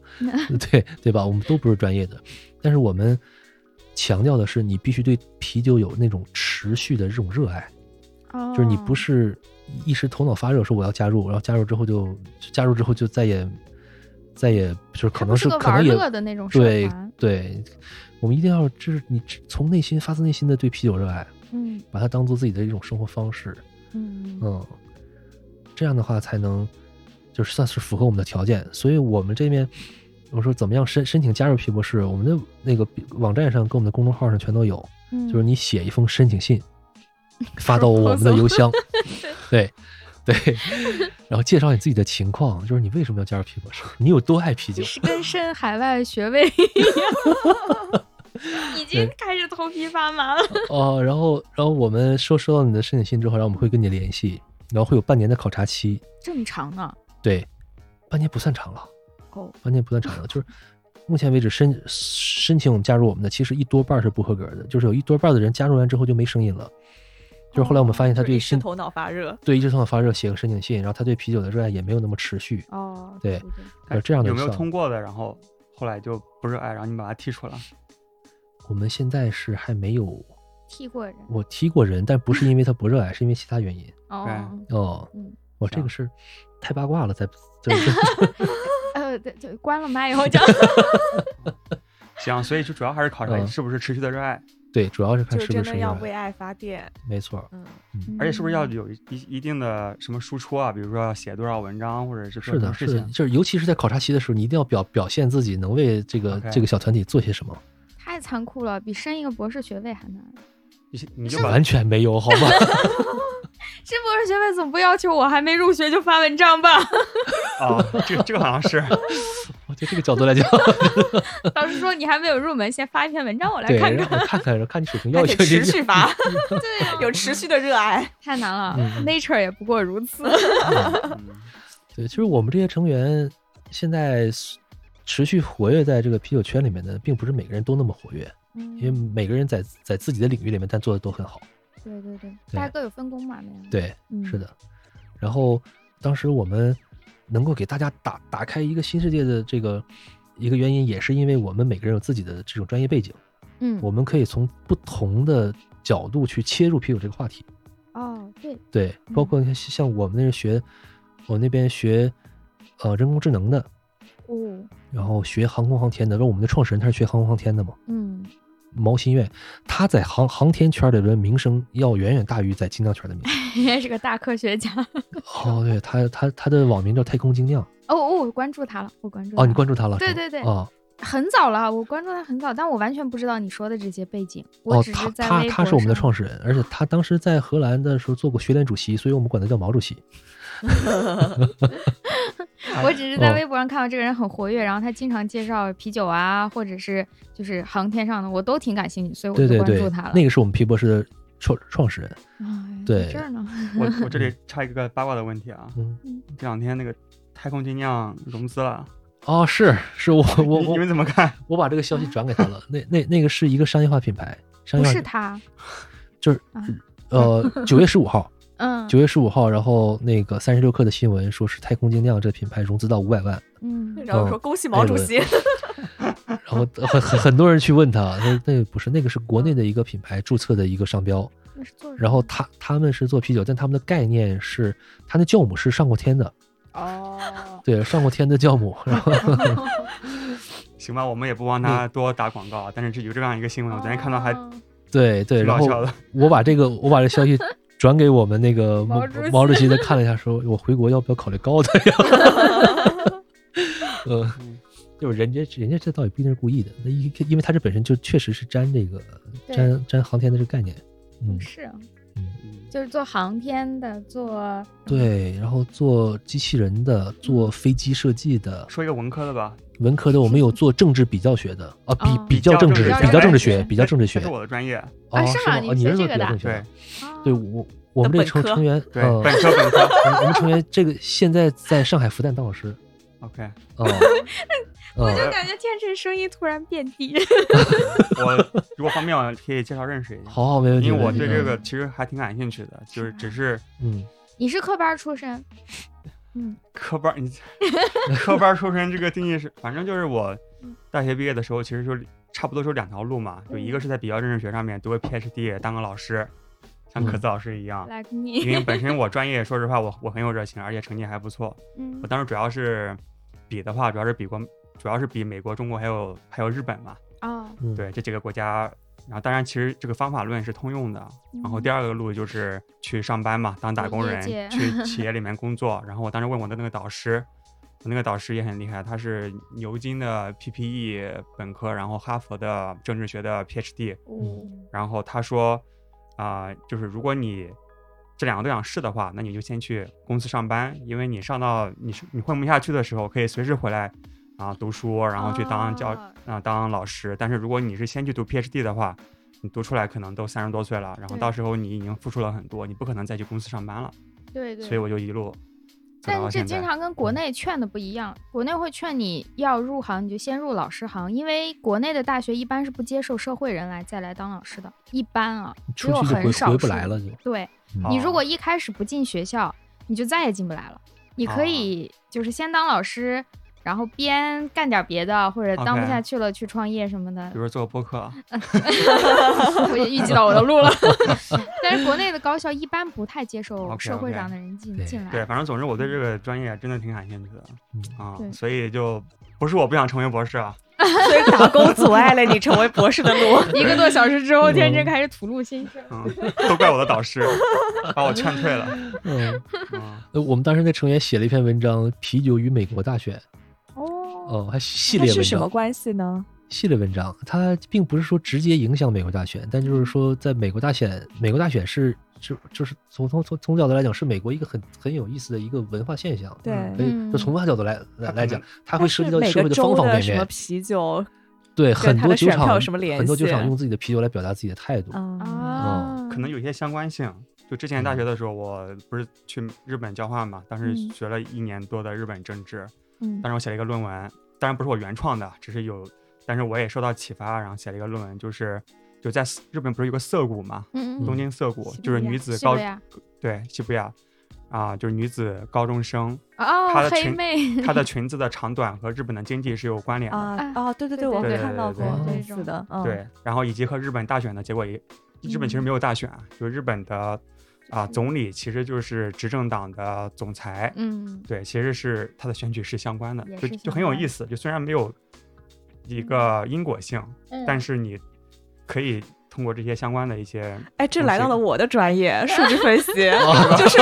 S4: 对对吧？我们都不是专业的，但是我们强调的是你必须对啤酒有那种持续的这种热爱，
S5: 哦
S4: 就是你不是一时头脑发热说我要加入，然后加入之后就加入之后就再也再也就是可
S5: 它
S4: 能
S5: 不
S4: 是
S5: 是个
S4: 可
S5: 玩
S4: 能也
S5: 乐的那种社
S4: 对
S5: 团，
S4: 对，我们一定要就是你从内心发自内心的对啤酒热爱，
S5: 嗯
S4: 把它当做自己的一种生活方式，
S5: 嗯
S4: 嗯，这样的话才能就是算是符合我们的条件。所以我们这边我说怎么样申申请加入皮博士，我们的那个网站上跟我们的公众号上全都有，
S5: 嗯，
S4: 就是你写一封申请 信，发到我们的邮箱， 对。对，然后介绍你自己的情况，就是你为什么要加入皮博士，你有多爱啤酒
S5: 你，是跟申海外学位一 样，已
S4: 对
S5: 经开始头皮发麻了。
S4: 哦，然后然后我们收收到你的申请信之后，然后我们会跟你联系，然后会有半年的考察期，
S5: 正常啊，
S4: 对，半年不算长了，
S5: 哦，
S4: 半年不算长了，就是目前为止申申请我们加入我们的，其实一多半儿是不合格的，就是有一多半儿的人加入完之后就没声音了，就是后来我们发现他
S3: 哦就是
S4: 对
S3: 一时
S4: 申、
S3: 头脑发热，
S4: 对一直头脑发热写个申请信，然后他对啤酒的热爱也没有那么持续，
S5: 哦，
S4: 对
S5: 对，
S4: 呃这样的
S2: 有没有
S4: 算
S2: 通过的？然后后来就不热爱，然后你把他踢出来。
S4: 我们现在是还没有
S5: 踢过人
S4: 我踢过人，但不是因为他不热爱，是因为其他原因
S5: 哦
S2: 对。
S4: 哦
S5: 嗯，
S4: 我
S2: 是
S4: 这
S2: 啊
S4: 个是太八卦 了，才就是
S5: 呃，对对，关了麦以 后讲，
S2: 行，所以就主要还是考察
S4: 嗯
S2: 你是不是持续的热爱，
S4: 对，主要是看
S3: 就是
S4: 不
S3: 真
S4: 是
S3: 的
S4: 热
S3: 要
S4: 爱
S3: 为爱发电。
S4: 没错儿，
S3: 嗯，
S2: 而且是不是要有一一一定的什么输出啊？比如说要写多少文章，或者是做
S4: 是
S2: 什么
S4: 的，是
S2: 事
S4: 的，
S2: 情？
S4: 就是尤其是在考察期的时候，你一定要表表现自己能为这个
S2: OK
S4: 这个小团体做些什么，
S5: 太残酷了，比申一个博士学位还难。
S2: 你你就把
S4: 完全没有，好吧？
S5: 申博士学位总不要求我还没入学就发文章吧？
S2: 啊，这个这个好像 是
S4: 我觉得这个角度来讲，
S5: 导师说你还没有入门，先发一篇文章我来
S4: 对，
S5: 看
S4: 让
S5: 看。
S4: 我看看，看你水平
S3: 还
S4: 要
S3: 得
S4: 求这
S3: 持
S4: 个。
S3: 续发，啊
S5: 对呀、
S3: 有持续的热爱。
S5: 太难了、
S4: 嗯
S5: n a t u r e 也不过如此。
S3: 啊
S2: 嗯
S4: 对，其实我们这些成员现在 s- 持续活跃在这个啤酒圈里面的，并不是每个人都那么活跃，因为
S5: 嗯，
S4: 每个人在在自己的领域里面，但做的都很好。
S5: 对对对，
S4: 对
S5: 大家各有分工嘛，那样。
S4: 对，
S5: 嗯
S4: 是的。然后当时我们能够给大家打打开一个新世界的这个一个原因，也是因为我们每个人有自己的这种专业背景，
S5: 嗯，
S4: 我们可以从不同的角度去切入啤酒这个话题。
S5: 哦，对，
S4: 对，包括像像我们那是学，我那边学呃人工智能的，
S5: 哦，
S4: 然后学航空航天的，然后我们的创始人他是学航空航天的嘛。
S5: 嗯，
S4: 毛新月，他在航航天圈里的名声要远远大于在精酿圈的名声。
S5: 应该是个大科学家。
S4: 哦，对他，他他的网名叫太空精酿。
S5: 哦哦，我关注他了，我关注他
S4: 哦，你关注他了是
S5: 嗯对
S4: 吗？
S5: 对对
S4: 哦
S5: 很早了，我关注他很早，但我完全不知道你说的这些背景，我
S4: 哦
S5: 只，
S4: 他
S5: 是在
S4: 他
S5: 微博
S4: 他是我们的
S5: 上
S4: 创始人，而且他当时在荷兰的时候做过学联主席，所以我们管他叫毛主席。
S5: 我只是在
S4: 哦
S5: 微博上看到这个人很活跃，然后他经常介绍啤酒啊，或者是就是航天上的，我都挺感兴趣，所以我
S4: 对
S5: 就
S4: 对
S5: 关
S4: 对
S5: 注他了。
S4: 那个是我们皮博士的创创始人。
S5: 哎
S4: 对
S5: 在这儿呢，
S2: 我我这里插一个八卦的问题啊，
S4: 嗯，
S2: 这两天那个太空精酿融资了，
S4: 哦，是是我我
S2: 你你
S4: 我
S2: 们怎么看？
S4: 我把这个消息转给他了。那那那个是一个商业化品牌，商
S5: 不
S4: 业化
S5: 是他，
S4: 就是
S5: 啊
S4: 呃九月十五号，
S5: 嗯，
S4: 九月十五号，然后那个三十六氪的新闻说是太空精酿这品牌融资到五百万，
S5: 嗯，
S3: 然后说
S4: 嗯
S3: 恭喜毛主 席，
S4: 然后很很很多人去问他，那那不是那个是国内的一个品牌注册的一个商标。
S5: 那是做什
S4: 然后
S5: 么
S4: 他他们是做啤酒，但他们的概念是，他的酵母是上过天的，
S3: 哦，
S4: 对，上过天的酵母，然后
S2: 行吧，我们也不
S4: 嗯
S2: 帮他多打广告，啊但是这有这样一个嗯新闻，我昨天看到还
S5: 哦
S4: 对对，
S2: 挺
S4: 然
S2: 搞
S4: 后
S2: 笑的。
S4: 我把这个我把这消 息转给我们那个
S5: 毛
S4: 毛
S5: 主席
S4: 毛主席的看了一下，说我回国要不要考虑高的呀？ 呃，就是人家人家这倒也不一定是故意的，那因因为他这本身就确实是沾这个
S5: 对
S4: 沾沾航天的这个概念，嗯，
S5: 是啊，
S2: 嗯
S5: 就是做航天的，做
S4: 对，然后做机器人的，
S5: 嗯
S4: 做飞机设计的，
S2: 说一个文科的吧，
S4: 文科的我们有做政治比较学的啊，比
S5: 哦
S4: 比较政治
S5: 比较
S4: 比较政治
S5: 政
S4: 学
S5: 治
S4: 比较政治
S2: 这
S4: 学
S2: 是我的专业，
S5: 啊
S4: 哦，
S5: 是吗
S4: 吗？
S5: 你
S4: 哦，你
S5: 学
S4: 是做
S5: 这个
S4: 比较
S5: 的
S4: 政治学
S2: 对
S4: 的？
S5: 啊
S4: 对我我们这
S3: 的
S4: 个
S3: 本
S4: 成
S3: 科
S4: 成员
S2: 对
S4: 呃，
S2: 本科本科。
S4: 我们成员这个现在在上海复旦当老师
S2: OK，
S4: 啊，
S5: 我
S4: 啊
S5: 就感觉天这声音突然变低，
S2: 我如果方便，我可以介绍认识一下。
S4: 好好没问题，
S2: 因为
S4: 没
S2: 我
S4: 问题啊
S2: 对这个其实还挺感兴趣的，就是只是
S4: 嗯，
S5: 你是科班出身，嗯，
S2: 科班儿，你科班儿出身这 个定义是，反正就是我大学毕业的时候，其实就差不多就两条路嘛，就一个是在比较政治学上面读个 PhD，当个老师，像可子老师一样，
S5: like
S2: 因
S5: me，
S2: 为本身我专业说实话我我很有热情，而且成绩还不错。
S5: 嗯
S2: 我当时主要是比的话，主要是比国，主要是比美国、中国还有还有日本嘛，
S5: 哦，
S4: 嗯，
S2: 对这几个国家。然后当然，其实这个方法论是通用的。然后第二个路就是去上班嘛，当打
S5: 嗯业
S2: 工人，
S5: 界
S2: 去企业里面工作。然后我当时问我的那个导师，我那个导师也很厉害，他是牛津的 PPE 本科，然后哈佛的政治学的 PhD。
S5: 嗯
S2: 然后他说，啊、就是如果你这两个都想试的话，那你就先去公司上班，因为你上到你是你混不下去的时候，可以随时回来啊读书，然后去当教
S5: 哦
S2: 啊当老师。但是如果你是先去读 PhD 的话，你读出来可能都三十多岁了，然后
S5: 对
S2: 到时候你已经付出了很多，你不可能再去公司上班了。
S5: 对对，
S2: 所以我就一路走
S5: 但
S2: 到
S5: 这
S2: 现
S5: 经
S2: 在。嗯
S5: 常跟国内劝的不一样，国内会劝你要入行你就先入老师行，因为国内的大学一般是不接受社会人来再来当老师的，一般啊，只
S4: 出
S5: 有
S4: 去就回
S5: 很少
S4: 回不
S5: 数
S4: 来了就，
S5: 对
S2: 哦
S4: 嗯
S5: 你如果一开始不进学校，你就再也进不来了。你
S2: 哦
S5: 可以就是先当老师，然后边干点别的，或者当不
S2: OK
S5: 下去了去创业什么的
S2: 比。如说做播客，啊
S5: 哎我也预计到我的路了。 但是国内的高校一般不太接受
S2: OK，OK
S5: 社会上的人进
S4: 对
S5: 进来。
S2: 对，反正总之我对这个专业真的挺感兴趣的
S4: 嗯
S2: 啊、
S5: 对
S2: 所以就不是我不想成为博士 啊，
S3: 所以打工阻碍了你成为博士的 路。
S5: 一个多小时之后，
S4: 嗯
S5: 天真开始吐露心声。
S2: 嗯，都怪我的导师把我劝退了。
S4: 嗯，
S2: 嗯，
S4: 呃我们当时那成员写了一篇文章《啤酒与美国大选》，
S3: 哦，
S4: 哦，还系
S3: 那
S4: 列
S3: 是
S4: 文
S3: 什么
S4: 章，
S3: 关系呢？
S4: 系列文章，它并不是说直接影响美国大选，但就是说在美国大选，美国大选是就就是从从从从角度来讲，是美国一个很很有意思的一个文化现象。
S3: 对，
S4: 所以，就
S5: 嗯
S4: 从文化角度来来来讲，它会涉及到
S3: 但是
S4: 社
S3: 每个
S4: 会的
S3: 州
S4: 方方面
S3: 什么
S4: 面。
S3: 啤酒，
S4: 对，
S3: 跟
S4: 很
S3: 它
S4: 多
S3: 的
S4: 酒
S3: 选票
S4: 厂
S3: 有什么联系
S4: 很多酒厂用自己的啤酒来表达自己的态度。
S3: 嗯，
S5: 啊，
S2: 哦可能有一些相关性。就之前大学的时候，我不是去日本交换嘛，当时
S5: 嗯
S2: 学了一年多的日本政治，
S5: 嗯
S2: 当时我写了一个论文，当然不是我原创的，只是有，但是我也受到启发，然后写了一个论文，就是就在日本不是有个涩谷嘛，
S5: 嗯
S2: 东
S5: 嗯，
S2: 京涩谷
S3: 西，
S2: 就是
S3: 部呀
S2: 女子
S5: 西
S2: 高
S5: 部呀
S2: 对西部亚啊，就是女子高中 生，她
S5: 哦，
S2: 的
S5: 黑
S2: 裙
S5: 妹，
S2: 她的裙子的长短和日本的经济是有关联的。
S3: 啊啊，对对
S5: 对
S3: 我
S2: 对
S3: 看到
S2: 对
S3: 过
S5: 对对
S3: 类
S5: 这
S3: 似的，嗯，
S2: 对，然后以及和日本大选的结果也，日本其实
S5: 嗯
S2: 没有大选，就日本的啊、总理其实就是执政党的总裁，
S5: 嗯，
S2: 对，其实是他的选举是相关的
S5: 也，
S2: 就是就
S5: 相
S2: 很有
S5: 关
S2: 意
S5: 的嗯
S2: 思。就虽然没有一个因果性，
S3: 嗯
S2: 但是你可以通过这些相关的一些，
S3: 哎，这
S2: 东
S3: 来
S2: 西
S3: 到了我的专业，数据分析， 就是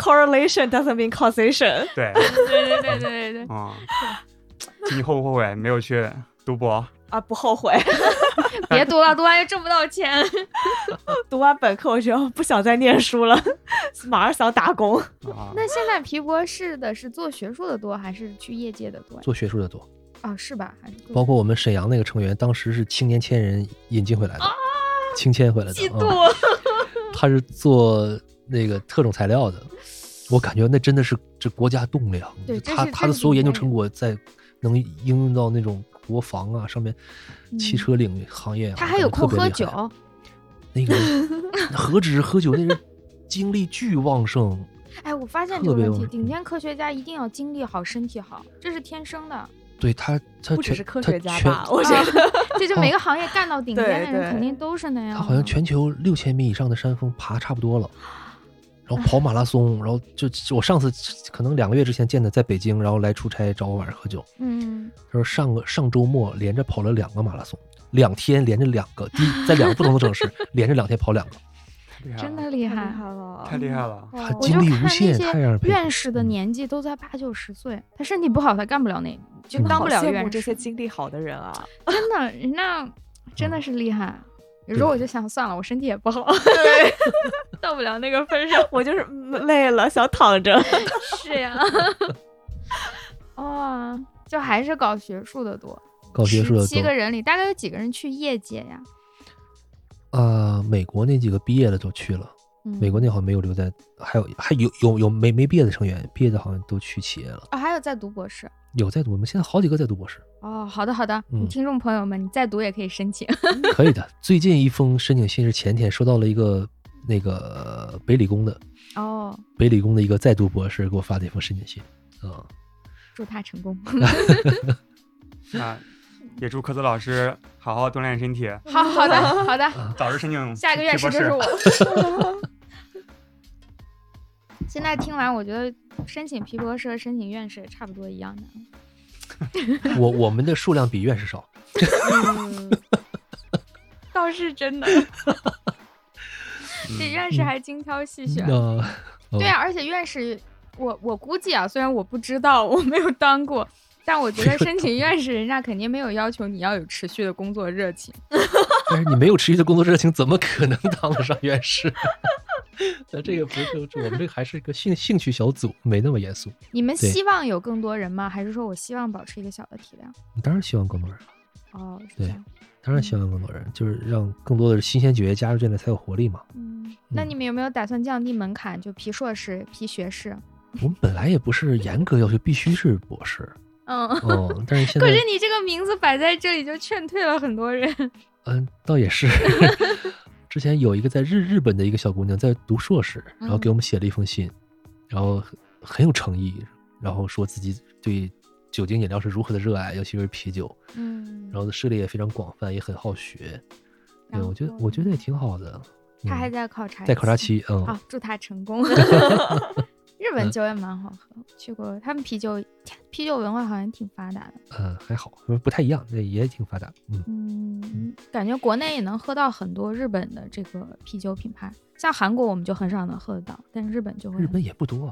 S3: correlation doesn't mean causation。
S2: 对，
S5: 对对对对对对，
S2: 嗯，就你后不后悔没有去读博？
S3: 啊，不后悔。
S5: 别读了，读完又挣不到钱。
S3: 读完本科，我觉得不想再念书了，马上想打工。
S2: 啊，
S5: 那现在皮博士的是做学术的多，还是去业界的多？
S4: 做学术的多，
S5: 哦，是吧？还是做
S4: 包括我们沈阳那个成员，当时是青年千人引进回来的，青千回来的，
S5: 嫉
S4: 嗯
S5: 妒。
S4: 他是做那个特种材料的，我感觉那真的是这国家栋梁。
S5: 对
S4: 就
S5: 真
S4: 他
S5: 是
S4: 他的
S5: 真是
S4: 所有
S5: 国
S4: 研究
S5: 家
S4: 成果在能应用到那种国防啊上面，汽
S5: 嗯
S4: 车领域行业啊、
S5: 他
S4: 感
S5: 还有
S4: 觉特
S5: 空
S4: 别
S5: 喝
S4: 厉害
S5: 酒，
S4: 那 个何止是喝酒，那人精力巨旺盛。
S5: 哎，我发现
S4: 特
S5: 这个
S4: 别
S5: 问
S4: 有
S5: 题，
S4: 嗯
S5: 顶尖科学家一定要精力好、身体好，这是天生的。
S4: 对他，他
S3: 不只
S4: 全
S3: 是科
S4: 他
S3: 学家
S4: 全
S3: 吧，我觉得
S5: 这
S4: 哦
S5: 就每个行业干到顶尖的
S3: 对对
S5: 人，肯定都是那样的。
S4: 他好像全球六千米以上的山峰爬差不多了，然后跑马拉松，然后就就我上次可能两个月之前见的，在北京，然后来出差找我晚上喝酒。
S5: 嗯，
S4: 他说上个上周末连着跑了两个马拉松，两天连着两个，第一在两个不同的城 市连着两天跑两个，
S2: 厉害
S5: 真
S2: 了
S5: 的嗯厉
S3: 太厉
S5: 害。
S3: 害了
S2: 太厉害了，
S5: 哇
S4: 他
S5: 哦我
S4: 精
S5: 就
S4: 力
S5: 看
S4: 无
S5: 那
S4: 限，嗯
S5: 些
S4: 太让人佩服。
S5: 院士的年纪都在八九十岁，他身体不好，他干不了那，就
S4: 嗯
S5: 当
S3: 好
S5: 不了
S3: 羡慕
S5: 院
S3: 这
S5: 士
S3: 些。经历好的人啊！
S5: 真的，人家
S4: 嗯
S5: 真的是厉害。有时候我就想，算了，我身体也不好， 到不了那个份上。
S3: 我就是嗯累了，想躺着。
S5: 是呀， 哇，就还是搞学术的多。
S4: 搞学术的
S5: 七
S4: 都
S5: 个人里，大概有几个人去业界呀？
S4: 啊、美国那几个毕业的都去了，
S5: 嗯
S4: 美国那好像没有留在，还有还有有有没没毕业的成员，毕业的好像都去企业了，
S5: 哦，还有在读博士。
S4: 有在读，我们现在好几个在读博士，
S5: 哦，好的好的，
S4: 嗯
S5: 你听众朋友们，你再读也可以申请。
S4: 可以 的。最近一封申请信是前天收到了一个那个呃北理工的
S5: 哦，
S4: 北理工的一个在读博士给我发的一封申请信，啊、
S5: 祝他成 功，
S2: 那也祝科子老师好好锻炼身体，
S5: 好好的好的，
S2: 早日申请
S5: 下一个院
S2: 去
S5: 士
S2: 博
S5: 就
S2: 士。
S5: 是我。 现在听完，我觉得申请皮博士、申请院士也差不多一样的。
S4: 我我们的数量比院士 少，
S5: 倒 是真的，这院士还精挑细选。
S4: 呃，
S5: 啊对啊，而且院士，我我估计啊，虽然我不知道，我没有当过，但我觉得申请院士，人家肯定没有要求你要有持续的工作热情。
S4: 但是你没有持续的工作热情，怎么可能当得上院士？ 那这个不是，我们这个还是个兴兴趣小组，没那么严肃。
S5: 你们
S4: 对
S5: 希望有更多人吗？还是说我希望保持一个小的体量？
S4: 当然希望更多人，
S5: 哦，是这
S4: 对
S5: 样。
S4: 当然希望更多人，就是让更多的新鲜血液加入进来才有活力嘛。
S5: 嗯，那你们有没有打算降低门槛，就批硕士、批学士？
S4: 我们本来也不是严格要求必须是博士，
S5: 嗯，
S4: 哦，但是现
S5: 可
S4: 在
S5: 是，你这个名字摆在这里，就劝退了很多人。
S4: 嗯，倒也是。之前有一个在日日本的一个小姑娘在读硕士，然
S5: 嗯
S4: 后给我们写了一封信，然后很很有诚意，然后说自己对酒精饮料是如何的热爱，尤其是啤酒。
S5: 嗯
S4: 然后涉猎也非常广泛，也很好学。对，
S5: 然后
S4: 我觉得我觉得也挺好的。
S5: 他
S4: 嗯
S5: 还在考察，
S4: 在考察。期，嗯，
S5: 好，祝他成 功。日本酒也蛮好喝，去过他们啤酒，啤酒文化好像挺发达的。
S4: 嗯，还好，不太一样，那也挺发达，嗯，
S5: 嗯，感觉国内也能喝到很多日本的这个啤酒品牌，像韩国我们就很少能喝得到，但日本就会
S4: 日本也不多，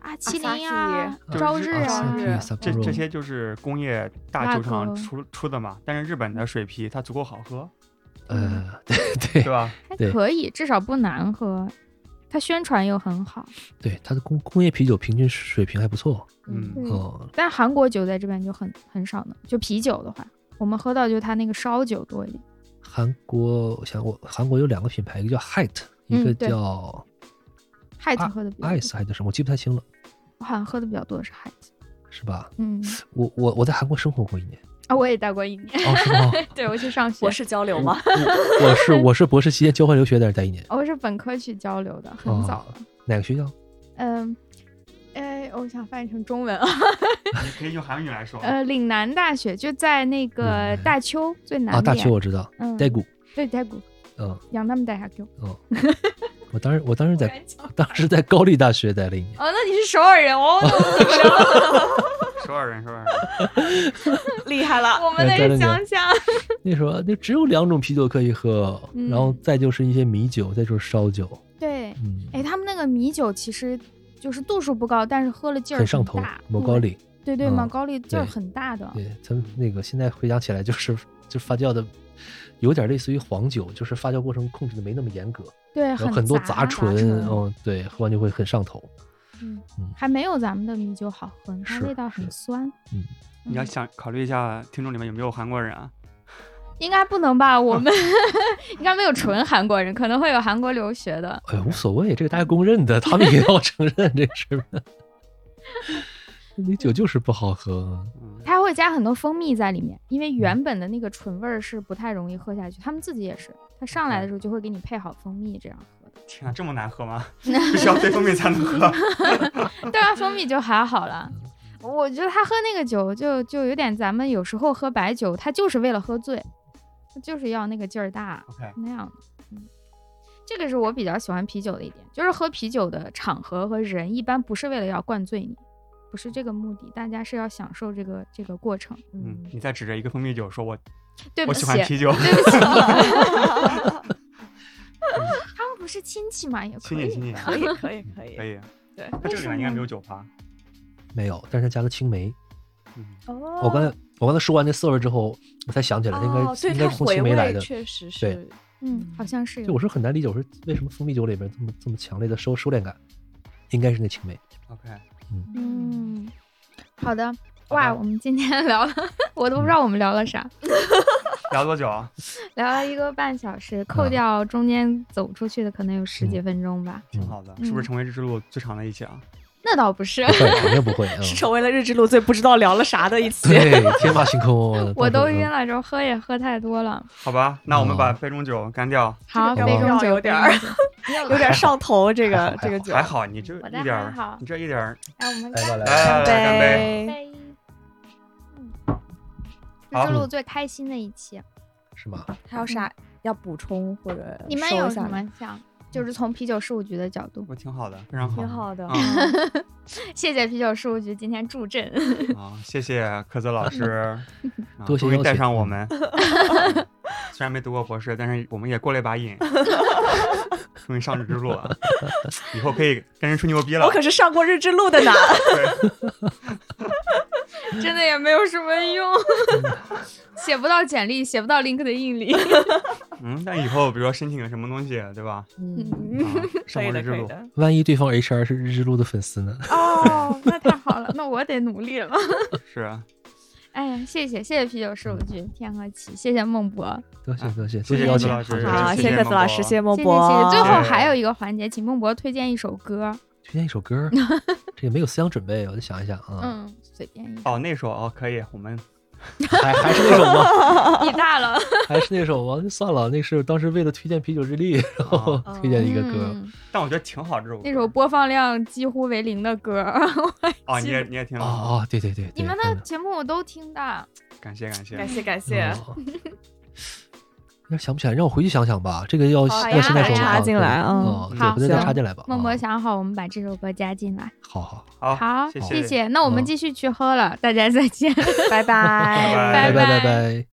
S5: 啊，麒麟啊，
S2: 就是
S5: 朝
S2: 日
S5: 日
S2: 啊
S5: 啊
S4: 萨，
S2: 日
S4: 皮萨
S2: 这
S4: 波
S2: 这
S4: 罗
S2: 些就是工业大
S5: 大
S2: 酒厂
S5: 哥
S2: 出出的嘛，但是日本的水啤它足够好喝，
S4: 呃，对
S2: 对
S4: 对
S2: 嗯吧？
S5: 还
S4: 对
S5: 可以，至少不难喝，它宣传又很好。
S4: 对，它的工工业啤酒平均水平还不错，
S2: 嗯，
S5: 对
S4: 嗯，
S5: 但韩国酒在这边就很很少呢，就啤酒的话，我们喝到就它那个烧酒多一点。
S4: 韩国，我想我韩国有两个品牌，一个叫 Height，一
S5: 嗯
S4: 个
S5: 对
S4: 叫
S5: 海
S4: 啊
S5: 特喝的比较多，
S4: Ice 还是什么，我记不太清了，
S5: 我好像喝的比较多的是海特。
S4: 是吧？
S5: 嗯，
S4: 我我我在韩国生活过一年，
S5: 啊，我也待过一 年，
S4: 哦，是吗？
S5: 对我去上学，
S3: 博士交流 吗？
S4: 我是我是博士期间交换留学在那儿待一年，
S5: 我是本科去交流的，很
S4: 哦
S5: 早了。
S4: 哪个学校？
S5: 嗯，呃，我想翻译成中文啊，
S2: 你可以用韩语来说。
S5: 呃，岭南大学就在那个
S4: 岭南
S5: 大邱最南
S4: 啊，大
S5: 边
S4: 邱我知道，
S5: 嗯，
S4: 代谷，
S5: 对代谷，
S4: 嗯。
S5: 养他们带下 Q。
S4: 哦，我当时我当时在
S5: 哦，
S4: 当时在高丽大学待了一年，
S5: 那你是首尔人哦， 那
S2: 首尔人，首尔人，
S3: 厉害
S5: 我
S3: 了！
S5: 们那
S4: 对对
S5: 是
S4: 对
S5: 乡下。
S4: 那时候那只有两种啤酒可以喝，
S5: 嗯
S4: 然后再就是一些米酒，再就是烧酒，
S5: 对，
S4: 嗯，
S5: 哎，他们那个米酒其实就是度数不高，但是喝了劲儿
S4: 很上
S5: 很
S4: 头
S5: 大。。
S4: 某高丽，
S5: 对对，
S4: 嗯
S5: 毛高丽劲儿
S4: 对
S5: 很大的。
S4: 对，他们那个现在回想起来就是就发酵的。有点类似于黄酒，就是发酵过程控制的没那么严格，
S5: 对，
S4: 然后很多
S5: 杂
S4: 醇，
S5: 醇，
S4: 嗯，对，喝完就会很上头。
S5: 嗯
S4: 嗯
S5: 还没有咱们的米酒好喝，它
S4: 是
S5: 味道很
S4: 是
S5: 酸。
S4: 嗯
S2: 你要想考虑一下，听众里面有没有韩国人啊？
S5: 应该不能吧？
S4: 啊
S5: 我们 应该没有纯韩国人，可能会有韩国留学的。
S4: 哎，无所谓，这个大家公认的，他们也要 承认这个事儿。 那酒就是不好喝，
S2: 嗯，
S5: 它会加很多蜂蜜在里面，因为原
S4: 嗯
S5: 本的那个醇味儿是不太容易喝下去。他们自己也是，他上
S4: 嗯
S5: 来的时候就会给你配好蜂蜜这样喝的。
S2: 天啊，这么难喝 吗？必须要兑蜂蜜才能喝。
S5: 对啊，蜂蜜就还好了。我觉得他喝那个酒就就有点咱们有时候喝白酒，他就是为了喝醉，他就是要那个劲儿大
S2: OK，
S5: 那样的。嗯，这个是我比较喜欢啤酒的一点，就是喝啤酒的场合和人一般不是为了要灌醉你，不是这个目的，大家是要享受这个这个过程。
S2: 嗯，你再指着一个蜂蜜酒说我
S5: 对不
S2: 我
S5: 起，
S2: 喜欢啤酒，
S5: 对不起，他哦们不是亲戚嘛，也 可
S2: 亲你亲
S5: 以。
S2: 你
S3: 可以可以可以
S2: 可，以。
S3: 对
S2: 那这里面应该没有酒吧。
S4: 没有，但是加了青梅。
S2: 嗯，
S3: 哦
S4: 我刚才我刚才说完这四味儿之后，我才想起来，它应该、
S3: 哦，对
S4: 应该
S3: 它
S4: 是从
S3: 回
S4: 青梅来的
S3: 味。确实是
S4: 对，
S5: 嗯，好像是
S4: 对，
S5: 有
S4: 我是很难理解，我说为什么蜂蜜酒里面这么这么强烈的收收敛感，应该是那青梅。
S2: OK，
S5: 嗯，好的。
S2: 好
S5: 哇，
S2: 吧
S5: 我们今天聊了， 我都不知道我们聊了啥，
S2: 聊多久啊？
S5: 聊了一个半小时，扣
S4: 嗯
S5: 掉中间走出去的，可能有十几分钟吧。
S2: 挺好的，
S5: 嗯
S2: 是不是成为日之路最长的一期啊？
S5: 那倒不 是
S4: 不，会，肯定不会。嗯、
S3: 是成为了日之路最不知道聊了啥的一 期。
S4: 对，天马行空
S5: 。我都
S4: 晕
S5: 晕。了，之后喝也喝太多了。
S2: 好吧，那我们把
S4: 哦
S2: 杯中酒干掉。
S5: 嗯好，
S4: 这个
S5: 杯中酒
S3: 有点儿
S5: 杯中酒
S3: 有点上头，这
S4: 还
S3: 个
S4: 好
S3: 这个酒
S2: 还好，你这
S5: 我的
S2: 一点
S5: 还
S2: 儿
S5: 好，
S2: 你这一点儿，
S5: 来，我们
S4: 来吧来
S5: 哎干
S2: 来来来，哎干杯！
S3: 杯。
S5: 杯。嗯，
S2: 好
S5: 这是录最开心的一期。
S4: 是吗？
S3: 还有啥要补充或者
S5: 你们
S3: 收
S5: 有
S3: 一下
S5: 什
S3: 吗？
S5: 么想？就是从啤酒事务局的角度，
S2: 我挺好的，非常好
S3: 挺好的，
S2: 嗯
S5: 谢谢啤酒事务局今天助 阵。
S2: 啊！谢谢科泽老 师，啊
S4: 多谢
S2: 终于
S4: 邀
S2: 带
S4: 请
S2: 上我
S4: 嗯
S2: 们。 虽然没读过博士，但是我们也过了一把瘾，终于上日之路了，以后可以跟人吹牛逼了
S3: 我。可是上过日之路的呢。
S2: 对，
S5: 真的也没有什么 用，写不到简历，写不到 LinkedIn 里。
S2: 嗯，但以后比如说申请个什么东西，对吧？
S3: 嗯，
S2: 啊 上
S3: 可
S2: 过日
S3: 以的，
S2: 之
S3: 可以
S2: 路，
S3: 的。
S4: 万一对方 HR 是日之路的粉丝呢？
S5: 哦，那太好了，那我得努力了。
S2: 是啊
S5: 哎呀，谢谢谢谢啤酒事务局天和奇，谢谢孟博，
S4: 多谢
S2: 啊
S4: 多谢，
S2: 谢
S4: 多
S2: 谢
S4: 邀请
S2: 孟。博老师
S3: 好，
S2: 谢
S3: 谢
S2: 谢
S3: 克斯
S2: 孟
S3: 老
S2: 博
S3: 师，谢孟
S5: 谢谢
S3: 博
S5: 谢谢。。最后
S2: 谢
S5: 还有一个环节，请孟博推荐一首歌。
S4: 推荐一首 歌儿，这也没有思想准备，我再想一想啊。
S5: 嗯，随便一首。
S2: 哦，那首哦可以，我们
S4: 还还是那首 吗？
S5: 你大了，
S4: 还是那首吗？那算了，那是当时为了推荐啤酒日历，然后
S3: 哦
S4: 推荐一个歌。
S5: 嗯
S2: 但我觉得挺好这首歌。
S5: 那首播放量几乎为零的歌，
S2: 哦，你也你也听
S4: 哦
S2: 了，
S4: 哦，对对对对。
S5: 你们
S4: 嗯
S5: 的节目我都听的。
S2: 感谢感谢。
S3: 感谢感谢
S4: 嗯， 有点想不起来，让我回去想想吧。这个
S3: 好
S4: 要要
S5: 哦呀
S4: 现在
S5: 好
S4: 说
S5: 呀
S4: 啊
S3: 插进
S4: 对
S3: 来嗯
S4: 哦，对，
S5: 好
S4: 回头再
S5: 行
S4: 插进来吧。
S5: 孟
S4: 啊
S5: 博想好，我们把这首歌加进来。
S4: 好好，
S2: 好，
S5: 好，
S2: 谢
S5: 谢谢。那我们
S4: 嗯
S5: 继续去喝了，大家再见。
S2: 拜
S3: 拜拜
S4: 拜
S2: 拜
S4: 拜拜拜。